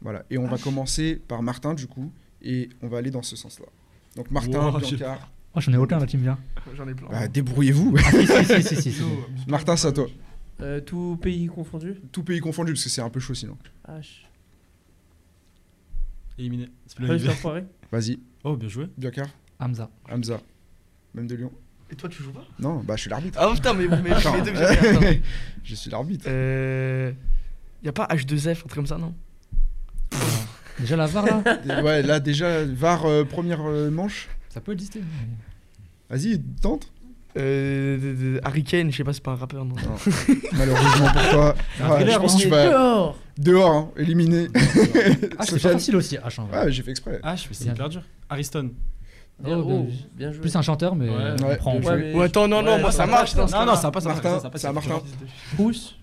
Voilà. Et on va commencer par Martin, du coup. Et on va aller dans ce sens-là. Donc, Martin, Wow, j'ai- Biancar, Oh, j'en ai aucun là, tu me viens. J'en ai plein. bah, [LAUGHS] débrouillez-vous. [LAUGHS] Si, si, si, si, si. Martin, c'est à toi. Euh, tout pays confondu Tout pays confondu, parce que c'est un peu chaud sinon. H. Éliminé. C'est plus la Rêve vie. d'enfoiré Vas-y, Oh, bien joué. Biancar, Hamza. Hamza. Même de Lyon. Et toi, tu joues pas Non, bah, je suis [LAUGHS] l'arbitre. Ah putain, mais, mais, mais les deux que j'avais, attends. [LAUGHS] je suis l'arbitre. Euh. Y'a pas H2F, un truc comme ça, non Déjà la VAR là Dé- Ouais, là, déjà, VAR, euh, première euh, manche. Ça peut exister. Vas-y, tente. Euh. de- de- Harry Kane, je sais pas, c'est pas un rappeur, non. Malheureusement pour [LAUGHS] toi. Ouais, je thriller, hein. pense que tu vas Dehors dehors, hein, éliminé. Ah, c'est pas Sofiane. [LAUGHS] facile aussi, H en vrai. Ouais, j'ai fait exprès. H, mais c'est Bien. hyper dur. Ariston. Oh, Oh, bien- bien joué. Plus un chanteur, mais Ouais. on Ouais. prend. on Ouais, prend. mais- Ou attends, non, non, Ouais, moi ça ouais, marche, ouais. non, Ah, Non, non, ça passe. Martin, ça passe. c'est à Martin. Pousse.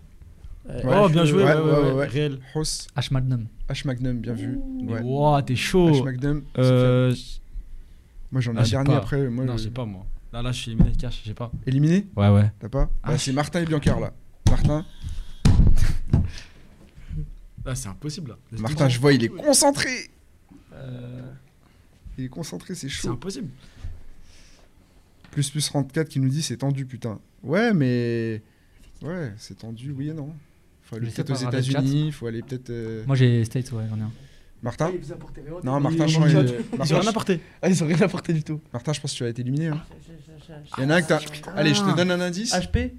Euh, Ouais, Oh, bien joué. ouais, Ouais, ouais, ouais, ouais. ouais. Réel. Hoss, H Magnum. H Magnum, bien vu. Ouais. Bah, Wow, t'es H chaud. Magnum. Oh. Euh. Moi j'en ai ah, un j'ai dernier pas. après. Moi, Non, je- je sais pas moi. Là, là, je suis éliminé. Cash, j'ai pas. Éliminé Ouais, ouais. T'as pas Bah, Ah. C'est Martin et Biancar là. Martin, Là, c'est impossible. là. Martin, je vois, il est concentré. euh, Il est concentré, c'est C'est chaud. impossible. Plus plus 34 qui nous dit c'est tendu, putain. Ouais, mais. Ouais, c'est tendu, oui et non. Faut aller Je sais peut-être aux pas, regarde le États-Unis, faut aller peut-être. euh, Moi j'ai States, ouais, j'en ai un. Martin vous apportez rien. Non, ils- Martin, ils je ont pense- rien- Martin, Ils ont rien je- apporté. Ah, ils ont rien apporté du tout. Martin, je pense que tu as été éliminé. hein. Il y en H- a un que t'as. Allez, je te donne un indice. HP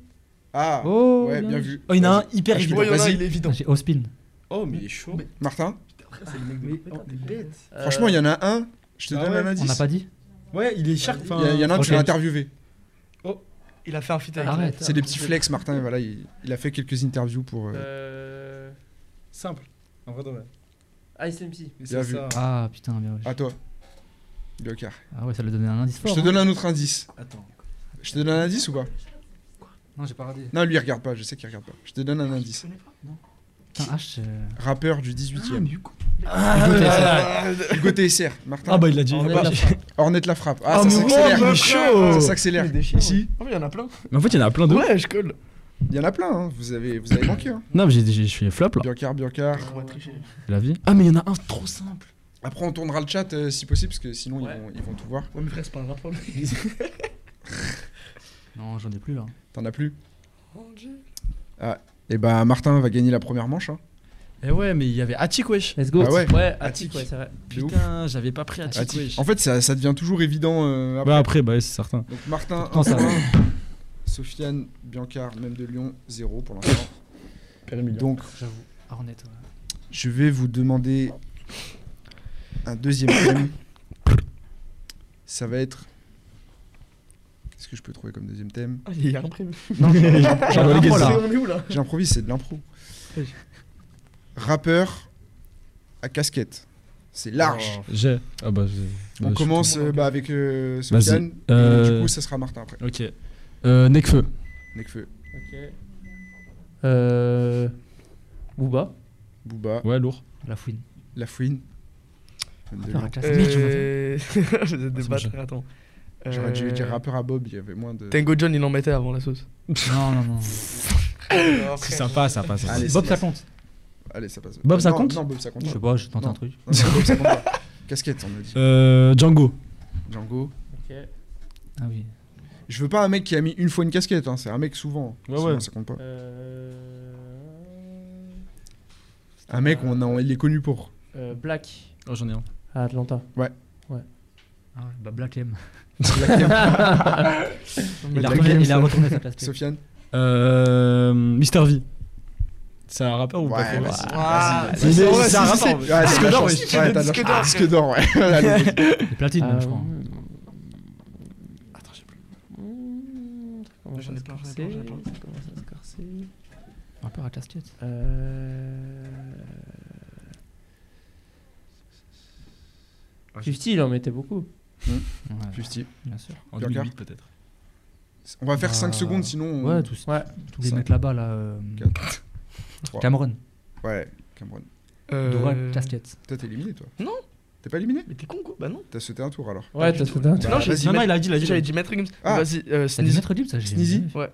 Ah, Oh ouais, bien vu. Oh, il y en a un hyper Vas-y. évident. Ouais, il y en a un, Vas-y. il est évident. J'ai Ospin. Oh, mais il est chaud. Martin, t'es bête. franchement, il y en a un. Je te Ah donne ouais, un On n'a indice. pas dit Ouais, il est sharp. Il enfin- y a- il y en a un, Ok. tu l'as interviewé. Il a fait un feat avec. Arrête. C'est des petits flex, Martin. et Voilà, il, il a fait quelques interviews pour. euh, Euh, Simple. En vrai, de vrai. Ah, ICMC. Et Bien c'est vu. ça. Ah putain, bien ouais. À toi. Joker. Ah ouais, ça lui donnait un indice Je fort. te hein. donne un autre indice. Attends. Je te donne un indice ou pas Non, j'ai pas regardé. Non, lui, il regarde pas. Je sais qu'il regarde pas. Je te donne un indice. Putain, H. euh, Ah, Rappeur Ah, du 18ème. Hugo Tessera. Hugo TSR. Martin. Ah, bah, il l'a dit. On a [LAUGHS] la fin. Ornette la frappe. Ah, Ah, ça mais s'accélère. ouais, Ça mais chaud. s'accélère. Ici. Oh, il y en a plein. Mais en fait, il y en a plein de. Ouais, je colle. Il y en a plein. hein. Vous avez vous avez manqué. hein. Non, mais j'ai- j'ai- je suis flop là. Biancar, Biancar. Ah, On va tricher. La vie. Ah, mais il y en a un trop simple. Après, on tournera le chat euh, si possible, parce que sinon, Ouais. ils, vont, ils vont tout voir. Ouais, mais frère, c'est pas un rappeur. Non, j'en ai plus là. T'en as plus Et bah, Martin va gagner la première manche. Hein. Eh ouais, mais il y avait Hachik, wesh. Let's go. Ah ouais. ouais, Attic. Attic, ouais, c'est vrai. De ouf. Putain, j'avais pas pris Hachik, Attic. wesh. En fait, ça, ça devient toujours évident. euh, après. Bah, après, bah, ouais, c'est certain. Donc, Martin, Non, ça 1 Sofiane, Biancar, même de Lyon, 0 pour l'instant. Donc, J'avoue. Hornet, ouais. je vais vous demander un deuxième thème. Ça va être. Qu'est-ce que je peux trouver comme deuxième thème Ah, il y a un prévu. Non, j'ai- j'ai Ah, J'en ai un pro, guessé. là. On est où là J'improvise, c'est de l'impro. Oui. Rappeur à casquette. C'est large. J'ai. Ah, bah, j'ai- bah, On je- commence euh, bah, avec euh, Sofiane. et Euh, Du coup, ça sera Martin après. Ok. Euh, Nekfeu. Nekfeu, Ok. Euh. Booba. Booba, Ouais, lourd. La fouine. La Fouine. Même de Ah, Lyon. Jazz Smith, je me rappelle. Euh. [LAUGHS] Vous êtes des Ah, c'est bâtards, attends. J'aurais dû Euh, dire rappeur à Bob, il y avait moins de. Tango John, il en mettait avant la sauce. Non, non, non. C'est sympa, sympa, sympa. Allez, Bob, c'est ça bon. compte. Allez, ça passe. Bob, ça Non, compte Non, Bob, ça compte. Je pas. sais pas, je tente Non. un truc. Non, Bob, [LAUGHS] ça compte pas. Casquette, on a dit. Euh, Django. Django. Ok. Ah oui. Je veux pas un mec qui a mis une fois une casquette, hein, c'est un mec souvent. Ouais, Sinon, ouais. Ça compte pas. Euh, Un mec, on a- il est connu pour. euh, Black Oh, j'en ai un. à Atlanta. Ah, bah, [LAUGHS] Black M. [LAUGHS] Black Il a retourné, M, il ça. a retourné sa place. Sofiane Euh, Mister V. C'est un rappeur ou pas Ouais, pour- vas-y. bah, C'est- vas-y. c'est- Ouais, c'est un si, si, rapport, si. mais- Ouais, Disque t'as d'or, la oui. chance. Ouais, t'as Disque la- d'or. Disque d'or, ouais. [LAUGHS] Allez, [LAUGHS] vas-y. Les platines, Ah, même, je crois. hmm. Attends, j'ai plus. Mmh, ça commence J'en ai à se plein, j'en ai corser, plein, j'en ai plein. ça commence à se corser. Rappeur à casse-tête. Euh... 50, il en mettait beaucoup. Ouais, 50. bien sûr. En Burger. 2008 peut-être. On va faire 5 Ah. Bah, secondes sinon. on- Ouais, tous, Ouais. tous les Cinq. mecs là-bas, là. euh, Quatre. Trois. Cameron. Ouais, Cameron. Dora Euh, casse-tête. Toi, t'es éliminé, toi Non. T'es pas éliminé Mais t'es con quoi Bah non. T'as sauté un tour alors. Ouais, du t'as tout. sauté un Bah, truc. Non, j'ai dit Non, non, il Maître- a dit, il a dit. j'avais dit Maître Gims. Ah. Vas-y, euh, T'as des Sneezy. maîtres libres, ça j'ai- Sneezy Ouais.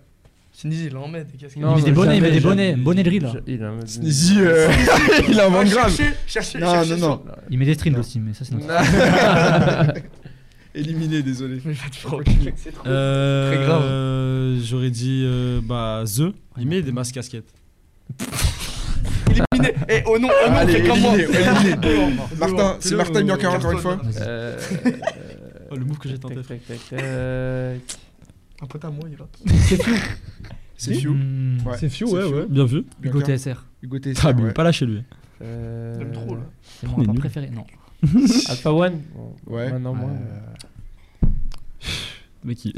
Sneezy, il en met des casquettes. Non, Il met des mais bonnets, il met jamais, des jamais. bonnets. Bonnet de riz, là. Il en met des- Sneezy, [LAUGHS] euh, [LAUGHS] il Ah, invente grave. cherchez, cherchez, Non, cherchez non, sur- non. Il met des strings aussi, mais ça c'est notre. [LAUGHS] Éliminé, désolé. Mais faites tranquille. Euh, Très grave. euh, J'aurais dit euh, bah The. Il met des masques casquettes. Éliminé. Eh, oh non, oh non, Allez, fais comme moi. éliminé, éliminé. Martin, c'est Fais-le, Martin euh, Bianca encore une fois. garde-toi, Vas-y. Euh, Oh, le move que j'ai tenté. Tac, tac, tac, tac. Euh, Un pote à moi, il rappe. C'est Fiu. Mmh, Ouais. C'est Fiu, ouais, ouais. Bien vu. Hugo Bianca. TSR. Hugo T. Ah, mais il est pas lâché lui. euh, J'aime trop là. C'est On est mon rappeur nuls. préféré. Non. Alpha One Bon, Ouais. Maintenant, moi. Euh, Mais qui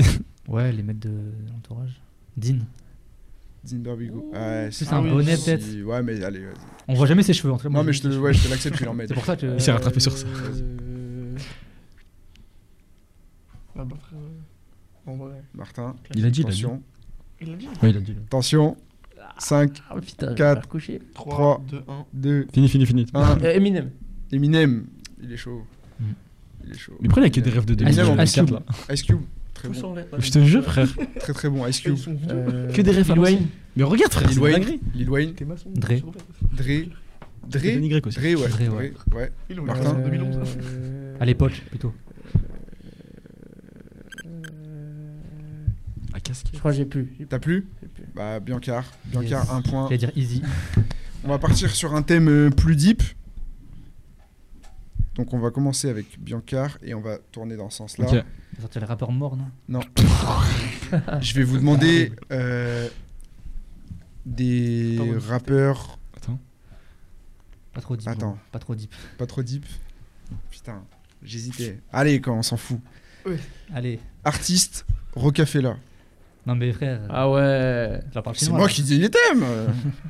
Ouais, les mecs de l'entourage. Dean. Zinderbigo. Ah Ouais, C'est un bonnet, si- peut-être. Ouais, mais allez. vas-y. On voit jamais ses cheveux en tout cas. moi, Non, mais je te ouais, je te l'accepte, tu l'emmènes. C'est pour ça que. Il s'est rattrapé sur ça. Euh, Ah bah, frère, ouais. En vrai. Martin, [LAUGHS] Il a dit, il a dit. attention. Il l'a dit. Ouais, il a dit. Attention. 5, Ah putain, je vais Quatre. me coucher. 3, Trois. 2, 1. 2, Fini, fini, fini. 1. Euh, Eminem. Eminem, il est chaud. Mm. Il est chaud. Mais pourquoi Ah, il y a que des rêves de Eminem, 2000 Eminem, Ice Cube. là Ice Cube, très Tous bon. en l'air. Je te jure, frère. Très très bon. Ice Ils Cube, sont vieux. Euh, Que des références. Lil Wayne. Mais regarde, frère, Lil c'est Wayne, dinguerie. Lil Wayne, T'es maçon. Dre. sur- Dre, C'est Dre, dénigré, quoi, aussi. Dre, ouais. Dre, ouais. Dre, ouais. Il est Martin. en 2011. Euh, À l'époque plutôt. Ah, Je casquette. crois que j'ai plus. j'ai T'as plus plus, j'ai plus. Bah, Biancar. Biancar, Yes. un point. J'allais dire Easy. On va partir sur un thème euh, plus deep. Donc, on va commencer avec Biancar et on va tourner dans ce sens-là. Ok. Il a sorti les rappeurs morts, non Non. Je vais vous demander euh, des Attends, rappeurs Attends. Pas trop deep. Attends. bon, Pas trop deep. pas trop deep. Putain, j'hésitais. Allez, quand on s'en fout. Allez. Artiste, Rocafella. Non mais frère. Ah ouais. Je leur parle C'est chinois, moi là. qui dis les thèmes. euh.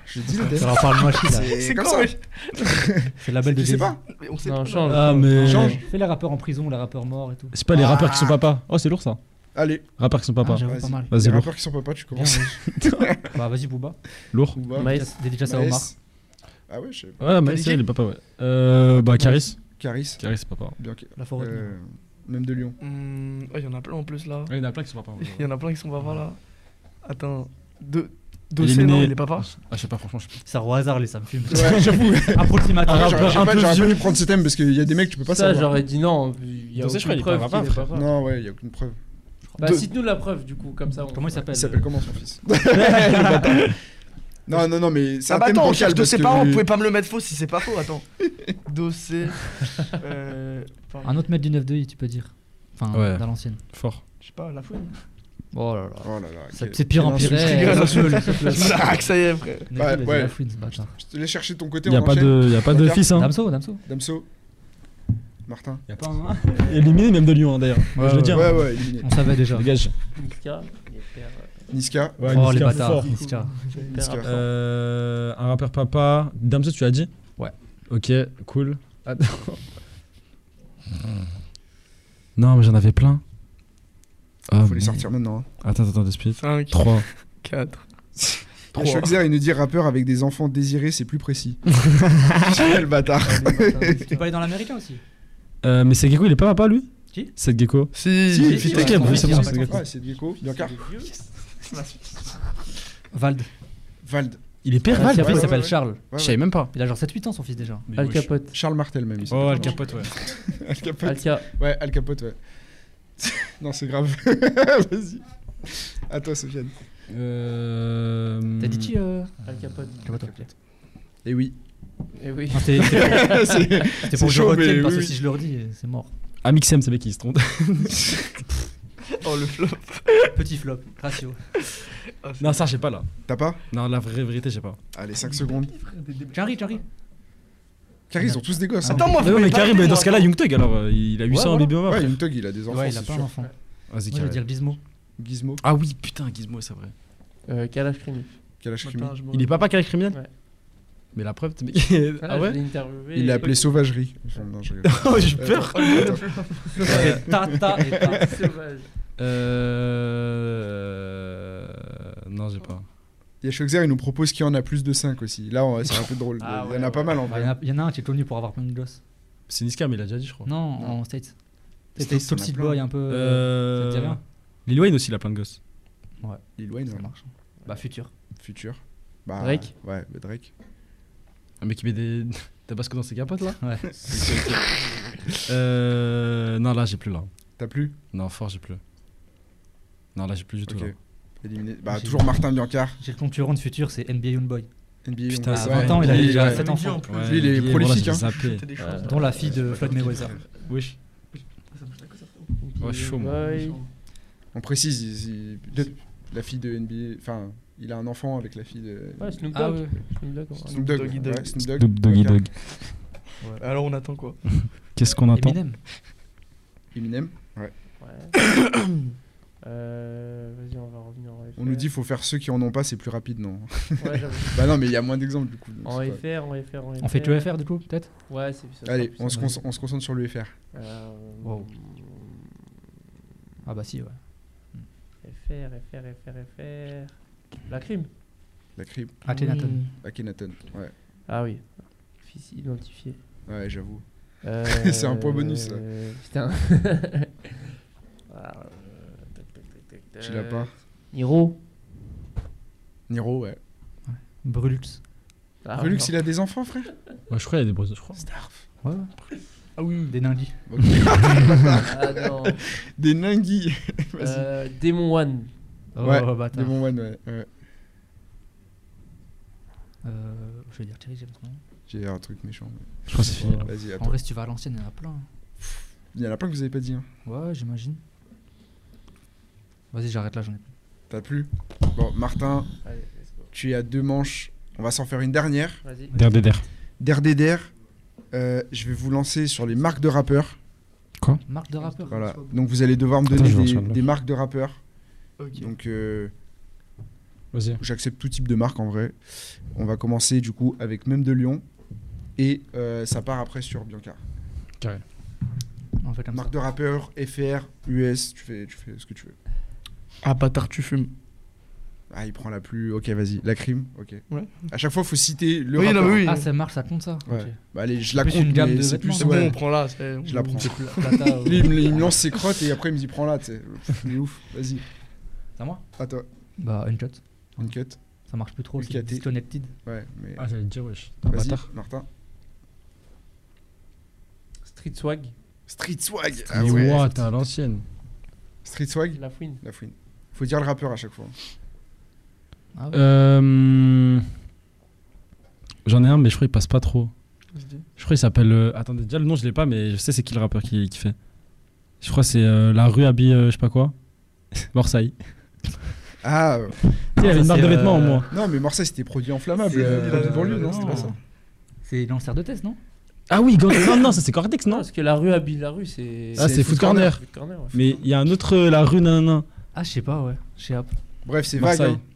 Je dis les Je thèmes. leur parle mochi là. [LAUGHS] C'est comme quoi, ça. wesh C'est la belle de Je sais Jay-Z. pas. Mais On sait Non, pas. change. Ah, mais. Change. Fais les rappeurs en prison, les rappeurs morts et tout. C'est pas les rappeurs qui sont papa. Oh, c'est lourd ça. Allez, Rappeurs qui sont Ah, papa. J'avoue Vas-y. pas mal. Vas-y, les lourd. rappeurs qui sont papa, tu Bien, commences. ouais. bah vas-y Booba. Lourd. Ou pas. Maïs. Des déjà ça Omar. Maes. Ah ouais, je sais pas. Ouais, mais dit c'est les papas, ouais. Euh, bah, Caris. Caris, Caris, c'est papa. Bianca. La forêt. euh, même de Lyon. Hum, ouais, il y en a plein en plus là. Il y en a plein qui sont papas. Il y en a plein qui sont bavards là. Attends. Deux. Dossé, Éliminé. non, il est papa. Ah, je sais pas, franchement, je sais pas. Ça au hasard les, ça me fume. [LAUGHS] Ouais, Ah, j'avoue. Approximatif. Un J'aurais- rappeur J'aurais un pas, peu j'aurais pas vieux. dû prendre ces thèmes parce qu'il y a des mecs, tu peux pas ça, savoir. j'aurais dit non. Il y a Dans ces, je aucune crois, il est preuve pas qu'il est rappeur. Ah. papa. Non, ouais, il y a aucune preuve. Bah, Deux. cite-nous la preuve, du coup, comme ça. on- Comment il s'appelle Il s'appelle comment son [LAUGHS] fils Non, non, non, mais c'est Ah un bah thème attends, on bancal cherche de parce ses que- parents, vous pouvez pas me le mettre faux si c'est pas faux, [LAUGHS] attends. Dossé. euh, pardon. Un autre maître du 9 2 tu peux dire. Enfin, Ouais. dans l'ancienne. Fort. Je sais pas, la fouine. Oh là là. Oh là là. C'est quel- c'est de pire en quel pire. insulte. eh, rigole. saute-le, saute-le. Ah, que ça y est, frère. Nekfeu, il a dit ouais. la fouine, ce bâtard. Je te laisse chercher de ton côté. Il y a on pas enchaîne. de, y a pas de Regarde. fils, hein. Damso, Damso. Damso. Martin. Y a pas un. Éliminé même de Lyon, hein, d'ailleurs. Ouais, je le dis. Tiens. hein. Ouais, ouais, éliminé. On savait déjà. Dégage. Niska, il est père, euh, Niska. Ouais, oh Niska, les bâtards, [LAUGHS] fort. Niska. père Niska. rappeur. Euh, un rappeur papa. Damso, tu l'as dit Ouais. Ok, cool. Attends. non, mais j'en avais plein. Ah, Faut les merde. sortir maintenant. hein. Attends, attends, deux speed. 5, 3. 4. Il y a Trois. Schweitzer, il nous dit rappeur avec des enfants désirés, c'est plus [LAUGHS] précis. Quel bâtard. Tu peux aller dans l'américain aussi. Euh, mais c'est Gecko, il est pas papa, lui Qui Seth Gecko. Si, Si, si, si, si, ouais, ok, bon, c'est ouais, bon, ouais, c'est ouais, bon. ouais, c'est Diego, Bianca, Vald. Vald. Il est père Ah, Val c'est Il vrai, putain. ouais, s'appelle ouais. Charles. Je Ouais, savais même pas. Il a genre 7-8 ans son fils déjà. Al Capote. Charles Martel même. il Oh, s'appelle. Al Capote, ouais. Al Capote. Al Ca- Ouais, Al Capote, ouais. [LAUGHS] non, c'est grave. [LAUGHS] Vas-y. À toi, Sofiane. [LAUGHS] Euh... T'as dit qui euh Al Capote. Capote, ok. Et oui. Eh oui. Non, C'était c'était- C'est- c'était pour que je chaud, mais retienne parce que oui, si je le redis, euh, c'est mort. Amixem, c'est mec qui se trompe. Oh le flop. Petit flop, ratio. non, ça, j'ai pas là. T'as pas Non, la vraie vérité, j'ai pas. Oh, Allez, 5 secondes. Charlie, Charlie. Car ils ont tous des gosses. hein. Attends moi. Non, faut mais pas Karim, dire, dans moi. ce cas-là, Young Thug, alors, euh, il a eu Ouais, ça en voilà. bébé Ouais, après. Young Thug, il a des enfants, Ouais, il a c'est pas sûr. un enfant. Moi, Vas-y, je veux Karim. dire Gizmo. Gizmo, Ah oui, putain, Gizmo, c'est vrai. [LAUGHS] Euh, Kalash Krimi. quel âge Attends, je me- Il est papa Karim criminel Ouais. Mais la preuve, t'es mec. [LAUGHS] Ah, Ah je ouais l'ai interviewé. Il l'a appelé sauvagerie. Enfin, non, je rigole. Oh, j'ai Euh, peur. attends. Et ta, ta, et ta. Sauvage. Euh. Non, j'ai pas. Yashokzer, il nous propose qu'il y en a plus de 5 aussi. Là, on- c'est un peu drôle. Ah il y ouais, en a ouais. pas mal en Bah, Il y en vrai. a- il y en a un qui est connu pour avoir plein de gosses. C'est Niska, mais il a déjà dit, je crois. Non, Non. en States. C'était States, il y en a Tulsi plein. Boy un peu. euh, Ça te dit Euh. rien Lil Wayne aussi, il a plein de gosses. Lil Wayne, Ça hein. marche. Bah, futur. futur. Bah, Drake Ouais, bah, Drake. Un mec qui met des. [LAUGHS] T'as pas ce que dans ses capotes là Ouais. Euh. Non, là, j'ai plus là. T'as plus Non, fort, j'ai plus. Non, là, j'ai plus du tout. Ok. là. Éliminé. Bah, J'ai- toujours Martin Biancar. J'ai le concurrent de futur, c'est NBA Youngboy. NBA. Putain, on- c'est ouais, 20 ans, il a NBA, déjà ouais. sept ans. enfants. en plus. Lui, il est oublié, prolifique, voilà, hein. [LAUGHS] j'ai zappé. C'était des choses. Dont la fille de Floyd Mayweather. Wesh. Oh, Ouais, je suis chaud, moi. Ouais. On précise, il- il- la fille de NBA. Enfin, il a un enfant avec la fille de. Ouais, Snoop Ah Dogg. Snoop Dogg. ouais. Snoop Dogg. Doggy Dogg. ouais, Snoop Dogg. Dog, Doggy Biancar. Dog. Alors on attend quoi Qu'est-ce qu'on attend Eminem. Eminem. Ouais. Ouais. Euh, Vas-y, on va revenir en FR. On nous dit faut faire ceux qui en ont pas, c'est plus rapide, non Ouais, j'avoue. [LAUGHS] Bah, non, mais il y a moins d'exemples du coup. Ah donc En c'est pas- FR, en FR, en FR. On fait que FR du coup, peut-être Ouais, c'est ça. Allez, sera on plus se, simple. conce- on se concentre sur le FR. Euh, Wow. Ah bah si, ouais. FR, FR, FR, FR. La crime. La crib, Akhenaton. Akhenaton. Ouais, Ah oui. Fils identifié. ouais j'avoue. Euh, [LAUGHS] C'est un point bonus, ça. euh, Putain. [LAUGHS] Ah, euh, tac, tac, tac, tac, Euh, tac. Tu l'as pas Niro. Niro, ouais. Brulux. Ah, Relux, non. il a des enfants, frère [LAUGHS] Ouais, je crois qu'il y a des brosses, je crois. Ouais, ouais. Ah oui, Des nindis. Ok. Ah non. Des ninguis. [LAUGHS] Vas-y. Euh, Demon One. Oh, Ouais, bâtard. Des bons one, ouais. ouais. Euh, je vais dire Thierry James, non J'ai un truc méchant. mais- Je crois que c'est fini. là. Vas-y, En attends. vrai, si tu vas à l'ancienne, il y en a plein. hein. Il y en a plein que vous avez pas dit. Hein. Ouais, j'imagine. Vas-y, j'arrête là, j'en ai plus. T'as plus Bon, Martin, Allez, let's go. tu es à deux manches. On va s'en faire une dernière. Vas-y. Der, der, der. DRDDR, euh, je vais vous lancer sur les marques de rappeurs. Marque de rappeur. Voilà. Donc vous allez devoir me donner Attends, je vais des, en chercher. des marques de rappeurs. Ok. Donc euh, Vas-y. j'accepte tout type de marque en vrai. On va commencer du coup avec Même de Lyon. Et euh, ça part après sur Bianca. On fait comme ça. Marque de rappeur, FR, US, tu fais, tu fais ce que tu veux. Ah bâtard tu fumes. Ah, il prend la plus. Ok, vas-y. La crime, ok. Ouais. À chaque fois, faut citer le Oui, rappeur. non, mais oui. Ah, ça marche, ça compte ça Ouais. Ok. Bah, allez, je la Plus compte, une gamme mais de c'est vêtements. plus. C'est bon ouais. on prend là. c'est- Je la prends. C'est [LAUGHS] plus- Plata, Lui, ouais. il me, [LAUGHS] il me lance ses crottes et après, il me dit prends-la, tu sais. Il est ouf. Vas-y. C'est à moi À toi. Bah, Uncut. Une cut. Ça marche plus trop, c'est UKT. disconnected. Ouais, mais. Ah, j'allais te dire, wesh. vas-y, Martin. Street Swag. Street Swag. Ah Mais ouais. ouah, t'es à l'ancienne. Street Swag. La fouine. La fouine. Faut dire le rappeur à chaque fois. Ah ouais. Euh. J'en ai un, mais je crois qu'il passe pas trop. Je crois qu'il s'appelle. euh, Attendez, déjà le nom, je l'ai pas, mais je sais c'est qui le rappeur qui, qui fait. Je crois que c'est euh, La rue habille, euh, je sais pas quoi. [LAUGHS] Morsaï. Ah, euh, Tu sais, il y avait une Ça, marque de c'est, vêtements en euh, moi. non, mais Marseille, c'était produit inflammable. C'est- euh, il a- devant lui, il a- non, c'était pas ça. C'est lanceur de test, non Ah oui, Gant- non, non, ça c'est Cortex, Non, non parce que la rue habille la rue, c'est. Ah, c'est Foot Corner. Foot Corner, ouais. Mais il y a un autre, euh, La rue nanana. Ah, je sais pas, ouais. Je sais pas. [LAUGHS] Bref, c'est vague. Marseille. hein.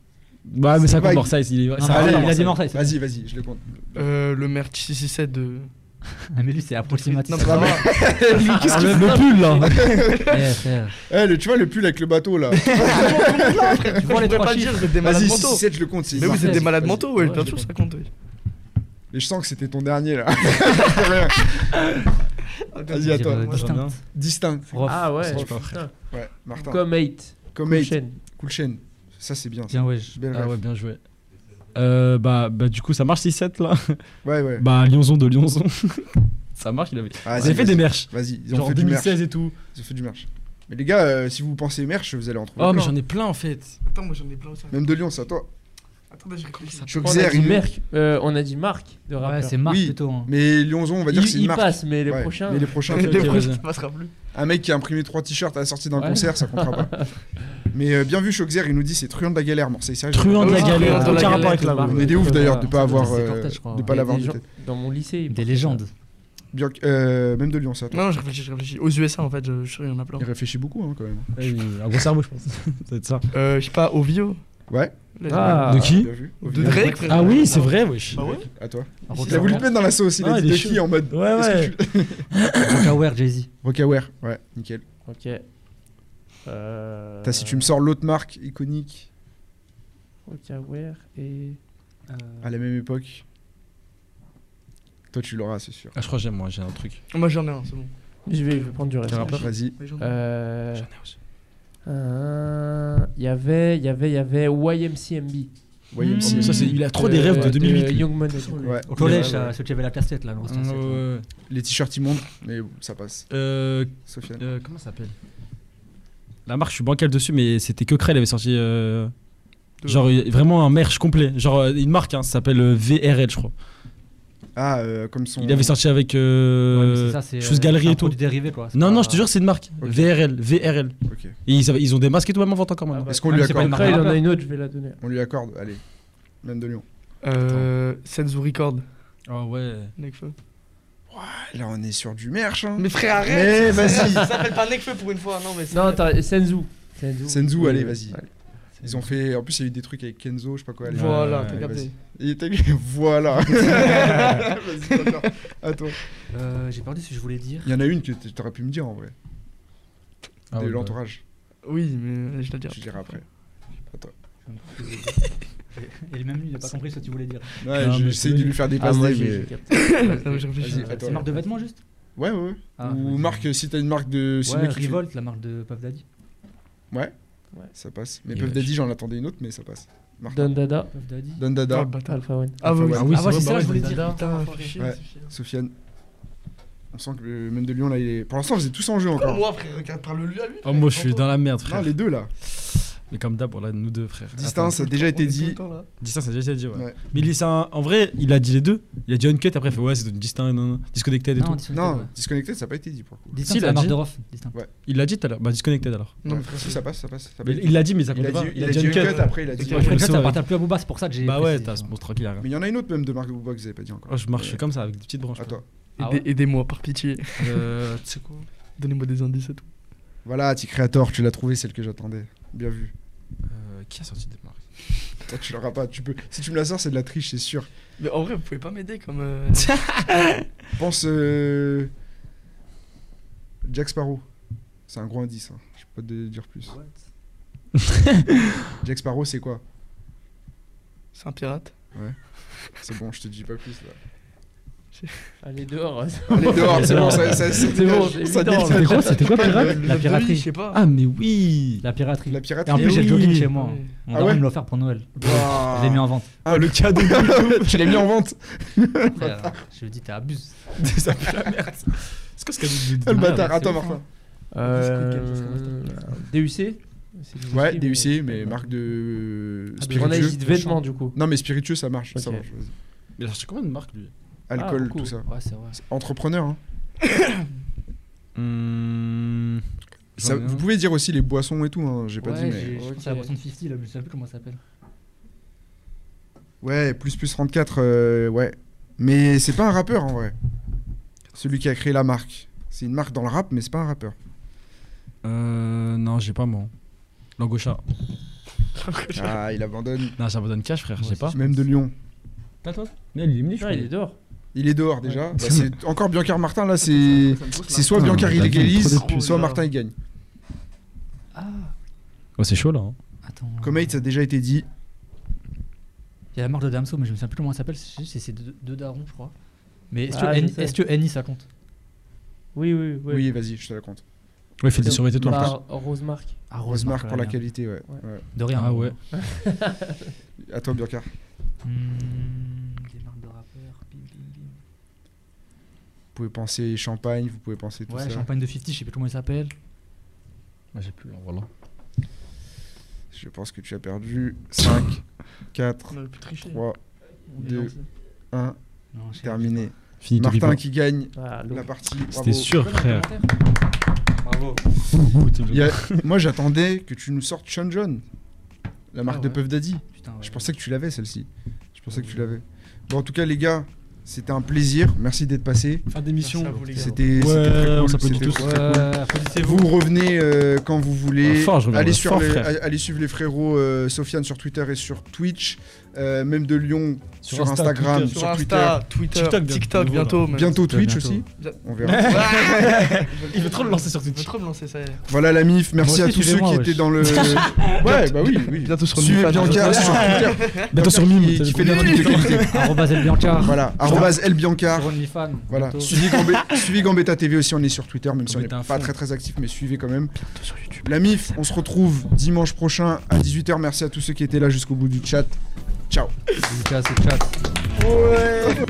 Bah, mais C'est ça compte vague. Ah, Morsaï. Il est... Non, ça non, allez, compte, il a Marseille. dit Marseille. Vas-y, c'est vas-y, je le compte. Euh, le merch 667 de. bon. Ah, mais lui, c'est approximatif. Non, mais ça va. Ah, le, le pull là Eh, frère. Eh, le- tu vois le pull avec le bateau là. Tu vois Je les pourrais trois pas le dire, chiffres vous êtes des malades Vas-y, mentaux. 6-7, je le compte. c'est Mais vous êtes Marseille. des malades Vas-y. mentaux, ouais, Ouais, bien je sûr, les ça compte. ouais. Et je sens que c'était ton dernier là. Vas-y, à toi. euh, Moi, j'aime bien. distinct. Distinct. Rof. Ah ouais, c'est oh, pas putain. Ouais, Martin. Comme 8. Comme Comme Eight. chaîne. Cool chaîne. Ça, c'est bien. ça. Tiens, ouais. je- Belle Ah ref. ouais, bien joué. Euh, bah, bah, du coup, ça marche 6-7 là. Ouais, ouais. Bah, Lyonzon de Lyonzon. [LAUGHS] ça marche, il avait. Ah, Ils vas-y, avaient fait des merch. Vas-y, ils ont Genre fait du merch. 2016 et tout. Ils ont fait du merch. Mais les gars, euh, si vous pensez merch, vous allez en trouver. Oh, mais plein. j'en ai plein en fait. Attends, moi j'en ai plein aussi. Même de Lyon, c'est à toi. Attendez, j'ai réfléchi. On a, Choxer, dit il- Merck, euh, on a dit Marc de Ouais, rappeur. c'est Marc Oui. plutôt. hein. Mais Lyonzon, on va dire que il c'est une il marque. passe, mais les Ouais, prochains. mais les [LAUGHS] prochains. Ok, Les ok, prochains, vas-y. ça passera plus. Un mec qui a imprimé trois t-shirts à la sortie d'un Ouais. concert, ça comptera [LAUGHS] pas. Mais euh, bien vu, Choxer, il nous dit c'est truand de la galère, Marseille. Sérieux, Truand de la Ah, galère. truand de la Aucun rapport galère, avec la Marc. rue. On est des ouf d'ailleurs de pas avoir, C'est euh, Cortège, je crois. de Il pas y a l'avoir des du gens- tête. Dans mon lycée. ils Des portaient légendes. Bien que- euh, même de Lyon, c'est à toi. Non, non, je réfléchis, je réfléchis. Aux USA, en fait, je je suis sûr, il y en a plein. Il réfléchit beaucoup hein, quand même. Ouais, il a Un gros cerveau, je pense. [LAUGHS] Ça doit être ça. Euh, je sais pas, Ovio. Ouais. Là, Ah. de qui Bien vu. De Drake, frère. Ah oui, c'est vrai, wesh. Bah ouais. À toi. Un Il a voulu te mettre dans la sauce, il Ah, a dit il est de chaud. qui en mode. Ouais, est-ce que ouais. tu- Rockaware, Jay-Z. Rockaware, ouais, nickel. ça. Ok. Euh... T'as, si tu me sors l'autre marque iconique Okaware et. à la même époque, toi tu l'auras, c'est sûr. Ah, je crois que j'aime, moi, j'ai un truc. Ah, Moi j'en ai un, c'est bon. Je vais, je vais prendre du reste. Quel rappeur Vas-y. Mais j'en ai un. Euh, J'en ai aussi. un- Il y avait, il y avait, il y avait YMCMB. Voyons Mmh. Ça, c'est- il a trop des rêves de 2008, lui. Euh, Young Money. Ouais. Au collège, Ouais, ouais. euh, ceux qui avaient la classe tête, là, le grosse Ah, Ouais, classe tête, ouais. ouais, ouais. Les t-shirts immondes, mais bon, ça passe. Euh, Sofiane. euh, Comment ça s'appelle La marque, je suis bancal dessus, mais c'était que Krell avait sorti. euh, De- Genre euh, vraiment un merch complet, genre euh, une marque, hein, ça s'appelle euh, VRL je crois. Ah, euh, comme son. Il avait sorti avec Ouais, mais c'est euh, ça, c'est, Chose euh, Galerie c'est un et tout. produit Ah. dérivé, quoi. C'est Non, pas- non, je te jure, c'est une marque. Ok. VRL, VRL. Ok. Et ils, avaient- ils ont des masques et tout, même en vente encore maintenant. Ah bah, Est-ce qu'on lui Ah, c'est pas accorde une Après, il en rappeur. a une autre, je vais la donner. On lui accorde, allez. Même de Lyon. Euh, Senzu Record. bah. Ah ouais. Nekfeu. Ah, Là, on est sur du merch. Hein. Mais frère, Mais arrête vas-y. Ça s'appelle pas Nekfeu pour une fois, non mais c'est- Non, t'as Senzu. Senzu, Senzu, Oui, allez, oui. vas-y. Allez. Ils ont fait. En plus, il y a eu des trucs avec Kenzo, je sais pas quoi. allez. Voilà, Ouais, t'as ouais, capté. Il était. [LAUGHS] Voilà. Vas-y, d'accord. Attends. Euh, J'ai perdu ce que je voulais dire. Il y en a une que t- t'aurais pu me dire en vrai. Ah de ouais, bah. l'entourage. Oui, mais euh, je te le dirai. Je dirai après. [LAUGHS] Et même lui, il a pas compris ce que tu voulais dire. Ouais, Non, mais j'essaie c'est- de lui faire des Ah, passes. moi, D, j'ai j'ai mais... capté. [COUGHS] Non, mais je réfléchis. Ah, Vas-y, à toi. C'est marque de vêtements, juste Ouais, ouais, ouais. Ah, je Ou me marque, si t'as une marque de dis- ciné Ouais, que tu- Revolt, la marque de Puff Daddy. Ça passe. Mais Et Puff ouais, Daddy, je- j'en attendais une autre, mais ça passe. Martin. Don Dada, Puff Daddy. Don Dada. Ah, le bâtard. Alpha One. Ah, oui, Ah oui, oui, ah ouais, c'est vrai, ça, bah je ouais, voulais Don dire. Dada. Putain, Faut frère. réfléchir, Ouais. c'est chiant. Sofiane. On sent que le même de Lyon, là, il est. Pour l'instant, vous êtes tous en jeu Comme encore. moi, frère, regarde, parle-lui à lui. Oh, moi je suis dans la merde, Non, frère. les deux là. Mais comme d'hab, voilà, nous deux, frère. Distinct, Attends. ça a déjà été dit. Distinct, ça a déjà été dit, ouais. Ouais. Mais il- c'est un- en vrai, il a dit les deux. Il a dit Uncut, après, il fait ouais, c'est distinct, non, non, disconnected et Non, tout. Distinct, ouais. Non, Disconnected, ça n'a pas été dit pour le coup. Distinct, Si, il c'est a la marque dit. de Rof. Distinct. Il l'a dit tout à l'heure. Bah, disconnected alors. Non, mais Ouais, frère, si, ça passe, ça passe. ça Mais passe. Il l'a dit, mais ça Il compte a pas. dit, il a dit Uncut, après il a dit. Ouais, Ouais, je me Uncut, ça souviens. appartient plus à Booba, c'est pour ça que j'ai. Bah ouais, précisé, t'as tu ce vois. monstre qui Mais il y en a une autre même de Marc Bouba que vous avez pas dit encore. Oh, je marche comme ça avec des petites branches. À toi. Ah Aidez- ouais Aidez-moi, par pitié. Euh, tu sais quoi Donnez-moi des indices et tout. Voilà, petit créateur, tu l'as trouvé, celle que j'attendais. Bien vu. Euh, Qui a sorti des marques Toi, tu l'auras pas. Tu peux. Si tu me la sors, c'est de la triche, c'est sûr. Mais en vrai, vous pouvez pas m'aider comme. euh, [LAUGHS] Pense. euh, Jack Sparrow. C'est un gros indice. hein. Je peux pas te dire plus. Jack Sparrow, c'est quoi C'est un pirate. C'est bon, je te dis pas plus là. Allez, dehors. Allez dehors, c'est bon, ça, ça, ça C'est bon, dégage, c'est ça dégage. évident. C'était quoi C'était quoi pirate Le La Love Dolly, Je piraterie. sais pas. Ah, mais oui La piraterie. La Et en piraterie. plus, j'ai oui. Bah. le jogging chez moi. Ouais. On Ah va ouais me l'offert pour Noël. Waouh. Je l'ai mis en vente. Ah, le cadeau [LAUGHS] Tu l'as mis en vente. Frère, Je lui dis, t'abuses. Ça pue la merde Est-ce que c'est cadeau de- Ah, le de- bâtard. merde, Attends, c'est- Martin. Euh, DUC C'est du Ouais, whisky, DUC, mais marque de. Ah, On a dit de Spiritueux. vêtements du coup. Non, mais spiritueux, ça marche. Ça Ok. Ah, marche vas-y. Mais il a sorti combien de marques lui Alcool, beaucoup. tout ça. Ouais, c'est vrai. C'est Entrepreneur, hein. Hum. Ça- vous pouvez dire aussi les boissons et tout, hein, j'ai pas ouais, dit, mais. j'ai- Je Ok. pense à la boisson de 50, là, mais je sais plus comment ça s'appelle. Ouais, plus plus 34, euh, ouais. Mais c'est pas un rappeur en vrai. Celui qui a créé la marque. C'est une marque dans le rap, mais c'est pas un rappeur. Euh. Non, j'ai pas moi. Langocha. Ah, il abandonne. Non, ça me donne cash, frère, j'ai pas. Même de Lyon. Attends, mais il est venu, Non, Ah, il est dehors. Il est dehors déjà. Bah, c'est encore Biancar Martin, là, c'est. C'est soit Putain, Biancar la il vie, égalise, trop de pubs. soit Oh là Martin là. il gagne. Ah, Oh, c'est chaud là. hein. attends. Comme Eight, ça a déjà été dit. Il y a la marque de Damso, mais je me souviens plus comment ça s'appelle. C'est c'est- c'est deux, deux darons, je crois. Mais est-ce Ah, que, je N- sais. est-ce que Annie ça compte Oui, oui, bah, ouais. Oui, vas-y, je te la compte. Ouais, fais des surveillés toi. en plus. Par Rosemark. Ah, Rosemark pour la merde. qualité, ouais. Ouais. ouais. De rien. hein. Ah ouais. À toi, Burkhard. Hmm, des marques de rappeurs. bim, bim, bim. Vous pouvez penser champagne, vous pouvez penser tout Ouais, ça. champagne de 50, je sais plus comment il s'appelle. Ah, j'ai plus, voilà. Je pense que tu as perdu. 5, 4, On a pu tricher. 3, On est deux. gentil. 1, Non, je sais terminé. Fini tout Martin qui gagne Ah, lourd. la partie. bravo. C'était sûr, pas. Pas frère. dans les commentaires. Bravo. Il y a- Moi, j'attendais que tu nous sortes Sean John, la marque de Ah ouais. Puff Daddy. Putain, ouais. Je pensais que tu l'avais, celle-ci. Je pensais que tu l'avais. Bon, en tout cas, les gars, c'était un plaisir. Merci d'être passés. Fin d'émission. Merci à vous, les gars. C'était c'était Ouais, très on cool. s'applaudit c'était tous. très cool. Ouais, applaudissez-vous. Vous revenez euh, quand vous voulez. Ah, fort, je reviendrai. allez, sur Fort, les- frère. allez suivre les frérots euh, Sofiane sur Twitter et sur Twitch, euh, même de Lyon sur, Insta, Instagram, Twitter, sur, Sur Twitter. Insta, Twitter, TikTok TikTok, bientôt. bientôt. même. Bientôt Twitch bientôt. aussi. On verra. Ouais. [LAUGHS] Il veut trop le lancer sur Il veut Twitch. trop me lancer, ça y est. Voilà la MIF. Merci aussi, à tous ceux suivez-moi, qui wesh. étaient [LAUGHS] dans le. ouais, bah oui, oui. Bientôt sur Suivez OnlyFans. Bianca sur Twitter. Bientôt Bah, sur Mime. Qui, qui fait des trucs de qualité. Arrobas [LAUGHS] El Biancar. Voilà. Arrobase LBiancar. Sur OnlyFans. Voilà. bientôt. Suivez Gambe- Suivez Gambetta TV aussi. On est sur Twitter, même si on n'est Gambetta à pas fond. très très actif, mais suivez quand même. La MIF, on se retrouve dimanche prochain à 18h. Merci à tous ceux qui étaient là jusqu'au bout du chat. Ciao. Lucas, c'est chat. Ouais.